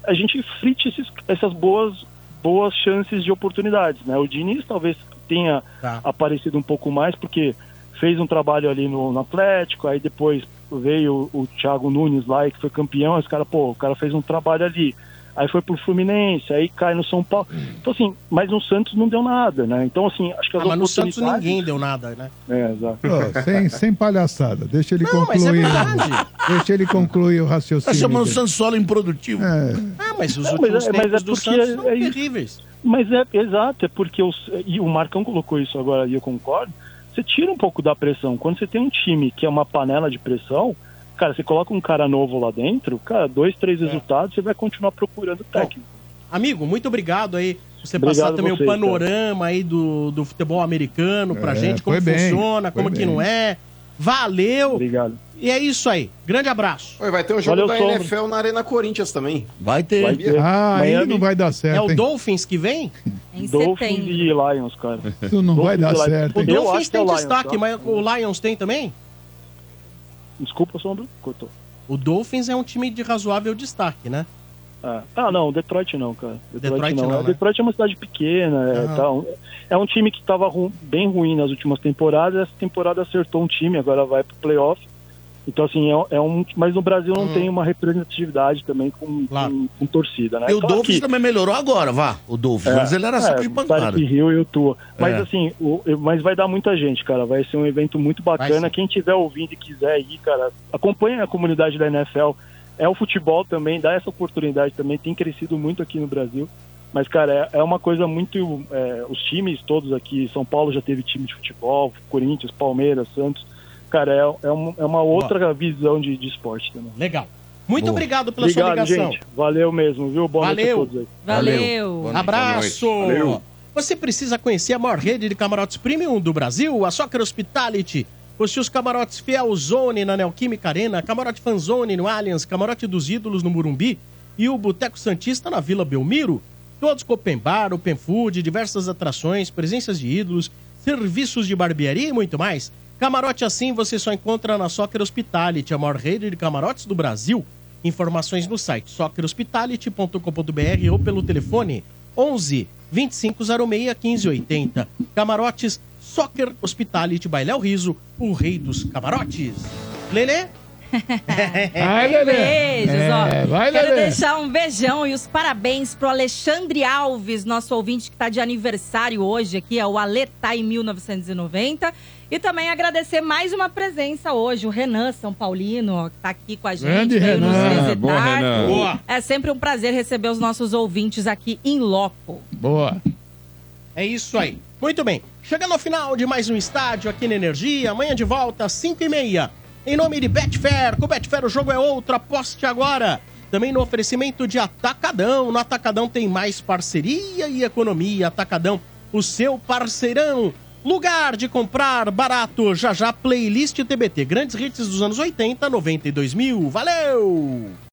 V: a gente frite esses, essas boas, boas chances de oportunidades, né? O Diniz talvez tenha
A: Tá.
V: aparecido um pouco mais, porque fez um trabalho ali no, no Atlético, aí depois veio o Thiago Nunes lá, e que foi campeão, esse cara, pô, o cara fez um trabalho ali. Aí foi pro Fluminense, aí cai no São Paulo. Então, assim, mas no Santos não deu nada, né? Então, assim, acho que as
A: Ah, mas no
V: oportunidades...
A: Santos ninguém deu nada, né?
V: É, exato.
H: Ô, sem, sem palhaçada. Deixa ele
A: mas é
H: concluir. Deixa ele concluir o raciocínio.
C: Tá chamando o
H: dele.
C: Santos solo improdutivo.
A: Ah, mas os
V: Não,
A: últimos
V: mas é- mas
A: tempos
V: é
A: do
V: porque
A: Santos são
V: é isso.
A: terríveis.
V: Mas é, exato, é porque os, e o Marcão colocou isso agora e eu concordo. Você tira um pouco da pressão. Quando você tem um time que é uma panela de pressão, cara, você coloca um cara novo lá dentro, cara, dois, três resultados, você vai continuar procurando técnico.
A: É. Amigo, muito obrigado aí. por Você
V: Obrigado
A: passar também
V: vocês,
A: o
V: cara.
A: panorama aí do, do futebol americano pra
V: É,
A: gente, como
V: foi bem,
A: funciona,
V: foi
A: como que
V: bem.
A: não é. Valeu. Obrigado. E é isso aí. Grande abraço.
E: Oi, vai ter um
A: Valeu,
E: jogo da
A: Sombra.
E: NFL na Arena Corinthians também.
C: Vai
E: ter. Vai ter.
D: Ah, aí
E: Miami.
D: não vai dar certo.
A: É o
D: hein?
A: Dolphins que vem?
V: Dolphins e Lions, cara.
D: Isso não vai dar
V: e Lions.
D: certo,
A: O
D: hein?
V: Eu
A: Dolphins
V: acho que é
A: tem
V: o Lions,
A: destaque,
V: tá?
A: mas o Lions tem também?
V: Desculpa, Sombra, cortou.
A: O Dolphins é um time de razoável destaque, né?
V: É. Ah, não, Detroit não, cara. Detroit,
A: Detroit
V: não.
A: não,
V: É,
A: né?
V: Detroit é uma cidade pequena, é,
A: Ah.
V: tal. É um time que estava bem ruim nas últimas temporadas. Essa temporada acertou um time, agora vai pro playoff. Então, assim, é, é um. Mas no Brasil
C: Hum.
V: não tem uma representatividade também com, com, com torcida, né?
C: E o
V: Claro
C: Dolphins
V: que- é,
C: também melhorou agora, vá. O
A: É.
C: Dolphins. Mas ele era saco de pancada.
V: Tyreek Hill e o Tua. Mas
C: É.
V: assim, o- mas vai dar muita gente, cara. Vai ser um evento muito bacana. Quem tiver ouvindo e quiser ir, cara, acompanha a comunidade da NFL. É o futebol também, dá essa oportunidade também. Tem crescido muito aqui no Brasil. Mas, cara, é é uma coisa muito. é, os times todos aqui, São Paulo já teve time de futebol, Corinthians, Palmeiras, Santos. Cara, é, é um- é uma outra visão de, de esporte também.
A: Legal. Muito
V: Boa.
A: obrigado pela
V: obrigado,
A: sua ligação.
V: Gente. Valeu mesmo, viu? Boa noite a
A: Valeu.
V: todos aí.
A: Valeu. Abraço.
V: Valeu.
A: Você precisa conhecer a maior rede de camarotes premium do Brasil, a Soccer Hospitality. Possui os camarotes Fielzone na Neoquímica Arena, camarote Fanzone no Allianz, camarote dos Ídolos no Murumbi e o Boteco Santista na Vila Belmiro. Todos com open bar, open food, diversas atrações, presenças de ídolos, serviços de barbearia e muito mais. Camarote assim você só encontra na Soccer Hospitality, a maior rede de camarotes do Brasil. Informações no site soccerhospitality.com.br ou pelo telefone 11 2506 1580. Camarotes Soccer Hospitality by Léo Riso, o rei dos camarotes. Lelê?
D: Vai, Lelê.
B: Beijos,
D: É,
B: ó.
D: vai,
B: Quero
D: Lelê.
B: deixar um beijão e os parabéns pro Alexandre Alves, nosso ouvinte que tá de aniversário hoje aqui, é o Aletai 1990. E também agradecer mais uma presença hoje, o Renan São Paulino, ó, que tá aqui com a gente.
W: Grande
B: veio nos
W: Renan.
B: visitar.
W: Boa, Renan. Boa.
B: É sempre um prazer receber os nossos ouvintes aqui em loco.
D: Boa.
A: É isso aí. Muito bem. Chegando ao final de mais um estádio aqui na Energia. Amanhã de volta, às 5h30. Em nome de Betfair. Com Betfair o jogo é outro. Aposte agora. Também no oferecimento de Atacadão. No Atacadão tem mais parceria e economia. Atacadão, o seu parceirão. Lugar de comprar barato. Já já, playlist TBT. Grandes hits dos anos 80, 92 mil. Valeu!